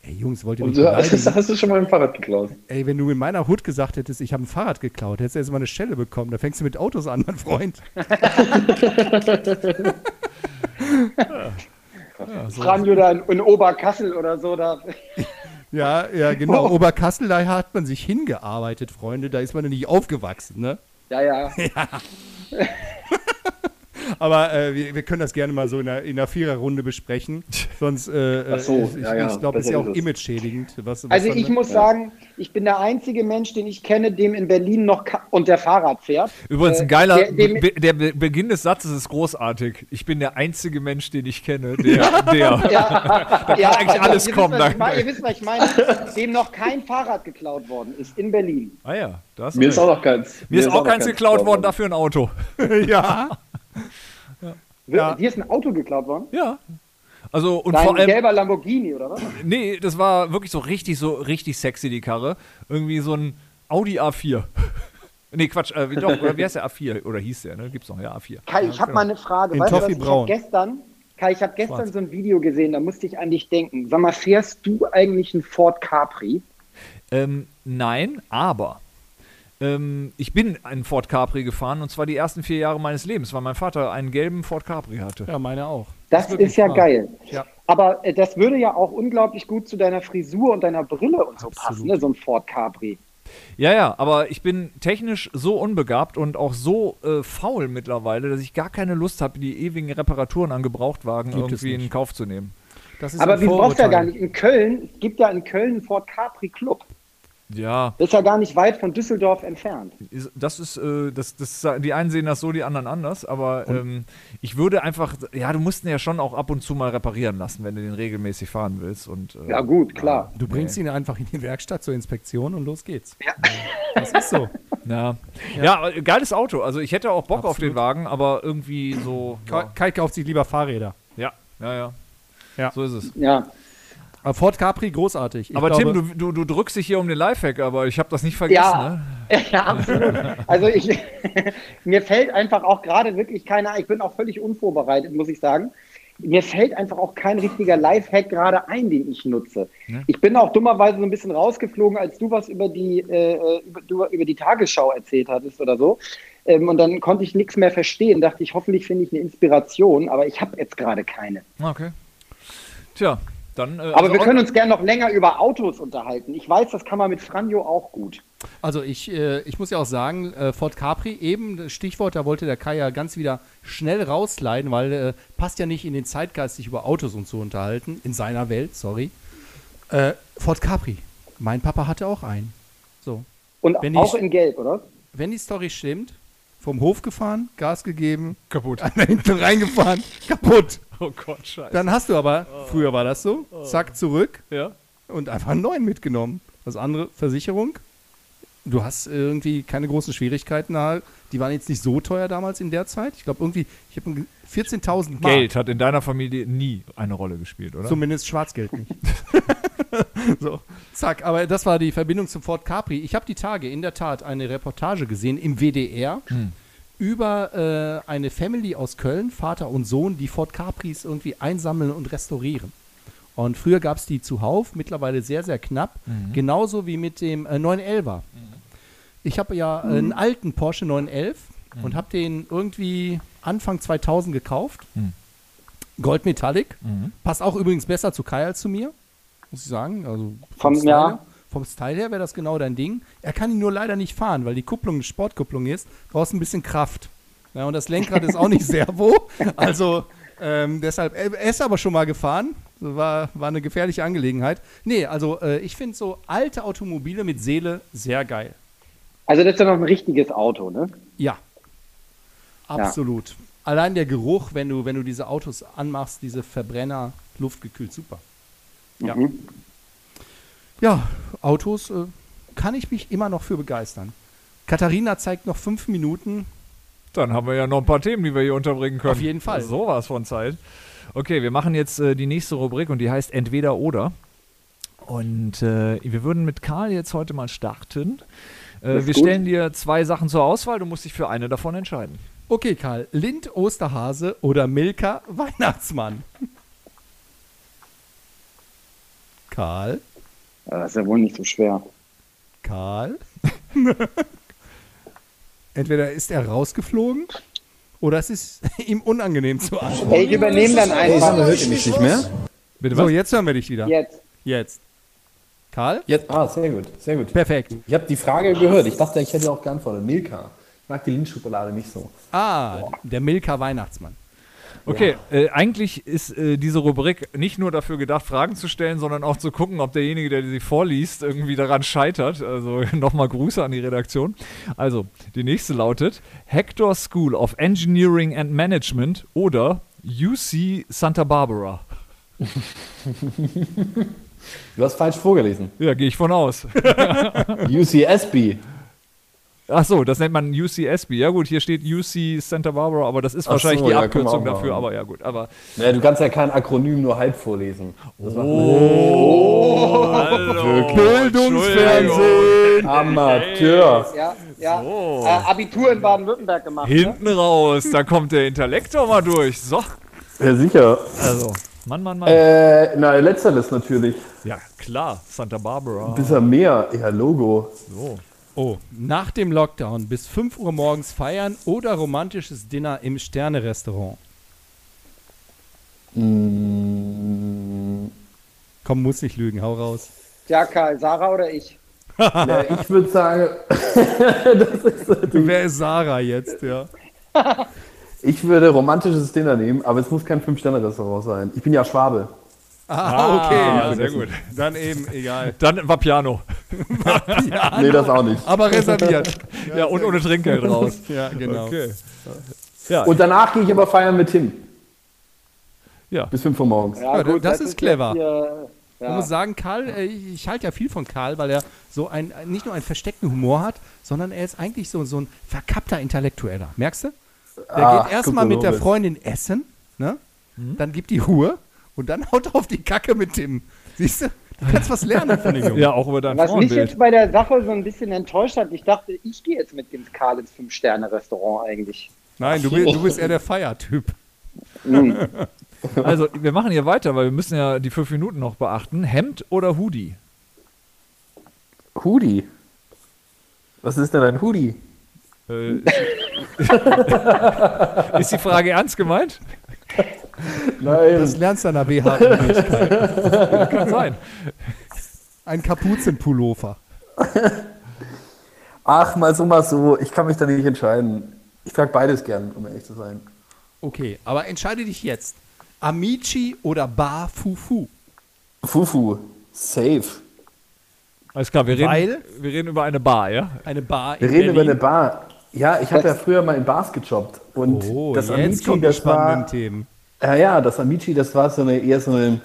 [SPEAKER 2] Ey, Jungs, wollt ihr mich
[SPEAKER 4] Und du hast,
[SPEAKER 2] beleidigen?
[SPEAKER 4] hast du schon mal ein Fahrrad geklaut?
[SPEAKER 2] Ey, wenn du in meiner Hut gesagt hättest, ich habe ein Fahrrad geklaut, hättest du erstmal eine Schelle bekommen. Da fängst du mit Autos an, mein Freund.
[SPEAKER 3] Franjo da in, in Oberkassel oder so. Da.
[SPEAKER 2] Ja, ja, genau. Oberkassel, da hat man sich hingearbeitet, Freunde. Da ist man ja nicht aufgewachsen, ne?
[SPEAKER 3] Ja, ja.
[SPEAKER 2] Aber äh, wir, wir können das gerne mal so in einer, in einer Viererrunde besprechen. Sonst, äh, äh,
[SPEAKER 4] Ach so,
[SPEAKER 2] ich,
[SPEAKER 4] ja, ja,
[SPEAKER 2] ich glaube, das ist ja
[SPEAKER 4] besser
[SPEAKER 2] auch
[SPEAKER 4] ist es.
[SPEAKER 2] image-schädigend. Was, was
[SPEAKER 3] Also
[SPEAKER 2] man-
[SPEAKER 1] ne?
[SPEAKER 3] ich muss sagen, ich bin der einzige Mensch, den ich kenne, dem in Berlin noch Ka und der Fahrrad fährt.
[SPEAKER 1] Übrigens, ein
[SPEAKER 3] Äh,
[SPEAKER 1] geiler,
[SPEAKER 3] der- dem-
[SPEAKER 1] Be- der Be- Beginn des Satzes ist großartig. Ich bin der einzige Mensch, den ich kenne, der, der.
[SPEAKER 3] Ja, da ja,
[SPEAKER 1] eigentlich alles
[SPEAKER 3] ihr
[SPEAKER 1] kommen,
[SPEAKER 3] Wisst, was ich
[SPEAKER 1] danke.
[SPEAKER 3] meine, ihr wisst, was ich meine. Dem noch kein Fahrrad geklaut worden ist in Berlin.
[SPEAKER 1] Ah ja, das
[SPEAKER 4] Mir ist auch noch keins.
[SPEAKER 1] Mir ist auch keins geklaut worden, dafür ein Auto.
[SPEAKER 2] ja.
[SPEAKER 3] Wird,
[SPEAKER 2] Ja.
[SPEAKER 3] Dir ist ein Auto geklaut worden?
[SPEAKER 1] Ja. Also, und
[SPEAKER 3] Dein
[SPEAKER 1] vor allem.
[SPEAKER 3] gelber Lamborghini oder was?
[SPEAKER 1] Nee, das war wirklich so richtig, so richtig sexy, die Karre. Irgendwie so ein Audi A4. nee, Quatsch, äh, wie- doch, oder wie heißt der A4? Oder hieß der, ne? Gibt's noch, ja, A4.
[SPEAKER 3] Kai, ich habe mal eine Frage.
[SPEAKER 2] In
[SPEAKER 3] weißt du was?
[SPEAKER 2] Toffee
[SPEAKER 3] Ich
[SPEAKER 2] genau. Braun.
[SPEAKER 3] habe gestern, Kai, ich habe gestern so ein Video gesehen, da musste ich an dich denken. Sag mal, fährst du eigentlich einen Ford Capri?
[SPEAKER 1] Ähm, nein, aber. Ähm, ich bin einen Ford Capri gefahren und zwar die ersten vier Jahre meines Lebens, weil mein Vater einen gelben Ford Capri hatte.
[SPEAKER 2] ja, meine auch.
[SPEAKER 3] Das
[SPEAKER 2] wirklich
[SPEAKER 3] ist ja
[SPEAKER 2] wahr.
[SPEAKER 3] geil.
[SPEAKER 2] Ja.
[SPEAKER 3] Aber äh, das würde ja auch unglaublich gut zu deiner Frisur und deiner Brille und so passen, ne? so ein Ford Capri.
[SPEAKER 1] Ja, ja, aber ich bin technisch so unbegabt und auch so äh, faul mittlerweile, dass ich gar keine Lust habe, die ewigen Reparaturen an Gebrauchtwagen
[SPEAKER 2] Gibt es
[SPEAKER 1] irgendwie in
[SPEAKER 2] nicht.
[SPEAKER 1] Kauf zu nehmen.
[SPEAKER 2] Das ist
[SPEAKER 3] Aber
[SPEAKER 2] ein
[SPEAKER 3] wir brauchst ja
[SPEAKER 2] Vorurteil.
[SPEAKER 3] gar nicht. In Köln, es gibt ja in Köln einen Ford Capri Club.
[SPEAKER 1] Ja,
[SPEAKER 3] Das ist ja gar nicht weit von Düsseldorf entfernt.
[SPEAKER 1] Ist- Das ist, äh, das, das, die einen sehen das so, die anderen anders, aber ähm, ich würde einfach, ja, du musst ihn ja schon auch ab und zu mal reparieren lassen, wenn du den regelmäßig fahren willst. Und, äh,
[SPEAKER 3] Ja, gut, klar.
[SPEAKER 2] Du bringst ihn einfach in die Werkstatt zur Inspektion und los geht's. Ja. Das ist so.
[SPEAKER 1] Ja, ja. aber geiles Auto. Also ich hätte auch Bock auf den Wagen, aber irgendwie so.
[SPEAKER 2] Kai, Kai kauft sich lieber Fahrräder.
[SPEAKER 1] Ja, ja, ja.
[SPEAKER 2] Ja.
[SPEAKER 1] So ist es.
[SPEAKER 3] Ja.
[SPEAKER 2] Aber Ford Capri, großartig. Ich
[SPEAKER 1] aber Tim,
[SPEAKER 2] glaube,
[SPEAKER 1] du, du, du drückst dich hier um den Lifehack, aber ich habe das nicht vergessen.
[SPEAKER 3] Ja.
[SPEAKER 1] Ne?
[SPEAKER 3] ja, absolut. Also ich, mir fällt einfach auch gerade wirklich keiner, ich bin auch völlig unvorbereitet, muss ich sagen. Mir fällt einfach auch kein richtiger Lifehack gerade ein, den ich nutze. Ich bin auch dummerweise so ein bisschen rausgeflogen, als du was über die, äh, über, du, über die Tagesschau erzählt hattest oder so. Ähm, und dann konnte ich nichts mehr verstehen. Dachte ich, hoffentlich finde ich eine Inspiration, aber ich habe jetzt gerade keine.
[SPEAKER 1] Okay. Tja, dann. Äh,
[SPEAKER 3] Aber wir können uns gerne noch länger über Autos unterhalten. Ich weiß, das kann man mit Franjo auch gut.
[SPEAKER 2] Also ich, äh, ich muss ja auch sagen, äh, Ford Capri, eben das Stichwort, da wollte der Kai ja ganz wieder schnell rausleiten, weil äh, passt ja nicht in den Zeitgeist, sich über Autos und zu unterhalten, in seiner Welt, sorry. Äh, Ford Capri, mein Papa hatte auch einen. So,
[SPEAKER 3] Und
[SPEAKER 2] Wenn ich-
[SPEAKER 3] auch in Gelb, oder?
[SPEAKER 2] wenn die Story stimmt, vom Hof gefahren, Gas gegeben,
[SPEAKER 1] Kaputt.
[SPEAKER 2] einmal hinten reingefahren, kaputt.
[SPEAKER 1] Oh Gott, scheiße. Oh.
[SPEAKER 2] Dann hast du aber, früher war das so, zack, zurück,
[SPEAKER 1] ja.
[SPEAKER 2] und einfach einen neuen mitgenommen. Das andere Versicherung. Du hast irgendwie keine großen Schwierigkeiten. da. Die waren jetzt nicht so teuer damals in der Zeit. Ich glaube irgendwie, ich habe 14.000 Mark.
[SPEAKER 1] Geld hat in deiner Familie nie eine Rolle gespielt, oder?
[SPEAKER 2] Zumindest Schwarzgeld nicht. so, zack. Aber das war die Verbindung zum Ford Capri. Ich habe die Tage in der Tat eine Reportage gesehen im WDR über äh, eine Family aus Köln, Vater und Sohn, die Ford Capris irgendwie einsammeln und restaurieren. Und früher gab es die zuhauf, mittlerweile sehr, sehr knapp. Genauso wie mit dem äh, 911er. Ich habe ja äh, einen alten Porsche 911 und habe den irgendwie Anfang 2000 gekauft. Gold Metallic. Passt auch übrigens besser zu Kai als zu mir, muss ich sagen. Also
[SPEAKER 3] Vom-
[SPEAKER 2] Style
[SPEAKER 3] ja.
[SPEAKER 2] her- vom Style her wäre das genau dein Ding. Er kann ihn nur leider nicht fahren, weil die Kupplung eine Sportkupplung ist. Brauchst ein bisschen Kraft. Ja, und das Lenkrad ist auch nicht Servo. Also ähm, deshalb, er er ist aber schon mal gefahren. War, war eine gefährliche Angelegenheit. Nee, also äh, ich finde so alte Automobile mit Seele sehr geil.
[SPEAKER 3] Also das ist ja noch ein richtiges Auto, ne?
[SPEAKER 2] Ja. Absolut. Allein der Geruch, wenn du, wenn du diese Autos anmachst, diese Verbrenner, luftgekühlt, super. Ja. Ja, Autos äh, kann ich mich immer noch für begeistern. Katharina zeigt noch fünf Minuten.
[SPEAKER 1] Dann haben wir ja noch ein paar Themen, die wir hier unterbringen können.
[SPEAKER 2] Auf jeden Fall.
[SPEAKER 1] Sowas von Zeit. Okay, wir machen jetzt äh, die nächste Rubrik und die heißt Entweder oder. Und äh, wir würden mit Karl jetzt heute mal starten. Äh, wir
[SPEAKER 3] gut.
[SPEAKER 1] stellen dir zwei Sachen zur Auswahl. Du musst dich für eine davon entscheiden.
[SPEAKER 2] Okay, Karl, Lind Osterhase oder Milka Weihnachtsmann? Karl,
[SPEAKER 3] Ja, Das ist ja wohl nicht so schwer.
[SPEAKER 2] Karl. Entweder ist er rausgeflogen oder es ist ihm unangenehm zu antworten.
[SPEAKER 3] Ey, ich übernehme dann einfach
[SPEAKER 9] hört ihr mich nicht mehr?
[SPEAKER 1] Bitte
[SPEAKER 2] So, jetzt hören wir dich wieder.
[SPEAKER 3] jetzt.
[SPEAKER 2] Jetzt. Karl?
[SPEAKER 9] Jetzt, ah, sehr gut, sehr gut.
[SPEAKER 2] Perfekt.
[SPEAKER 9] Ich habe die Frage gehört. Ich dachte, ich hätte auch geantwortet. Milka. Ich mag die Lindschokolade nicht so.
[SPEAKER 2] Ah, der Milka Weihnachtsmann.
[SPEAKER 1] Okay, äh, eigentlich ist äh, diese Rubrik nicht nur dafür gedacht, Fragen zu stellen, sondern auch zu gucken, ob derjenige, der sie vorliest, irgendwie daran scheitert. Also nochmal Grüße an die Redaktion. Also, die nächste lautet Hector School of Engineering and Management oder UC Santa Barbara.
[SPEAKER 9] Du hast falsch vorgelesen.
[SPEAKER 1] Ja, gehe ich von aus.
[SPEAKER 9] UCSB.
[SPEAKER 1] Ach so, das nennt man UCSB. Ja gut, hier steht UC Santa Barbara, aber das ist
[SPEAKER 9] Ach
[SPEAKER 1] wahrscheinlich
[SPEAKER 9] so,
[SPEAKER 1] die
[SPEAKER 9] ja, können wir
[SPEAKER 1] Abkürzung
[SPEAKER 9] auch machen.
[SPEAKER 1] dafür. Aber ja gut, aber
[SPEAKER 9] Naja, du kannst ja kein Akronym nur halb vorlesen. Das macht
[SPEAKER 2] Bildungsfernsehen.
[SPEAKER 9] Amateur.
[SPEAKER 3] Ja, ja. Äh, Abitur in Baden-Württemberg gemacht. Ne?
[SPEAKER 1] hinten raus, da kommt der Intellekt doch mal durch. So,
[SPEAKER 9] Ja, sicher.
[SPEAKER 1] also Mann, Mann, Mann.
[SPEAKER 9] Äh, na, letzteres natürlich.
[SPEAKER 1] Ja, klar, Santa Barbara.
[SPEAKER 9] Bis am Meer. Ja, Logo.
[SPEAKER 2] Oh, nach dem Lockdown bis 5 Uhr morgens feiern oder romantisches Dinner im Sterne-Restaurant. Komm, muss nicht lügen, hau raus.
[SPEAKER 3] Ja, Karl, Sarah oder ich?
[SPEAKER 9] Ja, ich würde sagen,
[SPEAKER 2] Wer ist Sarah jetzt, ja?
[SPEAKER 9] ich würde romantisches Dinner nehmen, aber es muss kein Fünf-Sterne-Restaurant sein. Ich bin ja Schwabe.
[SPEAKER 2] Ah, okay.
[SPEAKER 1] ja, sehr gut.
[SPEAKER 2] Dann eben, egal.
[SPEAKER 1] Dann war Piano.
[SPEAKER 9] Nee, das auch nicht.
[SPEAKER 2] Aber reserviert.
[SPEAKER 1] Ja, und ohne Trinkgeld raus.
[SPEAKER 2] Ja, genau.
[SPEAKER 1] Okay.
[SPEAKER 9] Und danach gehe ich aber feiern mit Tim.
[SPEAKER 1] Ja.
[SPEAKER 9] Bis 5 Uhr morgens.
[SPEAKER 2] Ja, das ist clever.
[SPEAKER 3] jetzt Hier,
[SPEAKER 2] Ich
[SPEAKER 3] ja.
[SPEAKER 2] muss sagen, Karl, äh, ich ich halte ja viel von Karl, weil er so ein, nicht nur einen versteckten Humor hat, sondern er ist eigentlich so, so ein verkappter Intellektueller. Merkst du? Der
[SPEAKER 9] Ach,
[SPEAKER 3] Ah,
[SPEAKER 2] geht erstmal mit der
[SPEAKER 9] Kokolores.
[SPEAKER 2] Freundin essen, ne?
[SPEAKER 3] Hm?
[SPEAKER 2] dann gibt die Ruhe und dann haut er auf die Kacke mit Tim. Siehst du? Du kannst was lernen von dem Jungen.
[SPEAKER 1] Ja, auch über dein
[SPEAKER 3] Was mich
[SPEAKER 1] Frauenbild.
[SPEAKER 3] jetzt bei der Sache so ein bisschen enttäuscht hat, ich dachte, ich gehe jetzt mit dem Karl ins Fünf-Sterne-Restaurant eigentlich.
[SPEAKER 2] Nein, du, bist- du bist eher der Feiertyp.
[SPEAKER 1] Also, wir machen hier weiter, weil wir müssen ja die fünf Minuten noch beachten. Hemd oder Hoodie?
[SPEAKER 9] Hoodie. Was ist denn ein Hoodie?
[SPEAKER 1] Äh, ist die Frage ernst gemeint?
[SPEAKER 9] Nein.
[SPEAKER 2] Das lernst du an der BH. nicht.
[SPEAKER 1] Kann sein.
[SPEAKER 2] Ein Kapuzenpullover.
[SPEAKER 9] Ach, mal so, mal so. Ich kann mich da nicht entscheiden. Ich trage beides gern, um ehrlich zu sein.
[SPEAKER 2] Okay, aber entscheide dich jetzt. Amici oder Bar Fufu?
[SPEAKER 9] Fufu. Safe.
[SPEAKER 1] Alles klar, wir reden,
[SPEAKER 2] Weil?
[SPEAKER 1] wir reden über eine Bar, ja?
[SPEAKER 2] Eine Bar
[SPEAKER 9] Wir
[SPEAKER 2] in
[SPEAKER 9] reden über
[SPEAKER 2] Berlin.
[SPEAKER 9] eine Bar. Ja, ich habe ja früher mal in Bars gejobbt. Und
[SPEAKER 2] Oh,
[SPEAKER 9] das
[SPEAKER 2] jetzt
[SPEAKER 9] Amici,
[SPEAKER 2] kommen die
[SPEAKER 9] das
[SPEAKER 2] spannenden
[SPEAKER 9] war,
[SPEAKER 2] Themen.
[SPEAKER 9] Ja, ja, das Amici, das war so eine eher so eine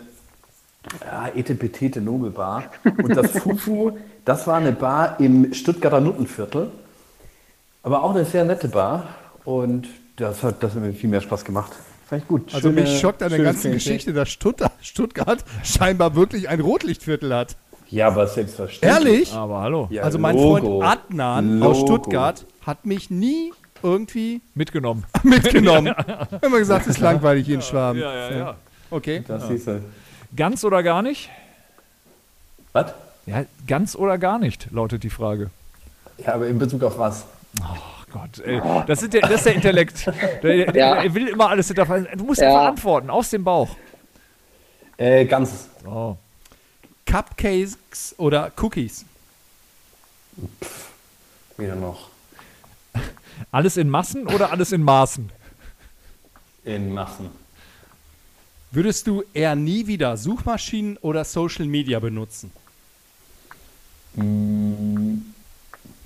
[SPEAKER 9] ja, etepetete Nobelbar. Und das Fufu, das war eine Bar im Stuttgarter Nuttenviertel. Aber auch eine sehr nette Bar. Und das hat, das hat mir viel mehr Spaß gemacht. Fand ich gut.
[SPEAKER 2] Also mich
[SPEAKER 9] Schöne-
[SPEAKER 2] schockt an der
[SPEAKER 9] schönes
[SPEAKER 2] ganzen
[SPEAKER 9] Klientel.
[SPEAKER 2] Geschichte, dass Stuttgart, Stuttgart scheinbar wirklich ein Rotlichtviertel hat.
[SPEAKER 9] Ja, aber selbstverständlich.
[SPEAKER 2] Ehrlich?
[SPEAKER 1] Aber hallo.
[SPEAKER 9] Ja,
[SPEAKER 2] Also mein
[SPEAKER 9] Logo.
[SPEAKER 2] Freund Adnan aus
[SPEAKER 9] Logo.
[SPEAKER 2] Stuttgart hat mich nie irgendwie
[SPEAKER 1] Mitgenommen.
[SPEAKER 2] mitgenommen. Immer gesagt, es ist langweilig hier in Schwaben.
[SPEAKER 1] Ja, ja, ja.
[SPEAKER 2] Okay.
[SPEAKER 9] Das siehst du.
[SPEAKER 1] Ganz oder gar nicht?
[SPEAKER 9] Was?
[SPEAKER 1] Ja, ganz oder gar nicht, lautet die Frage.
[SPEAKER 9] Ja, aber in Bezug auf was?
[SPEAKER 1] Gott, ey. Das, sind der, das ist der Intellekt. Der, der,
[SPEAKER 3] Ja.
[SPEAKER 1] Er will immer alles hinterfragen. Du musst
[SPEAKER 3] Ja.
[SPEAKER 1] einfach antworten, aus dem Bauch.
[SPEAKER 9] Äh, ganzes.
[SPEAKER 1] Oh.
[SPEAKER 2] Cupcakes oder Cookies?
[SPEAKER 9] Weder noch.
[SPEAKER 1] Alles in Massen oder alles in Maßen?
[SPEAKER 9] In Massen.
[SPEAKER 2] Würdest du eher nie wieder Suchmaschinen oder Social Media benutzen?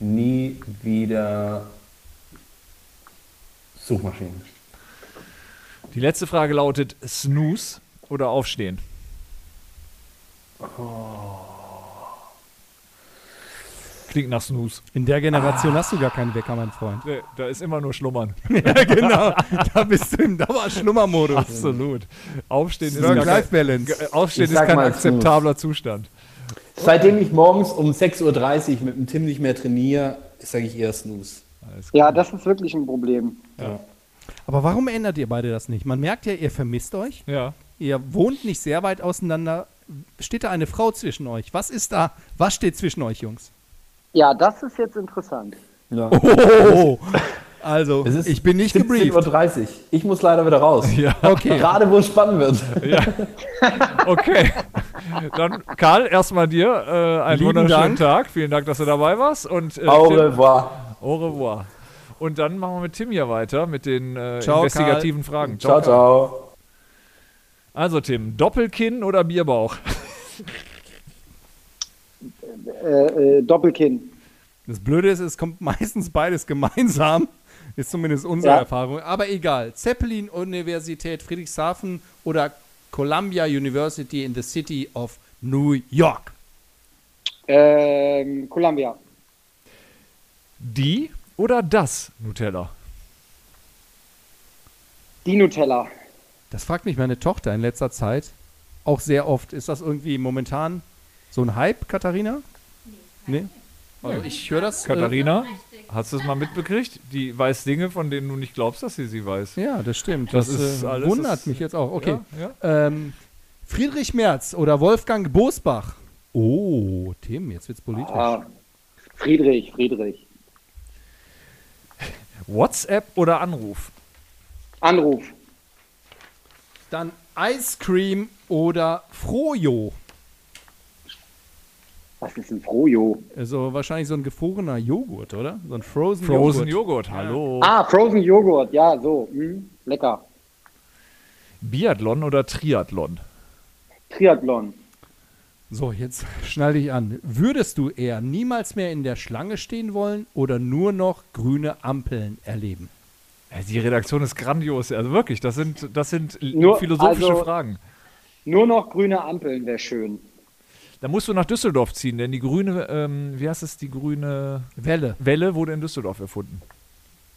[SPEAKER 9] Nie wieder Suchmaschinen.
[SPEAKER 1] Die letzte Frage lautet: Snooze oder Aufstehen? Klingt nach Snooze.
[SPEAKER 2] In der Generation hast du gar keinen Wecker, mein Freund.
[SPEAKER 1] Nee, Da ist immer nur Schlummern.
[SPEAKER 2] genau, da bist du im Dauerschlummermodus.
[SPEAKER 1] Absolut. Aufstehen ist, gar kein,
[SPEAKER 2] Work-Life-Balance.
[SPEAKER 1] Aufstehen
[SPEAKER 9] Ich
[SPEAKER 1] ist
[SPEAKER 9] sag
[SPEAKER 1] kein
[SPEAKER 9] mal
[SPEAKER 1] akzeptabler Zustand.
[SPEAKER 9] Seitdem ich morgens um 6.30 Uhr mit dem Tim nicht mehr trainiere, sage ich eher Snooze.
[SPEAKER 3] Ja, das ist wirklich ein Problem.
[SPEAKER 2] Aber warum ändert ihr beide das nicht? Man merkt ja, ihr vermisst euch.
[SPEAKER 1] Ja.
[SPEAKER 2] Ihr wohnt nicht sehr weit auseinander. Steht da eine Frau zwischen euch? Was ist da? Was steht zwischen euch, Jungs?
[SPEAKER 3] Ja, das ist jetzt interessant.
[SPEAKER 9] Ja.
[SPEAKER 2] Oh, also,
[SPEAKER 9] Es ist
[SPEAKER 2] ich bin nicht gebrieft.
[SPEAKER 9] 17.30 Uhr. Ich muss leider wieder raus.
[SPEAKER 2] Okay,
[SPEAKER 9] Gerade wo es spannend wird.
[SPEAKER 1] Okay. Dann, Karl, erstmal dir äh, einen
[SPEAKER 2] Lieben
[SPEAKER 1] wunderschönen
[SPEAKER 2] Dank.
[SPEAKER 1] Tag. Vielen Dank, dass du dabei warst. Und, äh,
[SPEAKER 9] Au
[SPEAKER 1] Tim-
[SPEAKER 9] revoir.
[SPEAKER 1] au revoir. Und dann machen wir mit Tim hier weiter mit den äh,
[SPEAKER 2] Ciao,
[SPEAKER 1] investigativen Fragen.
[SPEAKER 9] Ciao,
[SPEAKER 1] Karl.
[SPEAKER 9] ciao.
[SPEAKER 1] Also, Tim, Doppelkinn oder Bierbauch?
[SPEAKER 3] Äh, äh, Doppelkinn.
[SPEAKER 2] das Blöde ist, es kommt meistens beides gemeinsam. Ist zumindest unsere
[SPEAKER 3] Ja.
[SPEAKER 2] Erfahrung. Aber egal. Zeppelin-Universität Friedrichshafen oder Columbia University in the City of New York.
[SPEAKER 3] Ähm, Columbia.
[SPEAKER 1] Die oder das Nutella?
[SPEAKER 3] Die Nutella.
[SPEAKER 2] Das fragt mich meine Tochter in letzter Zeit auch sehr oft. Ist das irgendwie momentan so ein Hype, Katharina? Nee. Also ich höre das.
[SPEAKER 1] Katharina, hast du es mal mitbekriegt? Die weiß Dinge, von denen du nicht glaubst, dass sie sie weiß.
[SPEAKER 2] Äh, ja, das stimmt.
[SPEAKER 1] Das
[SPEAKER 2] Das,
[SPEAKER 1] ist
[SPEAKER 2] äh,
[SPEAKER 1] alles-
[SPEAKER 2] wundert
[SPEAKER 1] ist-
[SPEAKER 2] mich jetzt auch. Okay.
[SPEAKER 1] Ja,
[SPEAKER 2] Ähm, Friedrich Merz oder Wolfgang Bosbach? Oh, Tim, jetzt wird's politisch.
[SPEAKER 3] Ah. Friedrich, Friedrich.
[SPEAKER 1] WhatsApp oder Anruf?
[SPEAKER 3] Anruf.
[SPEAKER 2] Dann Ice Cream oder Frojo.
[SPEAKER 3] Was ist ein Frojo?
[SPEAKER 2] Also wahrscheinlich so ein gefrorener Joghurt, oder? So ein Frozen,
[SPEAKER 1] Frozen
[SPEAKER 2] Joghurt.
[SPEAKER 1] Joghurt, hallo.
[SPEAKER 3] Ah, Frozen Joghurt. Ja, so. Hm, lecker.
[SPEAKER 1] Biathlon oder Triathlon?
[SPEAKER 3] Triathlon.
[SPEAKER 2] So, jetzt schnall dich an. Würdest du eher niemals mehr in der Schlange stehen wollen oder nur noch grüne Ampeln erleben?
[SPEAKER 1] Äh, Die Redaktion ist grandios. Also wirklich, das sind, das sind l-
[SPEAKER 3] Nur-
[SPEAKER 1] philosophische
[SPEAKER 3] also-
[SPEAKER 1] Fragen.
[SPEAKER 3] Nur noch grüne Ampeln wäre schön.
[SPEAKER 1] Da musst du nach Düsseldorf ziehen, denn die grüne, ähm, wie heißt es, die grüne
[SPEAKER 2] Welle.
[SPEAKER 1] Welle wurde in Düsseldorf erfunden.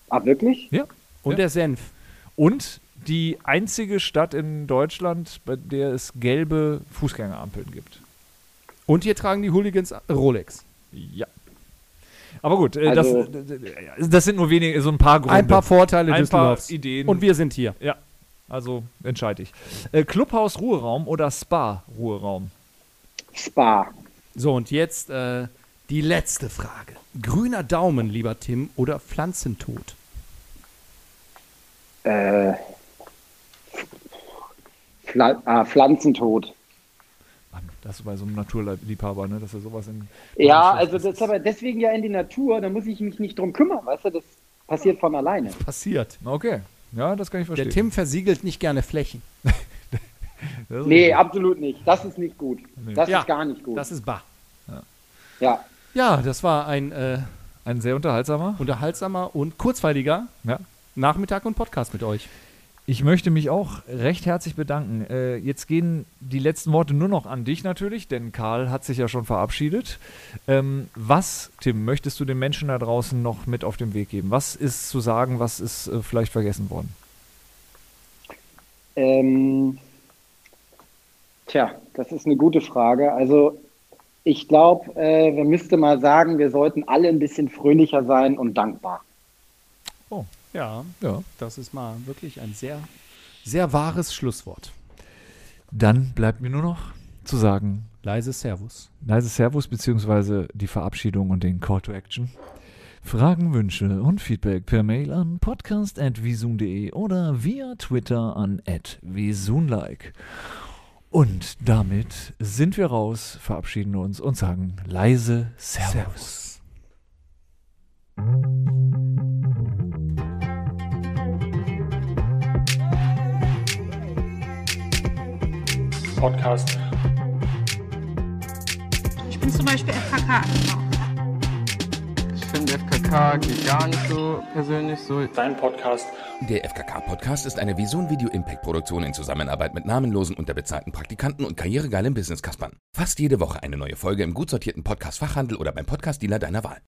[SPEAKER 3] Ah, wirklich?
[SPEAKER 1] Ja.
[SPEAKER 2] Und
[SPEAKER 1] Ja.
[SPEAKER 2] der Senf.
[SPEAKER 1] Und die einzige Stadt in Deutschland, bei der es gelbe Fußgängerampeln gibt.
[SPEAKER 2] Und hier tragen die Hooligans Rolex.
[SPEAKER 1] Ja. Aber gut, äh,
[SPEAKER 3] Also-
[SPEAKER 1] das, d- d- das sind nur wenige, so ein paar Gründe.
[SPEAKER 2] Ein paar Vorteile
[SPEAKER 1] Ein paar
[SPEAKER 2] Düsseldorfs.
[SPEAKER 1] Ideen.
[SPEAKER 2] Und wir sind hier.
[SPEAKER 1] ja, also entscheide ich. Äh, Clubhaus Ruheraum oder Spa Ruheraum?
[SPEAKER 3] Spa.
[SPEAKER 2] So, und jetzt äh, die letzte Frage. Grüner Daumen, lieber Tim, oder Pflanzentod?
[SPEAKER 3] Äh, Pfla ah, Pflanzentod.
[SPEAKER 1] Mann, das ist bei so einem Naturliebhaber, ne, dass er sowas in.
[SPEAKER 3] Ja,
[SPEAKER 1] Schlecht
[SPEAKER 3] also das ist aber deswegen ja in die Natur, da muss ich mich nicht drum kümmern, weißt du, das passiert von alleine.
[SPEAKER 2] Passiert.
[SPEAKER 1] Okay, ja, das kann ich
[SPEAKER 2] Der
[SPEAKER 1] verstehen.
[SPEAKER 2] Tim versiegelt nicht gerne Flächen.
[SPEAKER 1] Das ist
[SPEAKER 3] Nee,
[SPEAKER 1] richtig.
[SPEAKER 3] absolut nicht. Das ist nicht gut. Das
[SPEAKER 2] Ja,
[SPEAKER 3] ist gar nicht gut.
[SPEAKER 2] Das ist bar.
[SPEAKER 3] ja.
[SPEAKER 2] Ja, das war ein äh,
[SPEAKER 1] Ein sehr unterhaltsamer.
[SPEAKER 2] unterhaltsamer und kurzweiliger
[SPEAKER 1] Ja.
[SPEAKER 2] Nachmittag und Podcast mit euch.
[SPEAKER 1] Ich möchte mich auch recht herzlich bedanken. Äh, jetzt gehen die letzten Worte nur noch an dich natürlich, denn Karl hat sich ja schon verabschiedet. Ähm, was, Tim, möchtest du den Menschen da draußen noch mit auf den Weg geben? Was ist zu sagen, was ist äh, vielleicht vergessen worden?
[SPEAKER 3] Ähm, tja, das ist eine gute Frage. Also ich glaube, äh, wir müsste mal sagen, wir sollten alle ein bisschen fröhlicher sein und dankbar.
[SPEAKER 2] Ja,
[SPEAKER 1] Ja.
[SPEAKER 2] das ist mal wirklich ein sehr, sehr wahres Schlusswort.
[SPEAKER 1] Dann bleibt mir nur noch zu sagen,
[SPEAKER 2] Leise Servus.
[SPEAKER 1] leise Servus beziehungsweise die Verabschiedung und den Call to Action.
[SPEAKER 8] Fragen, Wünsche und Feedback per Mail an podcast.visun.de oder via Twitter an visunlike. Und damit sind wir raus, verabschieden uns und sagen leise Servus.
[SPEAKER 10] Podcast.
[SPEAKER 9] Ich bin zum Beispiel FKK.
[SPEAKER 7] Ich finde FKK geht gar nicht so persönlich so.
[SPEAKER 10] Dein Podcast.
[SPEAKER 5] Der FKK-Podcast ist eine Vision Video Impact Produktion in Zusammenarbeit mit namenlosen, unterbezahlten Praktikanten und karrieregeilen Business-Kaspern. Fast jede Woche eine neue Folge im gut sortierten Podcast-Fachhandel oder beim Podcast-Dealer deiner Wahl.